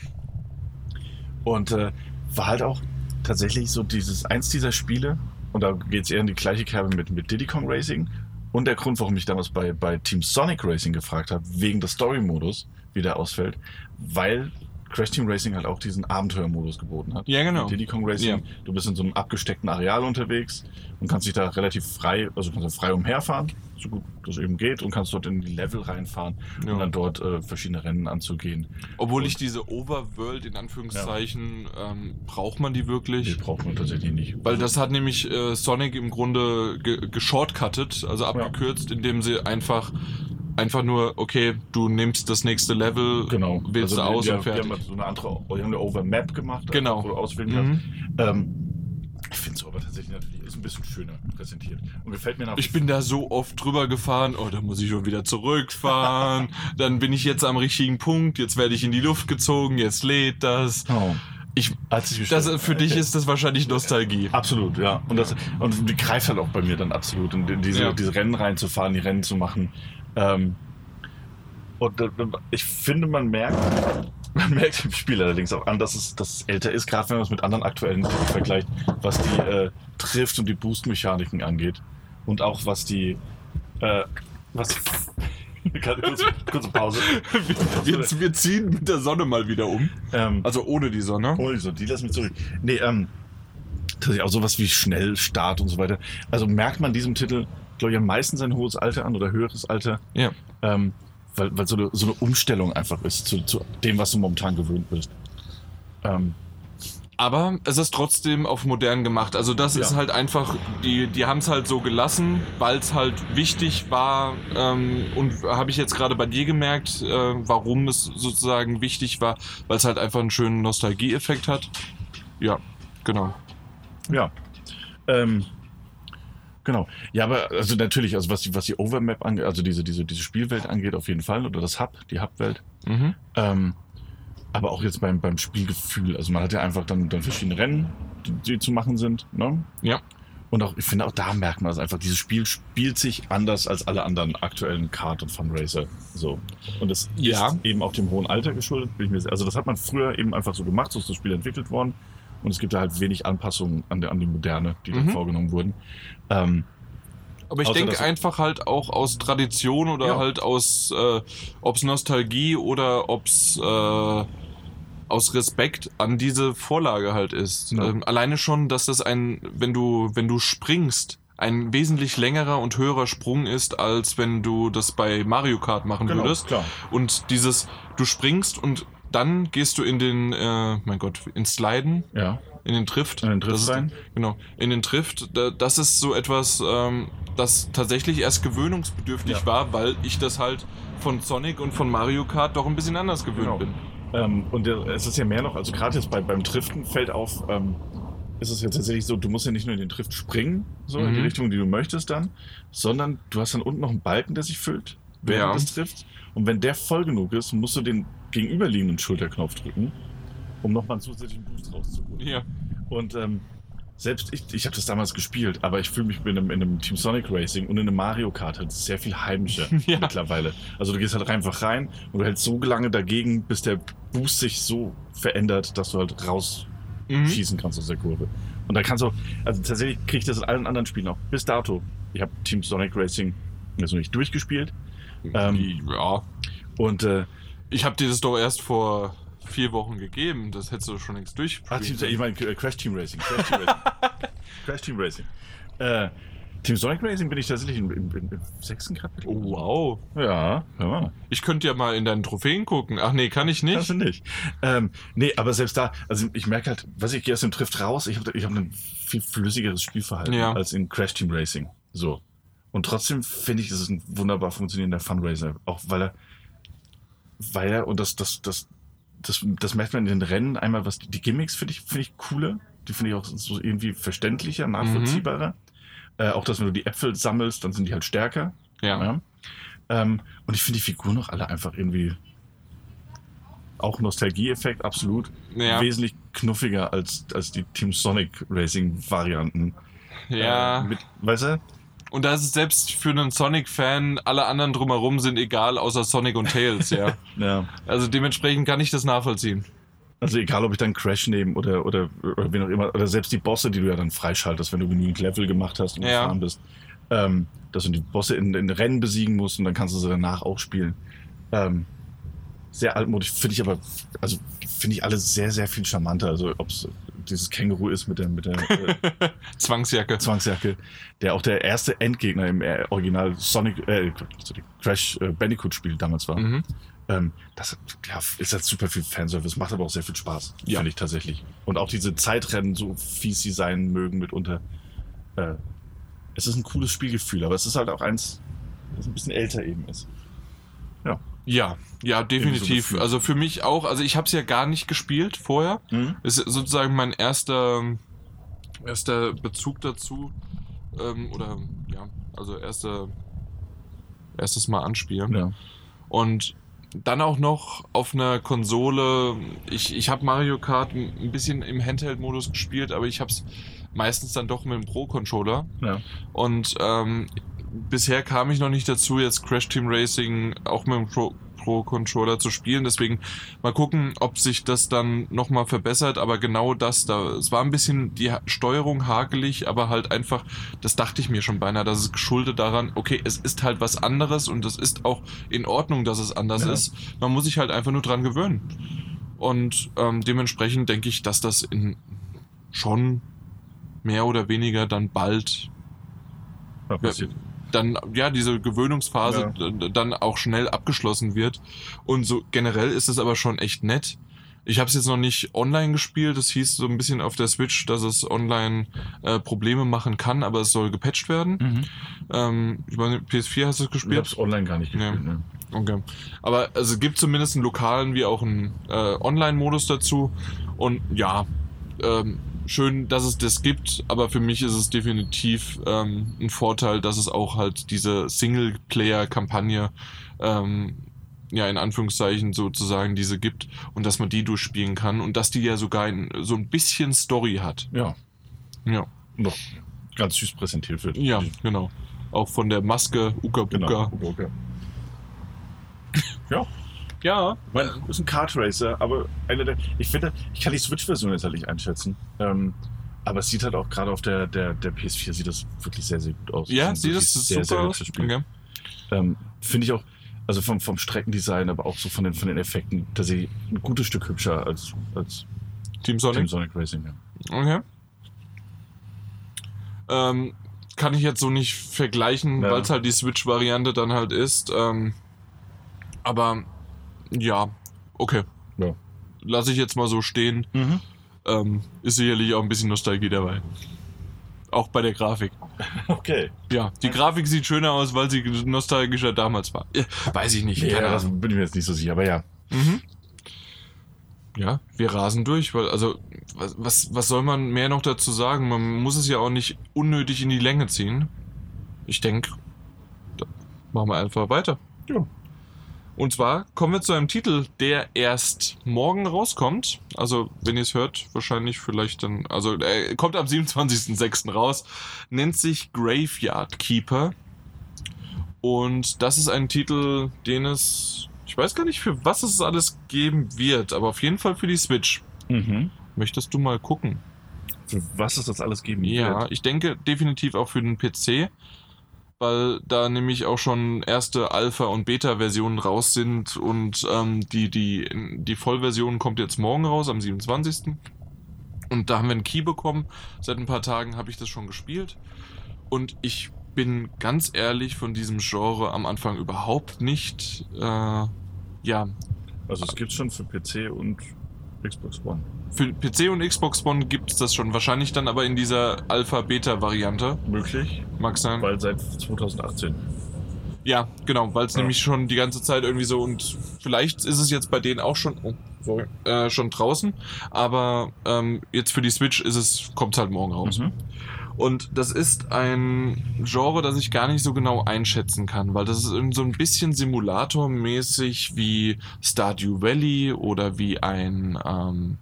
und äh, war halt auch tatsächlich so dieses eins dieser Spiele, und da geht es eher in die gleiche Kerbe mit, mit Diddy Kong Racing. Und der Grund, warum ich damals bei, bei Team Sonic Racing gefragt habe, wegen des Story-Modus, wie der ausfällt, weil Crash Team Racing halt auch diesen Abenteuermodus geboten hat. Ja, genau. Mit Diddy Kong Racing, Ja. du bist in so einem abgesteckten Areal unterwegs und kannst dich da relativ frei, also kannst da frei umherfahren, so gut das eben geht, und kannst dort in die Level reinfahren Ja. und dann dort äh, verschiedene Rennen anzugehen. Obwohl ich diese Overworld in Anführungszeichen, ähm, braucht man die Die wirklich? braucht man tatsächlich nicht. Weil das hat nämlich äh, Sonic im Grunde ge geshortcuttet, also abgekürzt, indem sie einfach einfach nur, okay, du nimmst das nächste Level, Genau. wählst Also du aus die, und die, fertig. Die haben so eine andere, die haben eine Overmap gemacht, Genau. wo du auswählen kannst. Mhm. Ähm, ich finde es aber tatsächlich natürlich ist ein bisschen schöner präsentiert. Und gefällt mir nach Ich bin da so oft drüber gefahren, oh, da muss ich schon wieder zurückfahren, dann bin ich jetzt am richtigen Punkt, jetzt werde ich in die Luft gezogen, jetzt lädt das. Oh. Ich, Hat sich das, bestellt. für dich Okay. ist das wahrscheinlich Nostalgie. Absolut, ja. Und, das, und die greift halt auch bei mir dann absolut, in die- diese, Ja. diese Rennen reinzufahren, die Rennen zu machen. Ähm, und äh, ich finde, man merkt, (laughs) man merkt im Spiel allerdings auch an, dass es, dass es älter ist, gerade wenn man es mit anderen aktuellen Titeln vergleicht, was die äh, Drift- und die Boost-Mechaniken angeht. Und auch was die. Äh, was. (laughs) Gerade kurz, kurze Pause. Wir, wir ziehen mit der Sonne mal wieder um. Ähm, Also ohne die Sonne. Oh, so, die lassen mich zurück. Nee, ähm, tatsächlich auch sowas wie Schnellstart und so weiter. Also merkt man diesem Titel, glaube ich, am meisten sein hohes Alter an oder höheres Alter. Ja. Ähm, weil weil so, eine, so eine Umstellung einfach ist zu, zu dem, was du momentan gewöhnt bist. Ähm, Aber es ist trotzdem auf modern gemacht. Also das Ja. ist halt einfach, die, die haben es halt so gelassen, weil es halt wichtig war ähm, und habe ich jetzt gerade bei dir gemerkt, äh, warum es sozusagen wichtig war, weil es halt einfach einen schönen Nostalgieeffekt hat. Ja, genau. ja. Ähm, genau. Ja, aber also natürlich, also was die, was die Overmap angeht, also diese, diese, diese Spielwelt angeht, auf jeden Fall. Oder das Hub, die Hub-Welt. Mhm. Ähm, aber auch jetzt beim, beim Spielgefühl. Also man hat ja einfach dann, dann verschiedene Rennen, die, die zu machen sind. Ne? Ja. Und auch, ich finde, auch da merkt man das einfach. Dieses Spiel spielt sich anders als alle anderen aktuellen Kart- und Fundraiser. So. Und das Ja. ist eben auch dem hohen Alter geschuldet. Bin ich mir sehr- Also, das hat man früher eben einfach so gemacht. So ist das Spiel entwickelt worden. Und es gibt da halt wenig Anpassungen an, der, an die Moderne, die Mhm. da vorgenommen wurden. Ähm, Aber ich Außer, denke dass- einfach halt auch aus Tradition oder Ja. halt aus, äh, ob's Nostalgie oder ob's äh, aus Respekt an diese Vorlage halt ist. Ja. Ähm, alleine schon, dass das ein, wenn du, wenn du springst, ein wesentlich längerer und höherer Sprung ist, als wenn du das bei Mario Kart machen würdest. genau, klar. Und dieses, du springst und dann gehst du in den, äh, mein Gott, ins Sliden, Ja. in den Drift. In den Drift Das ist- rein. Genau, in den Drift. da- Das ist so etwas, ähm, das tatsächlich erst gewöhnungsbedürftig Ja. war, weil ich das halt von Sonic und von Mario Kart doch ein bisschen anders Genau. gewöhnt bin. Ähm, und der, es ist ja mehr noch, also gerade jetzt bei, beim Driften fällt auf, ähm, ist es ja tatsächlich so, du musst ja nicht nur in den Drift springen, so in die Mhm. Richtung, die du möchtest dann, sondern du hast dann unten noch einen Balken, der sich füllt Ja. während des Drifts. Und wenn der voll genug ist, musst du den gegenüberliegenden Schulterknopf drücken, um nochmal einen zusätzlichen Boost rauszuholen. Ja. Und ähm, selbst ich, ich habe das damals gespielt, aber ich fühle mich in einem, in einem Team Sonic Racing und in einem Mario Kart halt sehr viel heimischer (laughs) Ja. mittlerweile. Also du gehst halt einfach rein und du hältst so lange dagegen, bis der Boost sich so verändert, dass du halt rausschießen Mhm. kannst aus der Kurve. Und da kannst du auch, also tatsächlich kriege ich das in allen anderen Spielen auch. Bis dato. Ich habe Team Sonic Racing jetzt noch nicht durchgespielt. Ähm, ja. Und äh, Ich habe dir das doch erst vor vier Wochen gegeben. Das hättest du schon längst durch. Ah, Team, ich meine äh, Crash Team Racing. Crash Team Racing. Crash Team Racing. Äh, Team Sonic Racing bin ich tatsächlich im, im, im, im sechsten Kapitel. oh, wow. Ja, hör mal. Ich könnte ja mal in deinen Trophäen gucken. Ach nee, kann ich nicht. Kannst du nicht. Ähm, nee, aber selbst da, also ich merke halt, was ich gehe aus dem Trift raus, ich habe ich hab ein viel flüssigeres Spielverhalten Ja. als in Crash Team Racing. So. Und trotzdem finde ich, es ist ein wunderbar funktionierender Fundraiser. Auch weil er, weil er, und das, das, das, das, das merkt man in den Rennen einmal, was die Gimmicks finde ich, finde ich cooler. Die finde ich auch so irgendwie Mhm. verständlicher, nachvollziehbarer. Äh, auch, dass wenn du die Äpfel sammelst, dann sind die halt stärker. ja. Ja. Ähm, und ich finde die Figuren noch alle einfach irgendwie auch Nostalgieeffekt, absolut. Ja. Wesentlich knuffiger als, als die Team Sonic Racing Varianten. ja. Äh, mit, weißt du? Und da ist es selbst für einen Sonic-Fan, alle anderen drumherum sind egal, außer Sonic und Tails, ja. Ja. Also dementsprechend kann ich das nachvollziehen. Also egal, ob ich dann Crash nehme oder, oder, oder wen auch immer, oder selbst die Bosse, die du ja dann freischaltest, wenn du genügend Level gemacht hast und Ja. gefahren bist, ähm, dass du die Bosse in, in Rennen besiegen musst und dann kannst du sie danach auch spielen. Ähm, sehr altmodisch, finde ich aber, also finde ich alle sehr, sehr viel charmanter. Also ob es dieses Känguru ist mit der, mit der äh, Zwangsjacke. Zwangsjacke, der auch der erste Endgegner im äh, Original Sonic, äh, sorry, Crash äh, Bandicoot Spiel damals war. Mhm. Ähm, das hat- ja, ist halt super viel Fanservice, macht aber auch sehr viel Spaß, Ja. finde ich tatsächlich. Und auch diese Zeitrennen, so fies sie sein mögen mitunter. Äh, es ist ein cooles Spielgefühl, aber es ist halt auch eins, das ein bisschen älter eben ist. Ja, ja, definitiv. Gefühl. also für mich auch. Also ich habe es ja gar nicht gespielt vorher. Ist sozusagen mein erster, erster Bezug dazu. Ähm, oder ja, also erster, erstes Mal anspielen. Ja. Und dann auch noch auf einer Konsole. Ich, ich habe Mario Kart ein ein bisschen im Handheld-Modus gespielt, aber ich habe es meistens dann doch mit dem Pro-Controller. Ja. Und ähm, bisher kam ich noch nicht dazu, jetzt Crash Team Racing auch mit dem Pro. Pro-Controller zu spielen, deswegen mal gucken, ob sich das dann nochmal verbessert, aber genau das da, es war ein bisschen die Ha- Steuerung hakelig, aber halt einfach, das dachte ich mir schon beinahe, dass es geschuldet daran, okay, es ist halt was anderes und es ist auch in Ordnung, dass es anders Ja. ist, man muss sich halt einfach nur dran gewöhnen und ähm, dementsprechend denke ich, dass das in schon mehr oder weniger dann bald Ja, passiert. dann ja diese Gewöhnungsphase d- dann auch schnell abgeschlossen wird und so generell ist es aber schon echt nett. Ich habe es jetzt noch nicht online gespielt, es hieß so ein bisschen auf der Switch, dass es online äh, Probleme machen kann, aber es soll gepatcht werden. Mhm. Ähm, ich meine, PS4 hast du es Ich gespielt? hab's online gar nicht gespielt. Ne? Okay. Aber also es gibt zumindest einen lokalen wie auch einen äh, Online-Modus dazu. Und ja, ähm, schön, dass es das gibt, aber für mich ist es definitiv ähm, ein Vorteil, dass es auch halt diese Singleplayer-Kampagne ähm, ja in Anführungszeichen sozusagen diese gibt und dass man die durchspielen kann und dass die ja sogar in, so ein bisschen Story hat. Ja. Ja. Noch. ganz süß präsentiert wird. Ja, genau. Auch von der Maske Uka Genau. Buka. Okay. Ja. Ich meine, ist ein Kart Racer, aber einer der. Ich finde, ich kann die Switch-Version jetzt halt nicht einschätzen. Ähm, aber es sieht halt auch gerade auf der, der, der PS4 sieht das wirklich sehr, sehr gut aus. Ja, Es ist sieht das wirklich super aus? nettes Spiel. Okay. Ähm, Finde ich auch, also vom, vom Streckendesign, aber auch so von den, von den Effekten, dass sie ein gutes Stück hübscher als, als Team Sonic. Team Sonic Racing. Ja. Okay. Ähm, kann ich jetzt so nicht vergleichen, Ja. weil es halt die Switch-Variante dann halt ist. Ähm, aber ja, okay. Ja. Mhm. Lasse ich jetzt mal so stehen. Ähm, ist sicherlich auch ein bisschen Nostalgie dabei. Auch bei der Grafik. Okay. Ja, die Grafik sieht schöner aus, weil sie nostalgischer damals war. Ja, weiß ich nicht. Nee, ja, keine das Ahnung. also bin ich mir jetzt nicht so sicher, aber ja. Mhm. Ja, wir rasen durch, weil, also, was, was, was soll man mehr noch dazu sagen? Man muss es ja auch nicht unnötig in die Länge ziehen. Ich denke, machen wir einfach weiter. Ja. Und zwar kommen wir zu einem Titel, der erst morgen rauskommt. Also, wenn ihr es hört, wahrscheinlich vielleicht dann. Also, er kommt am (laughs) 27.06. raus. Nennt sich Graveyard Keeper. Und das ist ein Titel, den es. Ich weiß gar nicht, für was es alles geben wird, aber auf jeden Fall für die Switch. Mhm. Möchtest du mal gucken? Für was es das alles geben Ja, wird. ich denke definitiv auch für den PC, weil da nämlich auch schon erste Alpha- und Beta-Versionen raus sind und ähm, die, die, die Vollversion kommt jetzt morgen raus, am 27. Und da haben wir einen Key bekommen. Seit ein paar Tagen habe ich das schon gespielt. Und ich bin ganz ehrlich von diesem Genre am Anfang überhaupt nicht, äh, ja, Also es gibt schon für PC und Xbox One. für PC und Xbox One gibt's das schon. Wahrscheinlich dann aber in dieser Alpha-Beta-Variante. Möglich, Mag sein. weil seit 2018. Ja, genau, weil es Ja. nämlich schon die ganze Zeit irgendwie so und vielleicht ist es jetzt bei denen auch schon, oh, sorry, äh, schon draußen, aber ähm, jetzt für die Switch ist es, kommt halt morgen raus. Mhm. Und das ist ein Genre, das ich gar nicht so genau einschätzen kann, weil das ist irgendwie so ein bisschen simulatormäßig wie Stardew Valley oder wie ein ähm,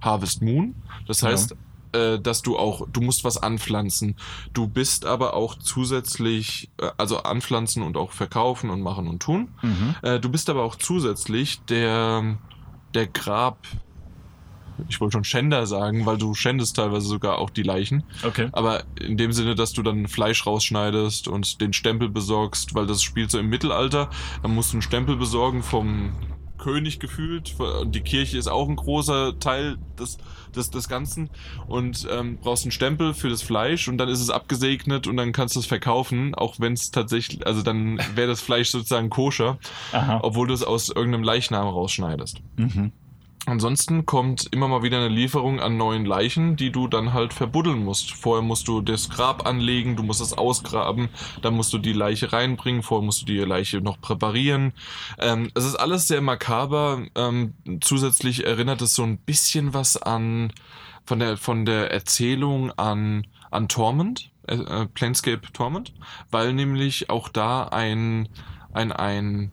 Harvest Moon. Das Ja. heißt, äh, dass du auch, du musst was anpflanzen. Du bist aber auch zusätzlich, äh, also anpflanzen und auch verkaufen und machen und tun. Mhm. Äh, du bist aber auch zusätzlich der, der Grab. Ich wollte schon Schänder sagen, weil du schändest teilweise sogar auch die Leichen. Okay. Aber in dem Sinne, dass du dann Fleisch rausschneidest und den Stempel besorgst, weil das spielt so im Mittelalter, dann musst du einen Stempel besorgen vom König gefühlt. Und die Kirche ist auch ein großer Teil des, des, des Ganzen. Und ähm, brauchst einen Stempel für das Fleisch und dann ist es abgesegnet und dann kannst du es verkaufen, auch wenn es tatsächlich, also dann wäre das Fleisch sozusagen koscher, Aha. obwohl du es aus irgendeinem Leichnam rausschneidest. Mhm. Ansonsten kommt immer mal wieder eine Lieferung an neuen Leichen, die du dann halt verbuddeln musst. Vorher musst du das Grab anlegen, du musst es ausgraben, dann musst du die Leiche reinbringen, vorher musst du die Leiche noch präparieren. Ähm, es ist alles sehr makaber. Ähm, zusätzlich erinnert es so ein bisschen was an von der von der Erzählung an an Torment, äh, äh, Planescape Torment, weil nämlich auch da ein ein ein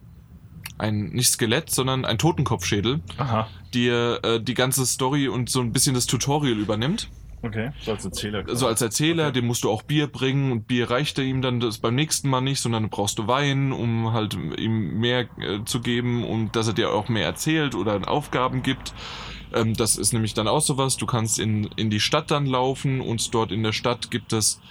ein nicht Skelett, sondern ein Totenkopfschädel Aha. dir äh, die ganze Story und so ein bisschen das Tutorial übernimmt. Okay. So als Erzähler. Also als Erzähler, Okay. dem musst du auch Bier bringen und Bier reicht ihm dann das beim nächsten Mal nicht, sondern brauchst du Wein, um halt ihm mehr äh, zu geben und dass er dir auch mehr erzählt oder Aufgaben gibt. Ähm, das ist nämlich dann auch sowas. Du kannst in, in die Stadt dann laufen und dort in der Stadt gibt es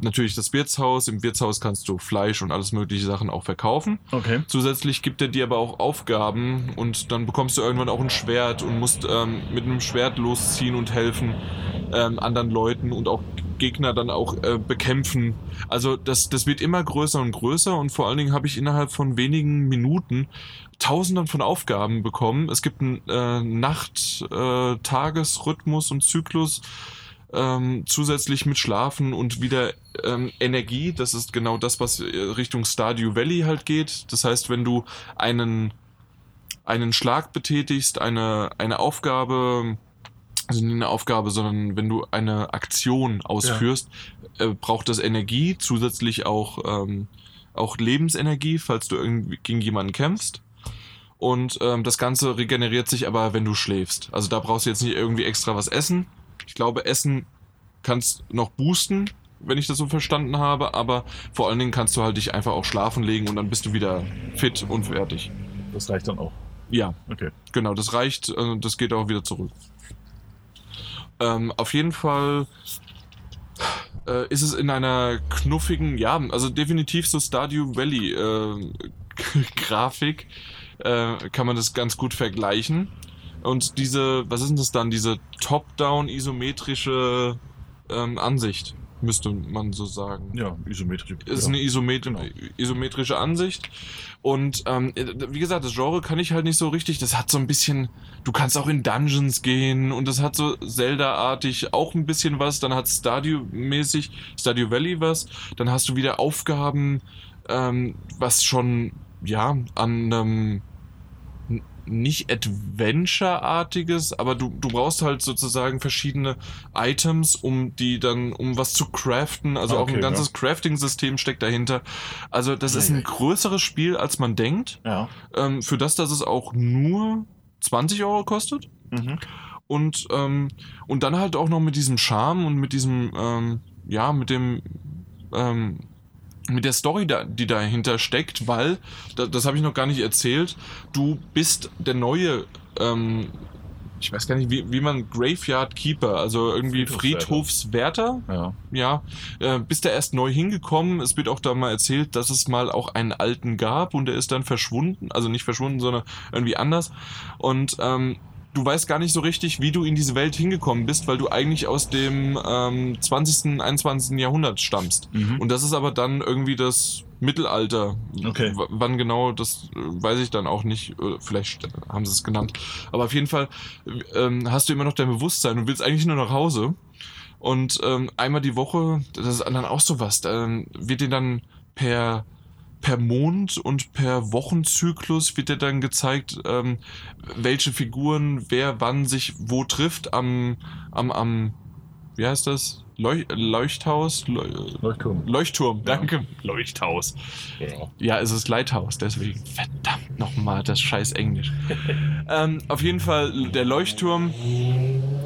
natürlich das Wirtshaus. Im Wirtshaus kannst du Fleisch und alles mögliche Sachen auch verkaufen. Okay. Zusätzlich gibt er dir aber auch Aufgaben und dann bekommst du irgendwann auch ein Schwert und musst ähm, mit einem Schwert losziehen und helfen ähm, anderen Leuten und auch Gegner dann auch äh, bekämpfen. Also das, das wird immer größer und größer und vor allen Dingen habe ich innerhalb von wenigen Minuten Tausenden von Aufgaben bekommen. Es gibt einen äh, Nacht-, äh, Tagesrhythmus und Zyklus. Ähm, zusätzlich mit Schlafen und wieder ähm, Energie. Das ist genau das, was äh, Richtung Stardew Valley halt geht. Das heißt, wenn du einen, einen Schlag betätigst, eine, eine Aufgabe, also nicht eine Aufgabe, sondern wenn du eine Aktion ausführst, äh, braucht das Energie, zusätzlich auch, ähm, auch Lebensenergie, falls du irgendwie gegen jemanden kämpfst. Und ähm, das Ganze regeneriert sich aber, wenn du schläfst. Also da brauchst du jetzt nicht irgendwie extra was essen. Ich glaube, Essen kannst noch boosten, wenn ich das so verstanden habe. Aber vor allen Dingen kannst du halt dich einfach auch schlafen legen und dann bist du wieder fit und fertig. Das reicht dann auch. Ja, Okay. genau, das reicht. äh, Das geht auch wieder zurück. Ähm, auf jeden Fall äh, ist es in einer knuffigen, ja, also definitiv so Stardew Valley äh, (laughs) Grafik äh, kann man das ganz gut vergleichen. Und diese, was ist denn das dann, diese top-down isometrische ähm, Ansicht, müsste man so sagen Ja, isometrisch. ist ja. eine isomet Genau. isometrische Ansicht. Und ähm, wie gesagt, das Genre kann ich halt nicht so richtig. Das hat so ein bisschen, du kannst auch in Dungeons gehen und das hat so Zelda-artig auch ein bisschen was. Dann hat Stadio-mäßig, Stadio Valley was. Dann hast du wieder Aufgaben, ähm, was schon, ja, an einem n- nicht Adventure-artiges, aber du, du brauchst halt sozusagen verschiedene Items, um die dann, um was zu craften. Also Ah, auch ein okay, ganzes Crafting-System steckt dahinter. Also das ist ein Eieiei. größeres Spiel, als man denkt. Ja. Ähm, für das, dass es auch nur 20 Euro kostet Mhm. und ähm, und dann halt auch noch mit diesem Charme und mit diesem ähm, ja mit dem ähm, mit der Story, da, die dahinter steckt, weil da, das habe ich noch gar nicht erzählt. Du bist der neue ähm, ich weiß gar nicht, wie, wie man Graveyard Keeper, also irgendwie Friedhofswärter, Friedhofswärter. Ja. ja, äh, bist da erst neu hingekommen. Es wird auch da mal erzählt, dass es mal auch einen alten gab und der ist dann verschwunden. Also nicht verschwunden, sondern irgendwie anders. Und ähm, du weißt gar nicht so richtig, wie du in diese Welt hingekommen bist, weil du eigentlich aus dem ähm, 20., 21. Jahrhundert stammst. Mhm. Und das ist aber dann irgendwie das Mittelalter. Okay. W wann genau, das äh, weiß ich dann auch nicht. Äh, Vielleicht haben sie es genannt. Aber auf jeden Fall äh, ähm, hast du immer noch dein Bewusstsein und willst eigentlich nur nach Hause. Und ähm, einmal die Woche, das ist dann auch sowas, ähm, wird dir dann per, per Mond und per Wochenzyklus wird dir dann gezeigt, ähm, welche Figuren, wer wann sich wo trifft am, am, am wie heißt das? Leuch Leuchthaus? Leu Leuchtturm. Leuchtturm, Ja. danke. Leuchthaus. Ja. Ja, es ist Lighthouse, deswegen. Verdammt nochmal, das scheiß Englisch. ähm, auf jeden Fall der Leuchtturm,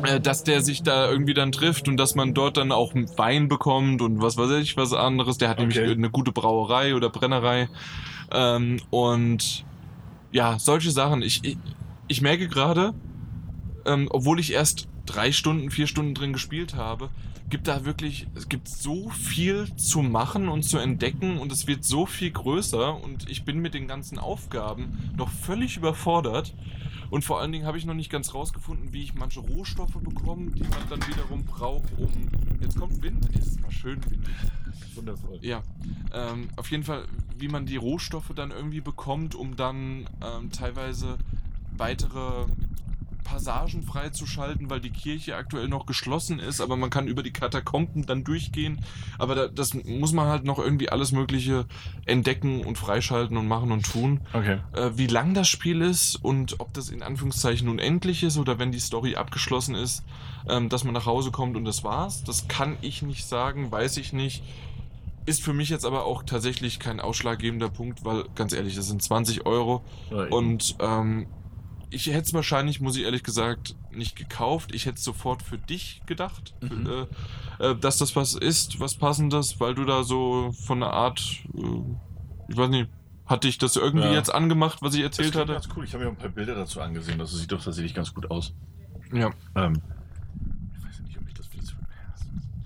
äh, dass der sich da irgendwie dann trifft und dass man dort dann auch Wein bekommt und was weiß ich, was anderes. Der hat Okay. nämlich eine gute Brauerei oder Brennerei. Ähm, und ja, solche Sachen. Ich, ich, ich merke gerade, ähm, obwohl ich erst drei Stunden, vier Stunden drin gespielt habe, gibt da wirklich, es gibt so viel zu machen und zu entdecken und es wird so viel größer und ich bin mit den ganzen Aufgaben noch völlig überfordert und vor allen Dingen habe ich noch nicht ganz rausgefunden, wie ich manche Rohstoffe bekomme, die man dann wiederum braucht, um, jetzt kommt Wind, es ist mal schön windig. Wundervoll. Ja, ähm, auf jeden Fall, wie man die Rohstoffe dann irgendwie bekommt, um dann ähm, teilweise weitere Passagen freizuschalten, weil die Kirche aktuell noch geschlossen ist, aber man kann über die Katakomben dann durchgehen. Aber da, das muss man halt noch irgendwie alles Mögliche entdecken und freischalten und machen und tun Okay. äh, wie lang das Spiel ist und ob das in Anführungszeichen unendlich ist oder wenn die Story abgeschlossen ist, ähm, dass man nach Hause kommt und das war's. Das kann ich nicht sagen, weiß ich nicht. Ist für mich jetzt aber auch tatsächlich kein ausschlaggebender Punkt, weil ganz ehrlich, das sind 20 Euro Ja, eben. und ähm, ich hätte es wahrscheinlich, muss ich ehrlich gesagt, nicht gekauft. Ich hätte es sofort für dich gedacht, Mhm. für, äh, äh, dass das was ist, was passendes, weil du da so von einer Art, äh, ich weiß nicht, hat dich das irgendwie Ja. jetzt angemacht, was ich das erzählt klingt hatte? ganz cool. Ich habe mir auch ein paar Bilder dazu angesehen. Das sieht doch tatsächlich ganz gut aus. Ja. Ähm, ich weiß ja nicht, ob ich das viel zu. Ja, das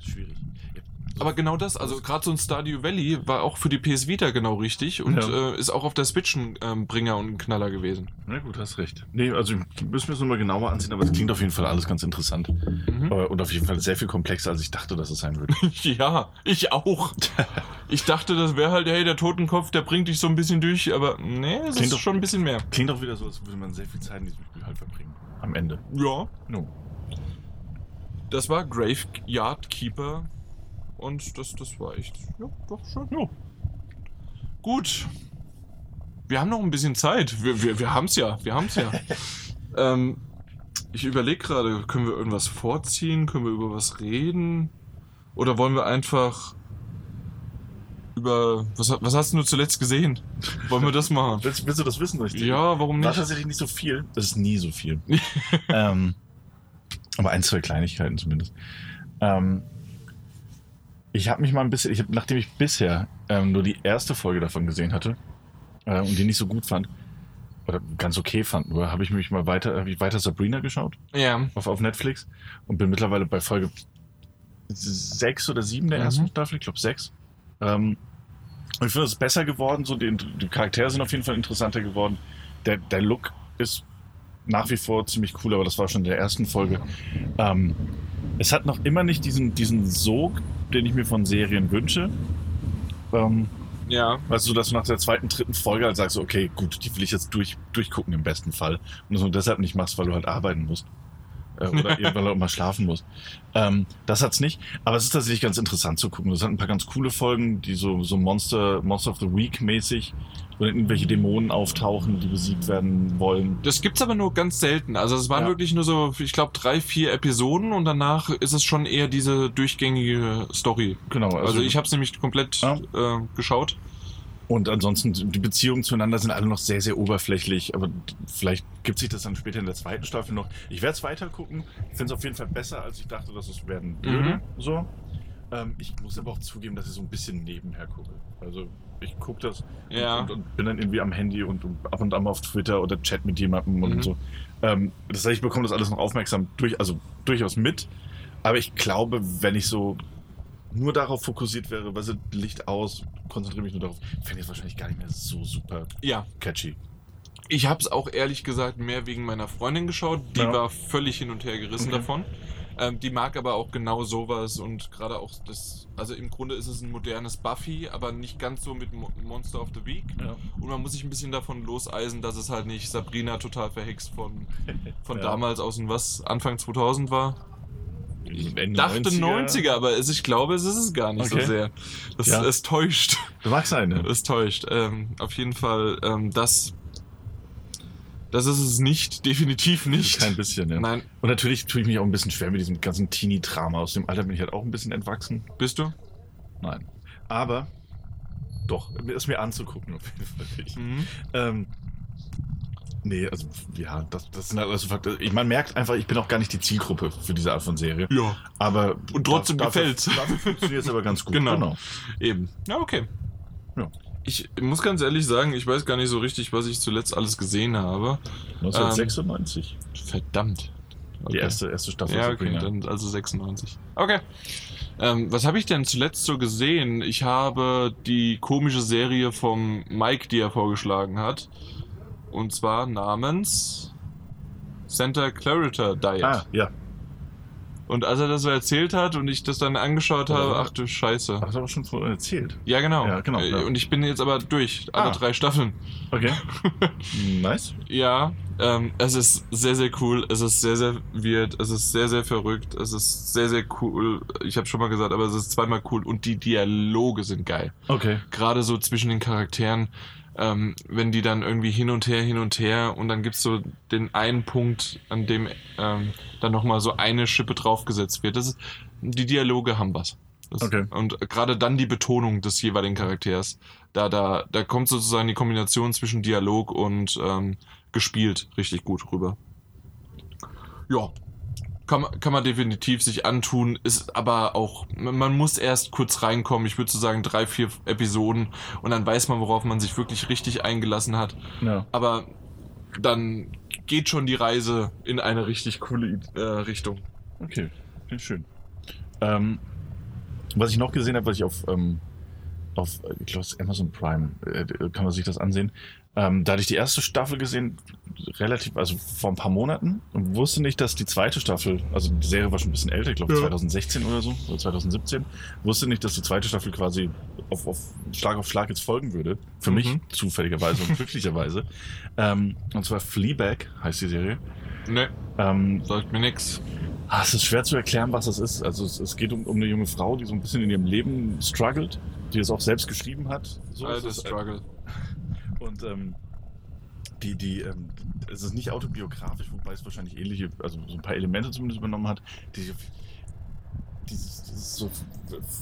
ist Schwierig. Ja. Aber genau das, also gerade so ein Stardew Valley war auch für die PS Vita genau richtig und Ja. äh, ist auch auf der Switch ein ähm, Bringer und ein Knaller gewesen. Na gut, hast recht. Nee, also müssen wir es nochmal genauer ansehen, aber es klingt auf jeden Fall alles ganz interessant. Mhm. Äh, Und auf jeden Fall sehr viel komplexer, als ich dachte, dass es sein würde. (laughs) Ja, ich (laughs) auch. Ich dachte, das wäre halt, hey, der Totenkopf, der bringt dich so ein bisschen durch, aber nee, es Klingt ist doch- schon ein bisschen mehr. Klingt auch wieder so, als würde man sehr viel Zeit in diesem Spiel halt verbringen. Am Ende. Ja, No. das war Graveyard Keeper und das, das war echt, ja, doch schön. Ja. Gut, wir haben noch ein bisschen Zeit. Wir, wir, wir haben's ja, wir haben's ja. ähm, ich überlege gerade, können wir irgendwas vorziehen? Können wir über was reden? Oder wollen wir einfach über, was, ha- was hast du zuletzt gesehen? Wollen wir das machen? (laughs) Willst, willst du das wissen, richtig? ja, warum War nicht? tatsächlich nicht so viel. Das ist nie so viel. ähm, aber ein, zwei Kleinigkeiten zumindest. Ähm, Ich habe mich mal ein bisschen, ich hab, nachdem ich bisher ähm, nur die erste Folge davon gesehen hatte äh, und die nicht so gut fand, oder ganz okay fand nur, habe ich mich mal weiter, habe ich weiter Sabrina geschaut Ja. auf, auf Netflix und bin mittlerweile bei Folge sechs oder sieben der Mhm. ersten Staffel, ich glaube sechs. Ähm, und ich finde, es ist besser geworden, so die, die Charaktere sind auf jeden Fall interessanter geworden. Der, der Look ist nach wie vor ziemlich cool, aber das war schon in der ersten Folge. Ähm, es hat noch immer nicht diesen, diesen Sog, den ich mir von Serien wünsche. Ähm, Ja. Weißt du, dass du nach der zweiten, dritten Folge halt sagst, okay, gut, die will ich jetzt durch, durchgucken im besten Fall. Und das nur deshalb nicht machst, weil du halt arbeiten musst. Äh, oder eben, weil du auch mal schlafen musst. Ähm, das hat's nicht. Aber es ist tatsächlich ganz interessant zu gucken. Das hat ein paar ganz coole Folgen, die so, so Monster, Monster of the Week mäßig, wo dann irgendwelche Dämonen auftauchen, die besiegt werden wollen. Das gibt's aber nur ganz selten. Also es waren Ja. wirklich nur so, ich glaube, drei, vier Episoden und danach ist es schon eher diese durchgängige Story. Genau. Also, ich habe es nämlich komplett Ja. äh, geschaut. Und ansonsten, die Beziehungen zueinander sind alle noch sehr, sehr oberflächlich. Aber vielleicht gibt sich das dann später in der zweiten Staffel noch. Ich werde es weitergucken. Ich finde es auf jeden Fall besser, als ich dachte, dass es werden würde. Mhm. So. Ähm, ich muss aber auch zugeben, dass ich so ein bisschen nebenher gucke. Also ich gucke das Ja. und, und, und bin dann irgendwie am Handy und, und ab und an mal auf Twitter oder chat mit jemandem und Mhm. so. Ähm, das heißt, ich bekomme das alles noch aufmerksam, durch, also durchaus mit. Aber ich glaube, wenn ich so nur darauf fokussiert wäre, weißt du, Licht aus, konzentriere mich nur darauf, fände ich es wahrscheinlich gar nicht mehr so super Ja, catchy. ich habe es auch ehrlich gesagt mehr wegen meiner Freundin geschaut. Die Ja. war völlig hin und her gerissen Okay. davon. Ähm, die mag aber auch genau sowas und gerade auch das, also im Grunde ist es ein modernes Buffy, aber nicht ganz so mit Mo Monster of the Week. Und man muss sich ein bisschen davon loseisen, dass es halt nicht Sabrina total verhext (laughs) von, von Ja. damals aus und was Anfang 2000 war. Ende Dachte 90er, aber es, ich glaube, es ist es gar nicht Okay. so sehr. Das, Ja. Es täuscht. Das mag sein, ne? Es täuscht. Ähm, auf jeden Fall, ähm, das, das ist es nicht. (laughs) Definitiv nicht. Kein bisschen, ja. Nein, Und natürlich tue ich mich auch ein bisschen schwer mit diesem ganzen Teenie-Drama. Aus dem Alter bin ich halt auch ein bisschen entwachsen. bist du? Nein. Aber doch, ist mir anzugucken auf jeden Fall. Ich, Mhm. ähm, nee, also ja, das, das sind halt alles so Faktoren. Ich, man merkt einfach, ich bin auch gar nicht die Zielgruppe für diese Art von Serie. Ja. Aber Und trotzdem dafür- gefällt's. Dafür funktioniert es aber ganz gut. Genau. Eben. Ja, okay. Ja. Ich muss ganz ehrlich sagen, ich weiß gar nicht so richtig, was ich zuletzt alles gesehen habe. Ähm, Ah. 1996. Verdammt. Die Okay. also erste, erste Staffel. Ja, okay, Sabrina. dann also 96. Okay. Ähm, was habe ich denn zuletzt so gesehen? Ich habe die komische Serie vom Mike, die er vorgeschlagen hat. Und zwar namens Santa Clarita Diet. Ah, ja. Und als er das so erzählt hat und ich das dann angeschaut habe, Ja. ach du Scheiße. Hast du aber schon vorhin erzählt. Ja, genau. Ja, genau, Äh, ja. Und ich bin jetzt aber durch, alle Ah. drei Staffeln. Okay. nice. Ja, ähm, es ist sehr, sehr cool, es ist sehr, sehr weird, es ist sehr, sehr verrückt, es ist sehr, sehr cool. Ich habe schon mal gesagt, aber es ist zweimal cool und die Dialoge sind geil. Okay. Gerade so zwischen den Charakteren, ähm, wenn die dann irgendwie hin und her, hin und her und dann gibt's so den einen Punkt, an dem ähm, dann nochmal so eine Schippe draufgesetzt wird. Das ist, die Dialoge haben was. Das, Okay. Und gerade dann die Betonung des jeweiligen Charakters. Da, da, da kommt sozusagen die Kombination zwischen Dialog und ähm, gespielt richtig gut rüber. Ja. Kann, man- kann man definitiv sich antun, ist aber auch, man man muss erst kurz reinkommen. Ich würde so sagen, drei, vier Episoden und dann weiß man, worauf man sich wirklich richtig eingelassen hat. Ja. Aber dann geht schon die Reise in eine richtig coole äh, Richtung. Okay, sehr schön. Ähm, was ich noch gesehen habe, was ich auf, ähm, auf äh, ich glaube, Amazon Prime, äh, kann man sich das ansehen. Ähm, da hatte ich die erste Staffel gesehen, relativ, also vor ein paar Monaten und wusste nicht, dass die zweite Staffel, also die Serie war schon ein bisschen älter, ich glaube Ja. 2016 oder so, oder 2017, wusste nicht, dass die zweite Staffel quasi auf, auf Schlag auf Schlag jetzt folgen würde. Für mich Mhm. zufälligerweise und glücklicherweise. (laughs) Ähm, und zwar Fleabag heißt die Serie. Ne, Ähm, sagt mir nix. Ah, es ist schwer zu erklären, was das ist. Also es, es geht um, um eine junge Frau, die so ein bisschen in ihrem Leben struggelt, die es auch selbst geschrieben hat. So Alter ist es. Struggle. Und ähm, die, die, ähm, es ist nicht autobiografisch, wobei es wahrscheinlich ähnliche, also so ein paar Elemente zumindest übernommen hat, die sich auf dieses, dieses so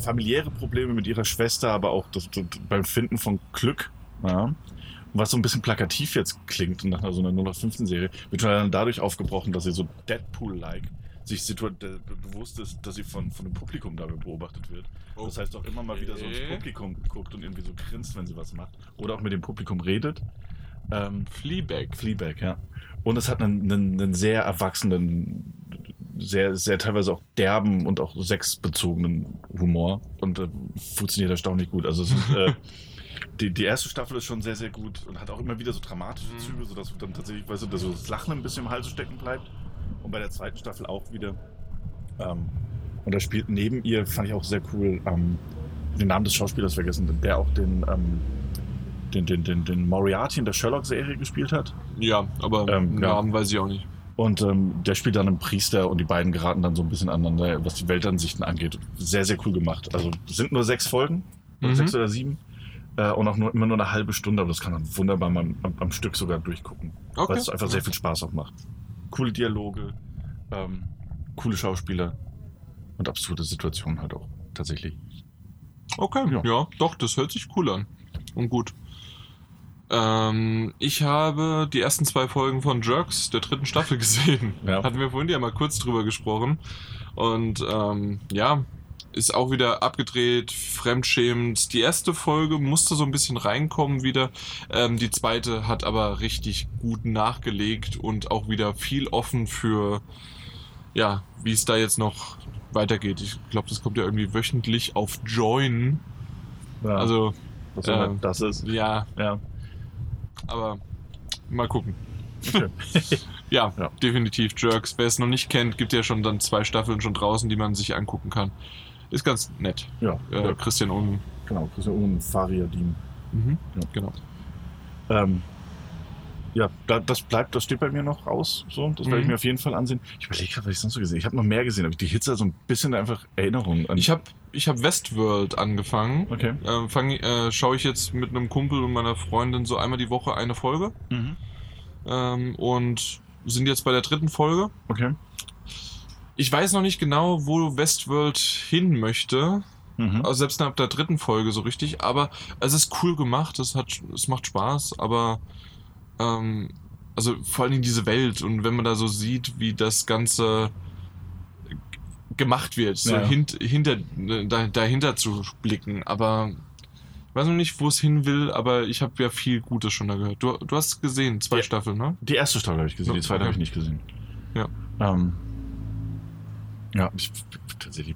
familiäre Probleme mit ihrer Schwester, aber auch das, das, beim Finden von Glück, ja, was so ein bisschen plakativ jetzt klingt und nach so einer 0815-Serie, wird schon dann dadurch aufgebrochen, dass sie so Deadpool-like sich situa- äh, bewusst ist, dass sie von, von dem Publikum dabei beobachtet wird. Oh. Das heißt auch immer mal wieder so ins Okay. Publikum guckt und irgendwie so grinst, wenn sie was macht. Oder auch mit dem Publikum redet. Ähm, Fleabag. Fleabag, ja. Und es hat einen, einen, einen sehr erwachsenen, sehr, sehr teilweise auch derben und auch sexbezogenen Humor und äh, funktioniert erstaunlich gut. Also es ist, äh, die, die erste Staffel ist schon sehr, sehr gut und hat auch immer wieder so dramatische Mhm. Züge, sodass du dann tatsächlich, weißt du, dass so das Lachen ein bisschen im Halse stecken bleibt. Und bei der zweiten Staffel auch wieder. Ähm, und da spielt neben ihr, fand ich auch sehr cool, ähm, den Namen des Schauspielers vergessen, der auch den, ähm, den, den, den, den Moriarty in der Sherlock-Serie gespielt hat. Ja, aber Ähm, ja. Namen weiß ich auch nicht. Und ähm, der spielt dann einen Priester und die beiden geraten dann so ein bisschen aneinander, was die Weltansichten angeht. Sehr, sehr cool gemacht. Also es sind nur sechs Folgen, oder Mhm. sechs oder sieben. Äh, und auch nur, immer nur eine halbe Stunde, aber das kann man wunderbar mal am, am Stück sogar durchgucken. Weil es einfach sehr viel Spaß auch macht. Coole Dialoge, ähm, coole Schauspieler und absurde Situationen halt auch tatsächlich. Okay, Ja. ja. doch, das hört sich cool an. Und gut. Ähm, ich habe die ersten zwei Folgen von Jerks, der dritten Staffel, (laughs) gesehen. Ja. Hatten wir vorhin ja mal kurz drüber gesprochen. Und ähm, ja, ist auch wieder abgedreht, fremdschämend. Die erste Folge musste so ein bisschen reinkommen wieder. Ähm, die zweite hat aber richtig gut nachgelegt und auch wieder viel offen für, ja, wie es da jetzt noch weitergeht. Ich glaube, das kommt ja irgendwie wöchentlich auf Join. Ja, Also, was auch immer ähm, das ist. ja, Ja. aber mal gucken. Okay. (laughs) ja, Ja. definitiv Jerks. Wer es noch nicht kennt, gibt ja schon dann zwei Staffeln schon draußen, die man sich angucken kann. Ist ganz nett. ja, Äh, ja, Christian Ulm. genau. Das ist ja ein Fariadin. Mhm. Ja. Genau. Ähm, ja, da, das bleibt, das steht bei mir noch aus. So, das werde ich Mhm. mir auf jeden Fall ansehen. Ich überlege gerade, was ich sonst so gesehen habe. Ich habe noch mehr gesehen, aber die Hitze so ein bisschen einfach Erinnerung an. Ich habe ich hab Westworld angefangen. okay. Äh, fang, äh, Schaue ich jetzt mit einem Kumpel und meiner Freundin so einmal die Woche eine Folge Mhm. ähm, und sind jetzt bei der dritten Folge. Okay. Ich weiß noch nicht genau, wo Westworld hin möchte. Mhm. Also selbst ab der dritten Folge so richtig, aber es ist cool gemacht, es, hat, es macht Spaß, aber ähm, also vor allen Dingen diese Welt und wenn man da so sieht, wie das Ganze g- gemacht wird, so Ja. hint, hinter, da, dahinter zu blicken, aber ich weiß noch nicht, wo es hin will, aber ich habe ja viel Gutes schon da gehört. Du, du hast gesehen, zwei Ja. Staffeln, ne? Die erste Staffel habe ich gesehen, die zweite Okay. habe ich nicht gesehen. Ja. Ähm, ja, ich, tatsächlich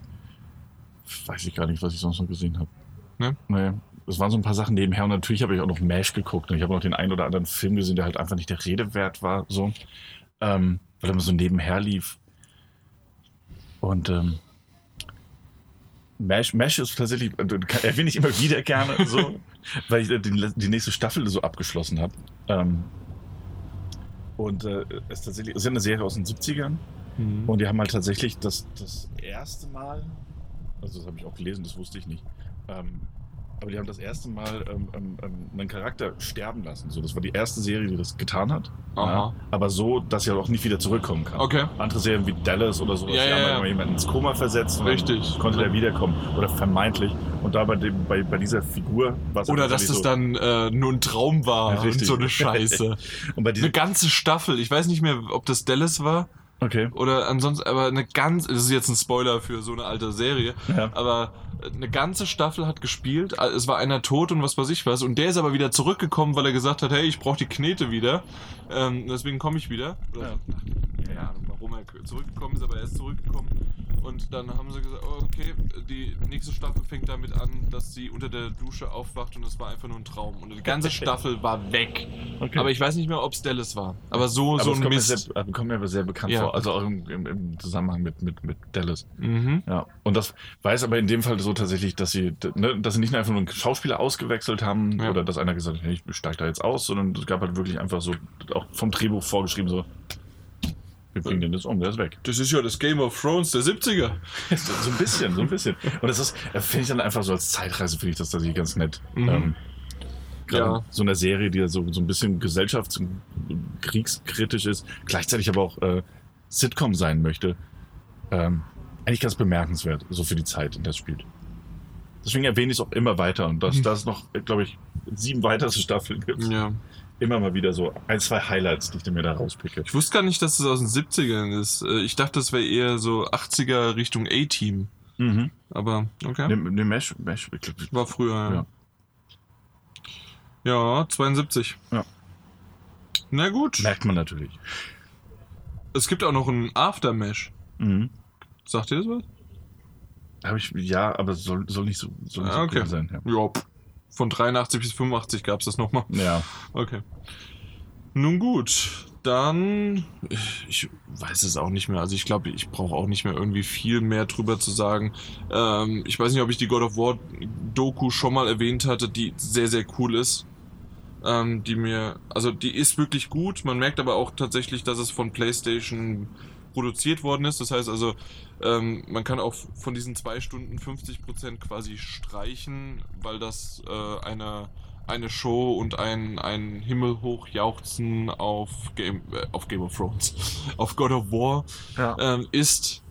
weiß ich gar nicht, was ich sonst noch gesehen habe. Ne? Nee. Es waren so ein paar Sachen nebenher und natürlich habe ich auch noch MASH geguckt und ich habe noch den einen oder anderen Film gesehen, der halt einfach nicht der Rede wert war, so. Ähm, weil er immer so nebenher lief. Und ähm, MASH, MASH ist tatsächlich, äh, erwähne ich immer wieder gerne, so, weil ich äh, die, die nächste Staffel so abgeschlossen habe. Ähm, und äh, es tatsächlich, es ist ja eine Serie aus den 70ern. Mhm. Und die haben halt tatsächlich das, das erste Mal, also das habe ich auch gelesen, das wusste ich nicht, ähm, aber die haben das erste Mal ähm, ähm, ähm, einen Charakter sterben lassen. So, das war die erste Serie, die das getan hat. Aha. Ja, aber so, dass er auch nicht wieder zurückkommen kann. Okay, Andere Serien wie Dallas oder sowas, Ja, die ja, haben halt ja. immer jemanden ins Koma versetzt und dann richtig. konnte der wiederkommen. Oder vermeintlich. Und da bei, dem, bei, bei dieser Figur war es Oder halt dass das so- dann äh, nur ein Traum war Ja, und richtig. so eine Scheiße. Und bei Eine diesem, ganze Staffel. Ich weiß nicht mehr, ob das Dallas war okay. oder ansonsten, aber eine ganz. Das ist jetzt ein Spoiler für so eine alte Serie, Ja. aber eine ganze Staffel hat gespielt. Es war einer tot und was weiß ich was. Und der ist aber wieder zurückgekommen, weil er gesagt hat, hey, ich brauche die Knete wieder. Ähm, deswegen komme ich wieder. Oder Ja. so. Keine Ahnung, warum er zurückgekommen ist, aber er ist zurückgekommen. Und dann haben sie gesagt, oh, okay, die nächste Staffel fängt damit an, dass sie unter der Dusche aufwacht und es war einfach nur ein Traum. Und die (laughs) ganze Staffel war weg. okay. Aber ich weiß nicht mehr, ob es Dallas war. Aber so, Aber so es ein kommt mir, Mist. sehr, äh, kommt mir aber sehr bekannt Ja. vor, also auch im, im, im Zusammenhang mit, mit, mit Dallas. Mhm. Ja. Und das weiß aber in dem Fall so tatsächlich, dass sie, d- ne, dass sie nicht nur einfach nur einen Schauspieler ausgewechselt haben Ja. oder dass einer gesagt hat, hey, ich steige da jetzt aus, sondern es gab halt wirklich einfach so auch vom Drehbuch vorgeschrieben, so, wir bringen den jetzt um, der ist weg. Das ist ja das Game of Thrones der 70er. So, so ein bisschen, so ein bisschen. Und das ist, äh, finde ich dann einfach so als Zeitreise, finde ich das tatsächlich ganz nett. Mhm. Ähm, gerade Ja. in so eine Serie, die so, so ein bisschen gesellschafts- und kriegskritisch ist, gleichzeitig aber auch äh, Sitcom sein möchte. Ähm, eigentlich ganz bemerkenswert, so für die Zeit, in der es spielt. Deswegen erwähne ich es auch immer weiter und dass Mhm. das noch, glaube ich, sieben weitere Staffeln gibt. Ja. immer mal wieder so ein, zwei Highlights, die ich mir da rauspicke. Ich wusste gar nicht, dass es aus den 70ern ist. Äh, Ich dachte, das wäre eher so 80er Richtung A-Team. Mhm. Aber okay. Ne, ne Mesh, Mesh, ich glaub, War früher. Ja, ja 72. Ja. Na gut. merkt man natürlich. Es gibt auch noch einen Aftermash. Mhm. Sagt ihr das was? Hab ich, ja, aber soll, soll nicht so, soll nicht Ah, so okay. cool sein. Ja. Ja. pff. Von 83 bis 85 gab es das nochmal. ja. Okay. Nun gut, dann. Ich weiß es auch nicht mehr. Also ich glaube, ich brauche auch nicht mehr irgendwie viel mehr drüber zu sagen. Ähm, ich weiß nicht, ob ich die God of War Doku schon mal erwähnt hatte, die sehr, sehr cool ist. Ähm, die mir. Also die ist wirklich gut. Man merkt aber auch tatsächlich, dass es von PlayStation produziert worden ist. Das heißt also, ähm, man kann auch von diesen zwei Stunden 50% quasi streichen, weil das äh, eine, eine Show und ein, ein Himmelhochjauchzen auf Game, äh, auf Game of Thrones, (laughs) auf God of War Ja. ähm, ist.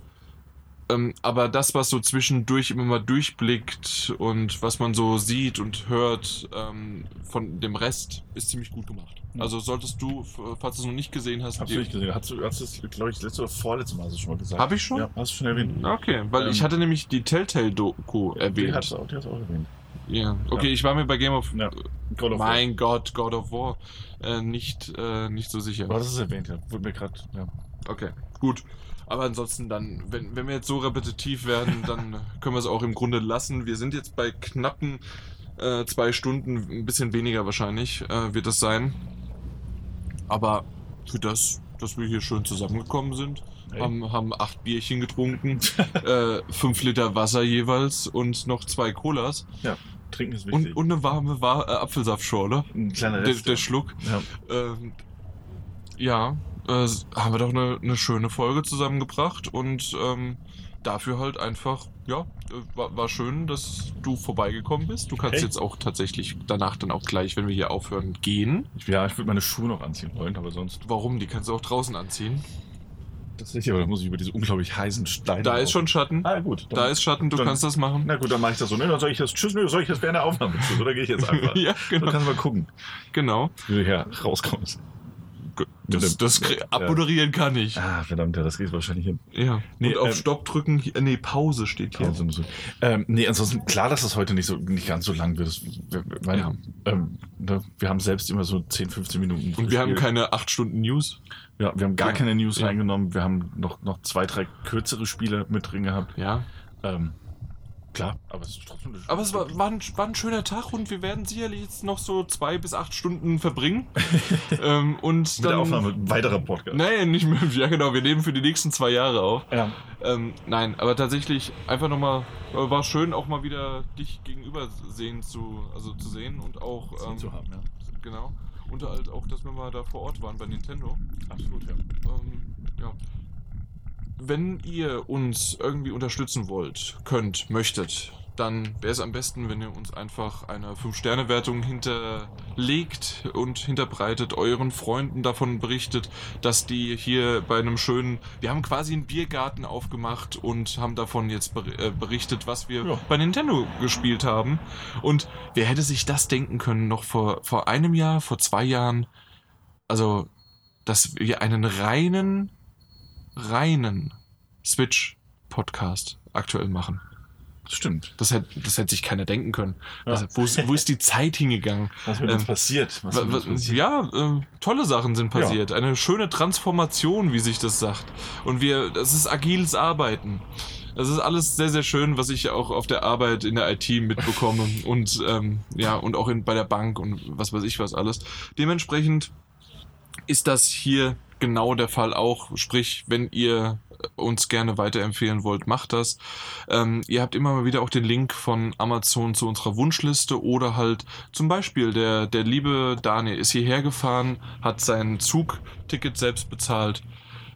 Ähm, aber das, was so zwischendurch immer mal durchblickt und was man so sieht und hört ähm, von dem Rest, ist ziemlich gut gemacht. Ja. Also solltest du, f- falls du es noch nicht gesehen hast, Hab's dir- nicht gesehen. Hast du, hast du das, glaube ich, letzte oder vorletzte Mal hast du schon mal gesagt. Hab ich schon? Ja, Oh, hast du schon erwähnt. Okay, weil Ähm, ich hatte nämlich die Telltale-Doku Die hast erwähnt. du auch, die hast du auch erwähnt. Ja. Okay, ich war mir bei Game of, Ja. God of mein Gott, God of War äh, nicht, äh, nicht so sicher. War. Aber das ist erwähnt, ja. Wurde mir gerade. Ja. Okay, gut. Aber ansonsten dann, wenn, wenn wir jetzt so repetitiv werden, dann können wir es auch im Grunde lassen. Wir sind jetzt bei knappen äh, zwei Stunden, ein bisschen weniger wahrscheinlich äh, wird das sein. Aber für das, dass wir hier schön zusammengekommen sind, Hey. haben, haben acht Bierchen getrunken, äh, fünf Liter Wasser jeweils und noch zwei Colas Trinken ist und, wichtig. und eine warme Wa äh, Apfelsaftschorle. Ein kleiner Der, Rest. der Schluck. ja. Ähm, ja, äh, haben wir doch eine, eine schöne Folge zusammengebracht und ähm, dafür halt einfach, ja, äh, war, war schön, dass du vorbeigekommen bist. Du kannst Hey. jetzt auch tatsächlich danach dann auch gleich, wenn wir hier aufhören, gehen. Ich, ja, ich würde meine Schuhe noch anziehen wollen, aber sonst. Warum? Die kannst du auch draußen anziehen. Das ist sicher, aber da muss ich über diese unglaublich heißen Steine. Da ist laufen. schon Schatten. Ah, gut. Dann, Da ist Schatten, du dann- kannst das (laughs) machen. Na gut, dann mache ich das so. Ne, dann soll ich das. Tschüss, ne, soll ich das während der Aufnahme tschüss, oder gehe ich jetzt einfach? Ja, Dann genau. kannst du mal gucken, genau. (laughs) wie du hier rauskommst. Das, dem- das krie- abmoderieren kann ich. Ah, verdammt, ja, das geht wahrscheinlich hin. Ja. Nee, Und auf ähm, Stopp drücken, hier- nee, Pause steht hier. Also, so. ähm, nee, ansonsten klar, dass das heute nicht so nicht ganz so lang wird. Das, wir, wir- weil, Ja. ähm, ne, wir haben selbst immer so 10, 15 Minuten. Und wir haben gespielt. keine 8 Stunden News. ja, wir haben gar Ja. keine News Ja. reingenommen. Wir haben noch, noch zwei, drei kürzere Spiele mit drin gehabt. Ja. Ähm, klar, aber es ist trotzdem eine Aber es war, war, ein, war ein schöner Tag und wir werden sicherlich jetzt noch so zwei bis acht Stunden (laughs) verbringen. ähm, und mit dann, der Aufnahme ein weiterer Podcast. Nein, nicht mehr. (laughs) Ja, genau. Wir nehmen für die nächsten zwei Jahre auf. Ja. Ähm, nein, aber tatsächlich einfach nochmal, äh, war schön auch mal wieder dich gegenüber sehen zu, also zu sehen und auch, ähm, zu haben, ja. genau. Und halt auch, dass wir mal da vor Ort waren bei Nintendo. Absolut, ja. Ähm, ja. Wenn ihr uns irgendwie unterstützen wollt, könnt, möchtet, dann wäre es am besten, wenn ihr uns einfach eine 5-Sterne-Wertung hinterlegt und hinterbreitet, euren Freunden davon berichtet, dass die hier bei einem schönen. Wir haben quasi einen Biergarten aufgemacht und haben davon jetzt ber äh, berichtet, was wir Ja. bei Nintendo gespielt haben. Und wer hätte sich das denken können, noch vor, vor einem Jahr, vor zwei Jahren? Also, dass wir einen reinen, reinen Switch-Podcast aktuell machen. Das stimmt. Das hätte, das hätte sich keiner denken können. Ja. Also, wo, ist, wo ist die Zeit hingegangen? Was mit Ähm, uns passiert? Was Wa- mit wa- uns passiert? Ja, ähm, tolle Sachen sind passiert. Eine schöne Transformation, wie sich das sagt. Und wir, das ist agiles Arbeiten. Das ist alles sehr, sehr schön, was ich auch auf der Arbeit in der IT mitbekomme und ähm, ja, und auch in, bei der Bank und was weiß ich was alles. Dementsprechend ist das hier genau der Fall auch. Sprich, wenn ihr uns gerne weiterempfehlen wollt, macht das. Ähm, ihr habt immer mal wieder auch den Link von Amazon zu unserer Wunschliste oder halt zum Beispiel der, der liebe Daniel ist hierher gefahren, hat sein Zugticket selbst bezahlt.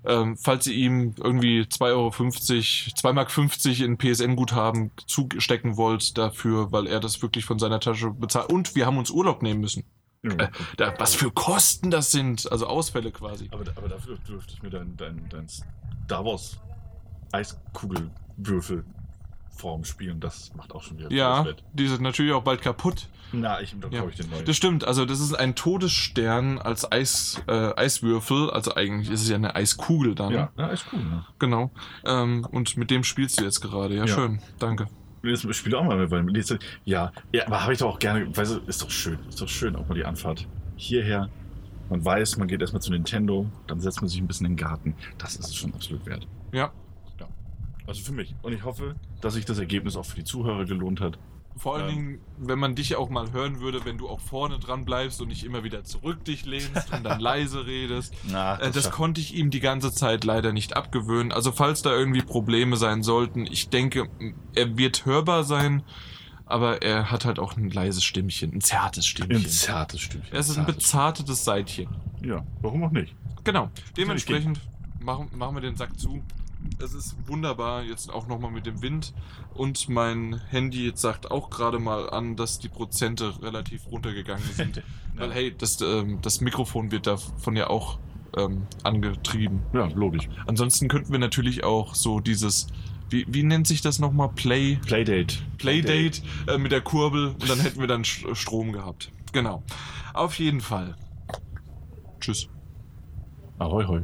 Ähm, falls ihr ihm irgendwie 2,50 Euro, 2,50 Mark in PSN-Guthaben zustecken wollt dafür, weil er das wirklich von seiner Tasche bezahlt. Und wir haben uns Urlaub nehmen müssen. Äh, Ja. Da, was für Kosten das sind, also Ausfälle quasi. Aber, aber dafür dürfte ich mir dein, dein, dein Star Wars Eiskugelwürfel Plattformen spielen. Das macht auch schon wieder Ja, Spaß mit. die sind natürlich auch bald kaputt. Na, ich, dann Ja. ja. ich den neuen. Das stimmt, also das ist ein Todesstern als Eis, äh, Eiswürfel, also eigentlich ist es ja eine Eiskugel dann. ja. ja, ist cool. Ne? Genau. Ähm, und mit dem spielst du jetzt gerade. Ja, Ja. schön. Danke. Das spiele auch mal mit. weil- das- Ja, ja aber habe ich doch auch gerne. Weißt du, ist doch schön. Ist doch schön, auch mal die Anfahrt hierher. Man weiß, man geht erstmal zu Nintendo, dann setzt man sich ein bisschen in den Garten. Das ist es schon absolut wert. Ja. ja. Also für mich. Und ich hoffe, dass sich das Ergebnis auch für die Zuhörer gelohnt hat. Vor allen Ähm. Dingen, wenn man dich auch mal hören würde, wenn du auch vorne dran bleibst und nicht immer wieder zurück dich lehnst und dann leise redest. Na, Äh, das konnte ich ihm die ganze Zeit leider nicht abgewöhnen. Also falls da irgendwie Probleme sein sollten, ich denke, m, er wird hörbar sein, aber er hat halt auch ein leises Stimmchen, ein zartes ein Stimmchen. zartes Stückchen. er ist ein Zartes. bezartetes Seitchen. Ja, warum auch nicht? Genau. Dementsprechend machen, machen wir den Sack zu. Es ist wunderbar, jetzt auch nochmal mit dem Wind. Und mein Handy jetzt sagt auch gerade mal an, dass die Prozente relativ runtergegangen sind. Weil Ja. hey, das, ähm, das Mikrofon wird davon ja auch ähm, angetrieben. Ja, logisch. Ansonsten könnten wir natürlich auch so dieses, wie, wie nennt sich das nochmal? Play, Playdate. Playdate äh, mit der Kurbel und dann hätten wir dann Sch- Strom gehabt. Genau. Auf jeden Fall. Tschüss. Ahoi, hoi.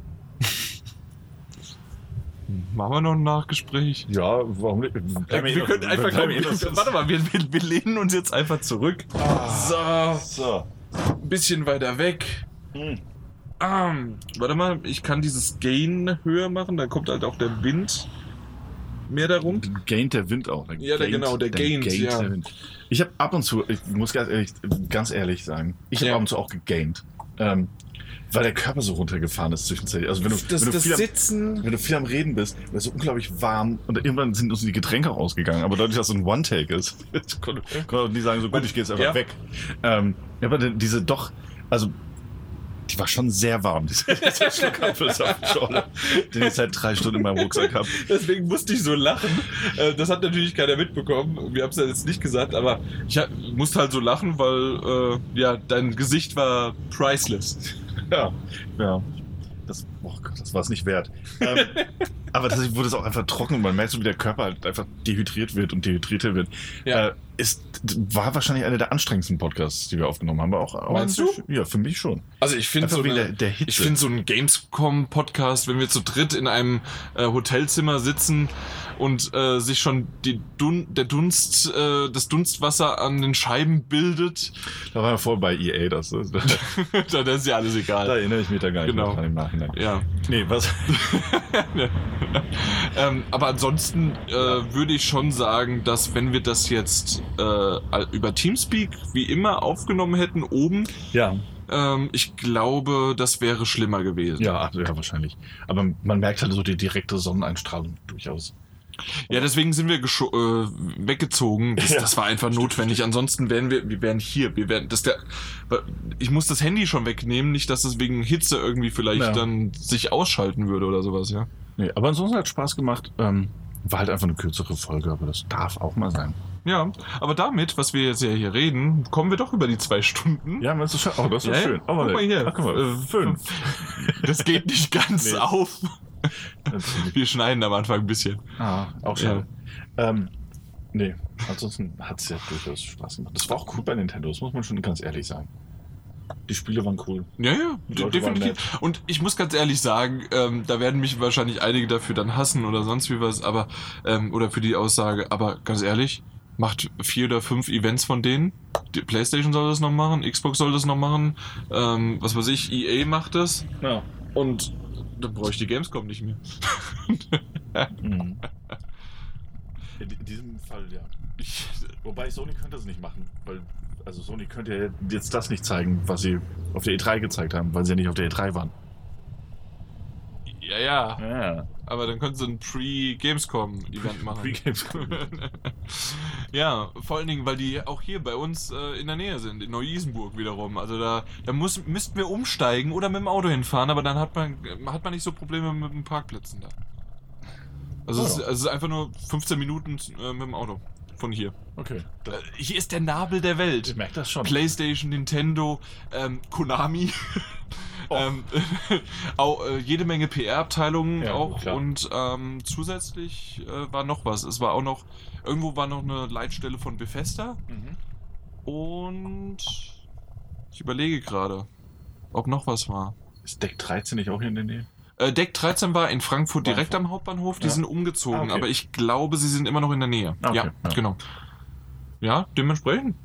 Machen wir noch ein Nachgespräch? Ja, warum nicht? Äh, eh wir können einfach, komm, (laughs) warte mal, wir, wir, wir lehnen uns jetzt einfach zurück. Ah. So, So. ein bisschen weiter weg. Hm. Ah, warte mal, ich kann dieses Gain höher machen, dann kommt halt auch der Wind mehr darum. Gaint der Wind auch. Dann Ja, der- gaint- genau, der dann gaint, ja. der Wind. Ich habe ab und zu, ich muss ganz ehrlich, ganz ehrlich sagen, ich habe Ja. ab und zu auch gegaint. Ähm, weil der Körper so runtergefahren ist zwischenzeitlich. Also wenn du, wenn du viel am- Sitzen. wenn du viel am Reden bist, wird so unglaublich warm und irgendwann sind uns die Getränke auch ausgegangen. Aber dadurch, dass es ein One-Take ist, (laughs) konnte konnte die sagen, so gut, ich gehe jetzt einfach Ja. weg. Ähm, ja, aber die- diese doch, also die war schon sehr warm, diese, (laughs) dieser Schluck Apfelsaftschorle, den ich seit halt drei Stunden in meinem Rucksack habe. Deswegen musste ich so lachen. Äh, Das hat natürlich keiner mitbekommen. Wir haben es ja jetzt nicht gesagt, aber ich hab- musste halt so lachen, weil äh, ja dein Gesicht war priceless. Ja, ja. Das, oh Gott, das war es nicht wert. Ähm, aber tatsächlich wurde es auch einfach trocken und man merkt so, wie der Körper halt einfach dehydriert wird und dehydrierter wird. Ja. Äh, ist, war wahrscheinlich einer der anstrengendsten Podcasts, die wir aufgenommen haben. Aber auch, auch Meinst an sich- Ja, für mich schon. Also ich finde Einfach so wegen eine- der, der Hitze. Ich finde so einen Gamescom-Podcast, wenn wir zu dritt in einem äh, Hotelzimmer sitzen und äh, sich schon die Dun der Dunst, äh, das Dunstwasser an den Scheiben bildet, (laughs) da war ja voll bei EA, das, das da, dann ist ja alles (laughs) da egal. erinnere ich mich da gar nicht Genau. mehr dran im Nachhinein. Ja. Nee, was? ähm, aber ansonsten äh, würde ich schon sagen, dass wenn wir das jetzt äh, all- über Teamspeak wie immer aufgenommen hätten, oben, Ja, ähm, ich glaube, das wäre schlimmer gewesen. ja, also ja, wahrscheinlich. Aber man merkt halt so die direkte Sonneneinstrahlung durchaus. Ja, deswegen sind wir gescho- äh, weggezogen. Das, Ja. das war einfach notwendig. Ansonsten wären wir, wir wären hier. Wir wären, das der, ich muss das Handy schon wegnehmen, nicht, dass es wegen Hitze irgendwie vielleicht Ja. dann sich ausschalten würde oder sowas, ja. Nee, aber ansonsten hat Spaß gemacht. Ähm, war halt einfach eine kürzere Folge, aber das darf auch mal sein. Ja, aber damit, was wir jetzt ja hier reden, kommen wir doch über die zwei Stunden. Ja, aber das ist schön. Oh, das ist Ja, ja. schön. Oh, Guck mal hier. Ach, guck mal. Äh, fünf. Das geht (laughs) nicht ganz Nee. auf. Wir schneiden am Anfang ein bisschen. ah, auch schön. Ähm, nee, ansonsten hat es ja durchaus Spaß gemacht. Das war auch cool bei Nintendo, das muss man schon ganz ehrlich sagen. Die Spiele waren cool. Ja, ja, Die de- Leute waren definitiv. Und ich muss ganz ehrlich sagen, ähm, da werden mich wahrscheinlich einige dafür dann hassen oder sonst wie was, aber, ähm, oder für die Aussage, aber ganz ehrlich, macht vier oder fünf Events von denen. Die PlayStation soll das noch machen, Xbox soll das noch machen, ähm, was weiß ich, EA macht das Ja. und dann bräuchte ich die Gamescom nicht mehr. Mhm. In in diesem Fall ja. Ich, Wobei Sony könnte es nicht machen, weil also Sony könnte ja jetzt das nicht zeigen, was sie auf der E3 gezeigt haben, weil sie ja nicht auf der (laughs) E3 waren. ja, ja, Ja. aber dann können sie ein Pre-Gamescom-Event machen. (laughs) ja, vor allen Dingen, weil die auch hier bei uns äh, in der Nähe sind, in Neu-Isenburg wiederum. Also da, da muss, müssten wir umsteigen oder mit dem Auto hinfahren, aber dann hat man, äh, hat man nicht so Probleme mit den Parkplätzen da. Also, es, Ah ist, also es ist einfach nur 15 Minuten äh, mit dem Auto von hier. Okay. Äh, hier ist der Nabel der Ich Welt. merke das schon. PlayStation, Nintendo, ähm, Konami. Oh. (laughs) Ähm, auch, äh, jede Menge PR-Abteilungen Ja, auch klar. und ähm, zusätzlich äh, war noch was. Es war auch noch, irgendwo war noch eine Leitstelle von Bethesda Mhm. und ich überlege gerade, ob noch was war. Ist Deck 13 nicht auch hier in der Nähe? Äh, Deck 13 war in Frankfurt War in direkt am Hauptbahnhof, die Ja. sind umgezogen, Ah, okay. aber ich glaube, sie sind immer noch in der Nähe. Ah, okay. Ja, Ja. genau. Ja, dementsprechend.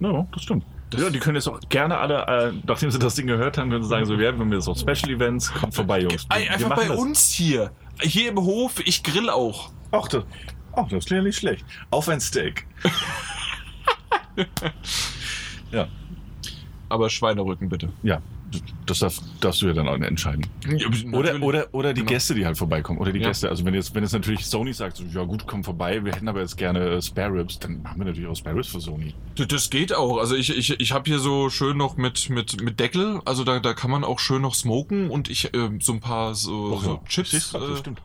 No, das stimmt. Das- ja, die können jetzt auch gerne alle, äh, nachdem sie das Ding gehört haben, können sie sagen, so, ja, wenn wir jetzt auch Special Events, kommt vorbei, Jungs. Ey, wir einfach machen bei das. uns hier. Hier im Hof, ich grill auch. Ach, das, ach, das klingt ja nicht schlecht. Auf ein Steak. Aber Schweinerücken bitte. Ja, das darf, darfst du ja dann auch entscheiden. Oder, oder, oder die Genau. Gäste, die halt vorbeikommen. Oder die Ja. Gäste. Also wenn jetzt, wenn jetzt natürlich Sony sagt, so, ja gut, komm vorbei, wir hätten aber jetzt gerne äh, Spare Ribs, dann machen wir natürlich auch Spare Ribs für Sony. D- Das geht auch. Also ich, ich, ich habe hier so schön noch mit, mit, mit Deckel. Also da, da kann man auch schön noch smoken und ich ähm, so ein paar so, so Chips. Siehst du, das äh, stimmt.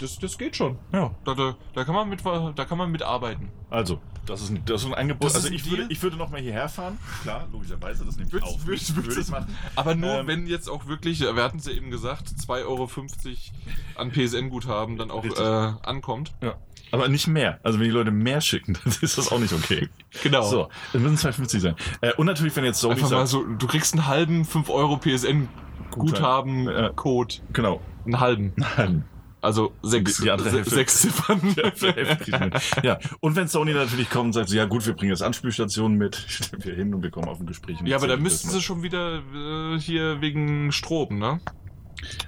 das, das geht schon. Ja. Da, da, da kann man mit da kann man mitarbeiten. Also, das ist ein, das ist ein Angebot. Das ist also ein ich Deal? würde, ich würde nochmal hierher fahren. Klar, logischerweise, das nehme ich Würdest- auf. würdest- Würde würdest- ich machen. Aber nur Ähm. wenn jetzt auch wirklich, wir hatten es ja eben gesagt, 2,50 Euro an PSN-Guthaben dann auch äh, Richtig. ankommt. Aber nicht mehr. Also wenn die Leute mehr schicken, (laughs) dann ist das auch nicht okay. Genau. So, es müssen 2,50 sein. Äh, und natürlich, wenn jetzt Sony Einfach mal so, sagt, du kriegst einen halben 5 Euro Guthaben. Ja. PSN-Guthaben-Code. genau, (laughs) Einen halben. nein, Also sechs, Die- die andere se- Hälfte. sechs Ziffern. Ja, für elf kriegen wir. ja, und wenn Sony natürlich kommt und sagt, so, ja gut, wir bringen jetzt Anspielstationen mit, (laughs) stellen wir hin und wir kommen auf ein Gespräch. und Ja, aber da erzählen müssten das sie mal. schon wieder äh, hier wegen Strom, ne?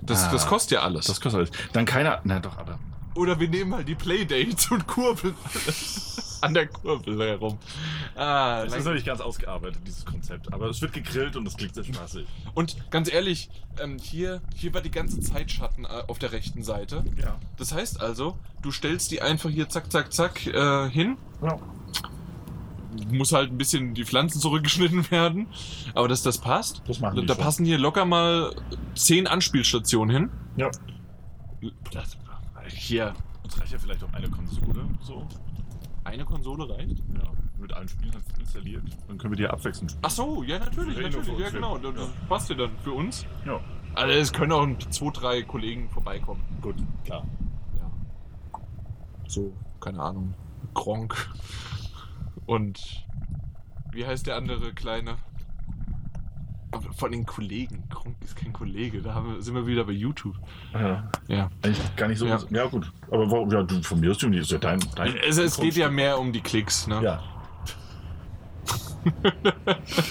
Das, Ah. das kostet ja alles. Das kostet alles. Dann keiner. Na doch, aber. Oder wir nehmen halt die Playdates und kurbeln (laughs) an der Kurbel herum. Ah, Das ist noch nicht ganz ausgearbeitet, dieses Konzept. Aber es wird gegrillt und es klingt sehr spaßig. und ganz ehrlich, ähm, hier, hier war die ganze Zeit Schatten äh, auf der rechten Seite. Ja. Das heißt also, du stellst die einfach hier zack, zack, zack äh, hin. Ja. Muss halt ein bisschen die Pflanzen zurückgeschnitten (laughs) werden. Aber dass das passt. Das machen Da, die da schon. passen hier locker mal zehn Anspielstationen hin. Ja. Das, hier. Uns reicht ja vielleicht auch eine Konsole so. Eine Konsole reicht? Ja. Mit allen Spielen halt installiert. Dann können wir die ja abwechselnd. Ach so, ja, natürlich, Wir reden nur natürlich. für Ja, genau. uns, ja. Das das passt ja dann für uns. Ja. Also, es können auch zwei, drei Kollegen vorbeikommen. Gut, klar. Ja. So, keine Ahnung. Gronk. (laughs) Und. Wie heißt der andere kleine? Aber Von den Kollegen. Gronk ist kein Kollege. Da haben wir, sind wir wieder bei YouTube. Ja. Ja. Eigentlich gar nicht so. Ja. Äh, Ja, gut. Aber warum, ja, du, von mir aus, Juni, ist ja dein. dein Es, es geht ja mehr um die Klicks, ne? Ja. (laughs)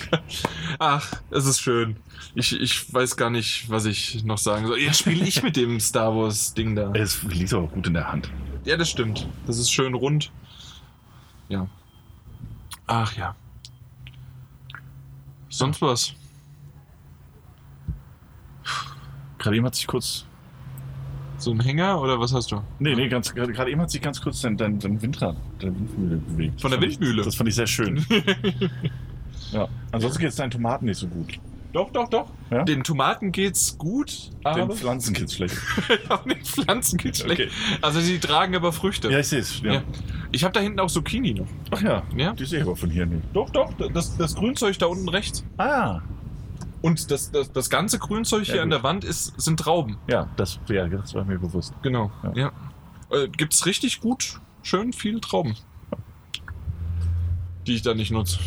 Ach, es ist schön. Ich, ich weiß gar nicht, was ich noch sagen soll. Jetzt spiele ich mit dem Star Wars-Ding da. Es liegt aber gut in der Hand. Ja, das stimmt. Das ist schön rund. Ja. Ach ja. Sonst was? Gerade eben hat sich kurz So ein Hänger oder was hast du? Nee, nee, ganz, gerade gerade eben hat sich ganz kurz dein, dein, dein Windrad, deine Windmühle bewegt. Von der Das fand Windmühle? Ich, das fand ich (laughs) sehr schön. ja. Ansonsten geht es deinen Tomaten nicht so gut. Doch, doch, doch. Ah. Ja? Den Tomaten geht's gut, aber Den Pflanzen geht es schlecht. auch den Pflanzen geht's schlecht. Okay. Also die tragen aber Früchte. Ja, ich sehe es. Ja. Ja. Ich habe da hinten auch Zucchini noch. Ach ja, Ja? die sehe ich aber von hier nicht. Doch, doch, das, das Grünzeug da unten rechts. Ah, Und das, das, das ganze Grünzeug Ja, hier an gut. der Wand ist, sind Trauben. ja, das, ja, das war mir bewusst. Genau. Ja. Ja. Äh, gibt's richtig gut, schön viel Trauben. Die ich da nicht nutze.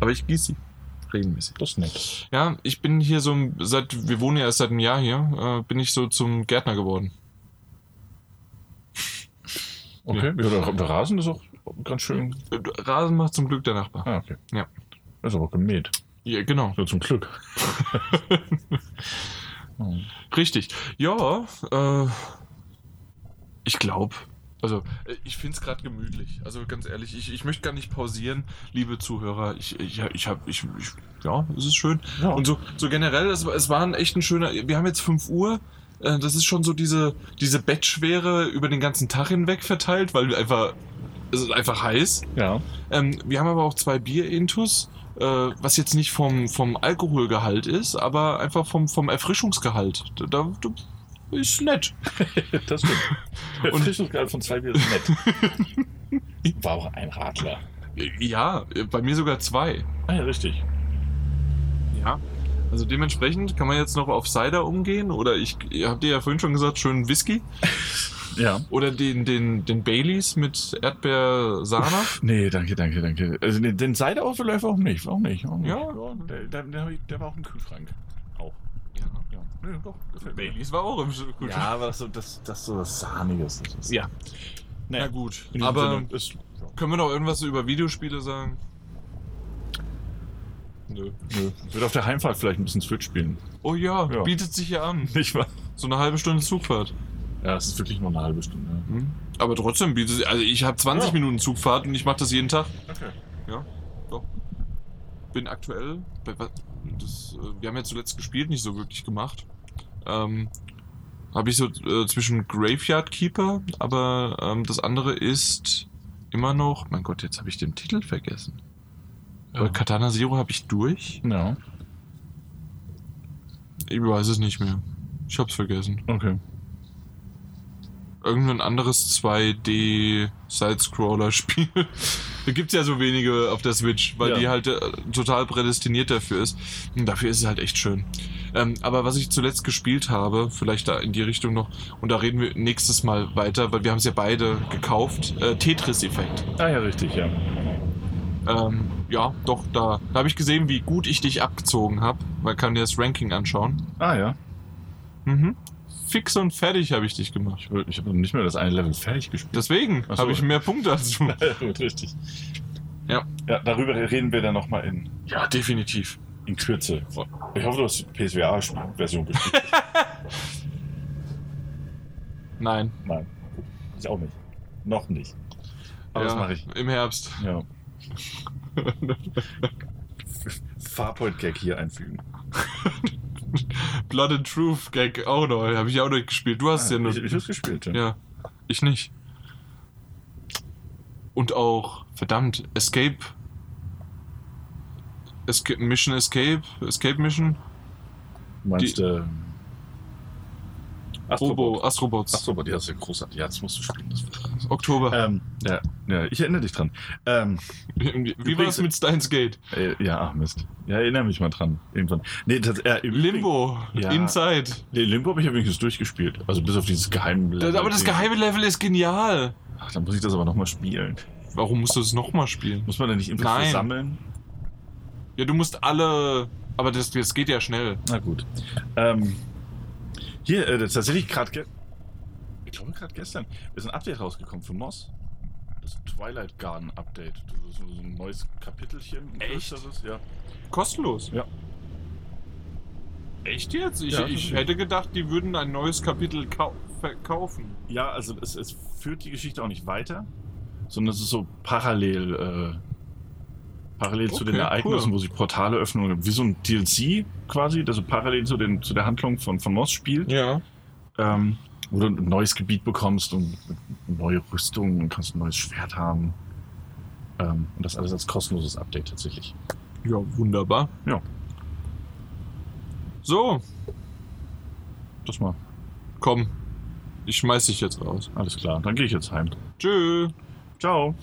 Aber ich gieße sie. Regelmäßig. Das ist nett. Ja, ich bin hier so, ein- seit, wir wohnen ja erst seit einem Jahr hier, äh, bin ich so zum Gärtner geworden. Okay, ja. der, der Rasen ist auch ganz schön. Äh, Rasen macht zum Glück der Nachbar. Ah, okay. Ja. Ist aber gemäht. Ja, genau. Nur zum Glück. (laughs) Hm. Richtig. Ja, äh, ich glaube. Also, äh, ich find's grad gerade gemütlich. Also, ganz ehrlich, ich, ich möchte gar nicht pausieren, liebe Zuhörer. Ich, ich, ich habe, ich, ich, ja, es ist schön. ja. Und so, so generell, es, war- es war ein echt ein schöner. Wir haben jetzt 5 Uhr. äh, Das ist schon so diese, diese Bettschwere über den ganzen Tag hinweg verteilt, weil wir einfach. Es ist einfach heiß. ja. Ähm, wir haben aber auch zwei Bier-Intus, äh, was jetzt nicht vom, vom Alkoholgehalt ist, aber einfach vom, vom Erfrischungsgehalt. Da, da ist nett. Das stimmt. Der Und- Frischungsgehalt von zwei Bier ist nett. War auch ein Radler. Ja, bei mir sogar zwei. Ah ja, richtig. Ja. Also dementsprechend kann man jetzt noch auf Cider umgehen oder ich, ihr habt ihr ja vorhin schon gesagt, schönen Whisky (laughs) Ja. oder den, den, den Baileys mit (laughs) Erdbeersahne. Nee, danke, danke, danke. Also den, den Seideaufläufer auch nicht, auch nicht. Auch nicht. Ja. der, der, der, hab ich- der war auch im Kühlschrank. Auch. Ja. Ja, nee, doch, gefällt mir. Baileys war auch im Sch- Ja, aber das, so- das, das so was Sahniges. Das ist. Ja. Naja, Na gut. In diesem Aber Sinne ist, (laughs) ja, können wir noch irgendwas über Videospiele sagen? Nö. nö. Ich würde auf der Heimfahrt vielleicht ein bisschen Switch spielen. Oh ja, Ja. bietet sich ja an. (laughs) Nicht wahr? So eine halbe Stunde Zugfahrt. Ja, es ist wirklich nur eine halbe Stunde. Aber trotzdem bietet sich. Also ich habe 20 Hm? Ja. Minuten Zugfahrt und ich mache das jeden Tag. Okay. Bin aktuell. Bei, was- das, äh, wir haben ja zuletzt gespielt, nicht so wirklich gemacht. Ähm, habe ich so äh, zwischen Graveyard Keeper, aber ähm, das andere ist immer noch. Mein Gott, jetzt habe ich den Titel vergessen. Aber Ja. Katana Zero habe ich durch. ja, Ich weiß es nicht mehr. Ich hab's vergessen. okay. irgendein anderes 2D-Sidescroller-Spiel. (laughs) da gibt's ja so wenige auf der Switch, weil Ja. die halt äh, total prädestiniert dafür ist. Und dafür ist es halt echt schön. Ähm, aber was ich zuletzt gespielt habe, vielleicht da in die Richtung noch, und da reden wir nächstes Mal weiter, weil wir haben es ja beide gekauft, äh, Tetris-Effekt. Ah ja, richtig, ja. Ähm, ja, doch, da, da habe ich gesehen, wie gut ich dich abgezogen habe. Man kann dir das Ranking anschauen. Ah ja. Mhm. Fix und fertig habe ich dich gemacht. Ich, will- ich habe nicht mehr das eine Level fertig gespielt. Deswegen Ach so. habe ich mehr Punkte als du. Gut, richtig. Ja. Ja, darüber reden wir dann nochmal in, Ja, definitiv. in Kürze. Ich hoffe, du hast die PSVR-Version gespielt. Nein. Nein. Ich auch nicht. Noch nicht. Aber das mache ich. Im Herbst. Ja. Farpoint-Gag hier einfügen. Blood and Truth Gag auch noch. Habe ich auch noch gespielt. Du hast ja nur. Ah, ich, ich hab's gespielt, ja. ja. Ich nicht. Und auch, verdammt, Escape. Esca Mission Escape. Escape Mission. Du Meinst äh, Die- du? Robo, Astrobots. Astrobot, ja, das ist ja großartig. Ja, das musst du spielen. Das wird Oktober. ähm, ja, ja, ich erinnere dich dran. Ähm, Wie, wie war übrigens- das mit Steins Gate? äh, ja, ach Mist. Ja, erinnere mich mal dran. Irgendwann. Nee, das, äh, im Limbo. Ja. Inside. Übrigen- Nee, Limbo habe ich ja wenigstens durchgespielt. Also bis auf dieses geheime Das, Level. aber das geheime Level ist genial. Ach, dann muss ich das aber nochmal spielen. Warum musst du es nochmal spielen? Muss man da nicht irgendwas Nein. sammeln? Ja, du musst alle. Aber das, das geht ja schnell. Na gut. Ähm, hier, äh, das- tatsächlich gerade ge ich glaube gerade gestern ist ein Update rausgekommen für Moss. Das Twilight Garden Update. Das ist so so ein neues Kapitelchen. ein Echt? größeres, Ja. Kostenlos? Ja. Echt jetzt? Ich, Ja, ich natürlich. hätte gedacht, die würden ein neues Kapitel kau verkaufen. ja, also es, es führt die Geschichte auch nicht weiter, sondern es ist so parallel, äh, parallel zu den Okay, Ereignissen, cool. wo sich Portale öffnen. Wie so ein DLC quasi, das so parallel zu, den, zu der Handlung von, von Moss spielt. Ja. ähm, wo du ein neues Gebiet bekommst und neue Rüstungen und kannst ein neues Schwert haben. Ähm, und das alles als kostenloses Update tatsächlich. Ja, wunderbar. Ja. So, Das mal. komm. Ich schmeiß dich jetzt raus. Alles klar. Dann gehe ich jetzt heim. Tschüss. Ciao.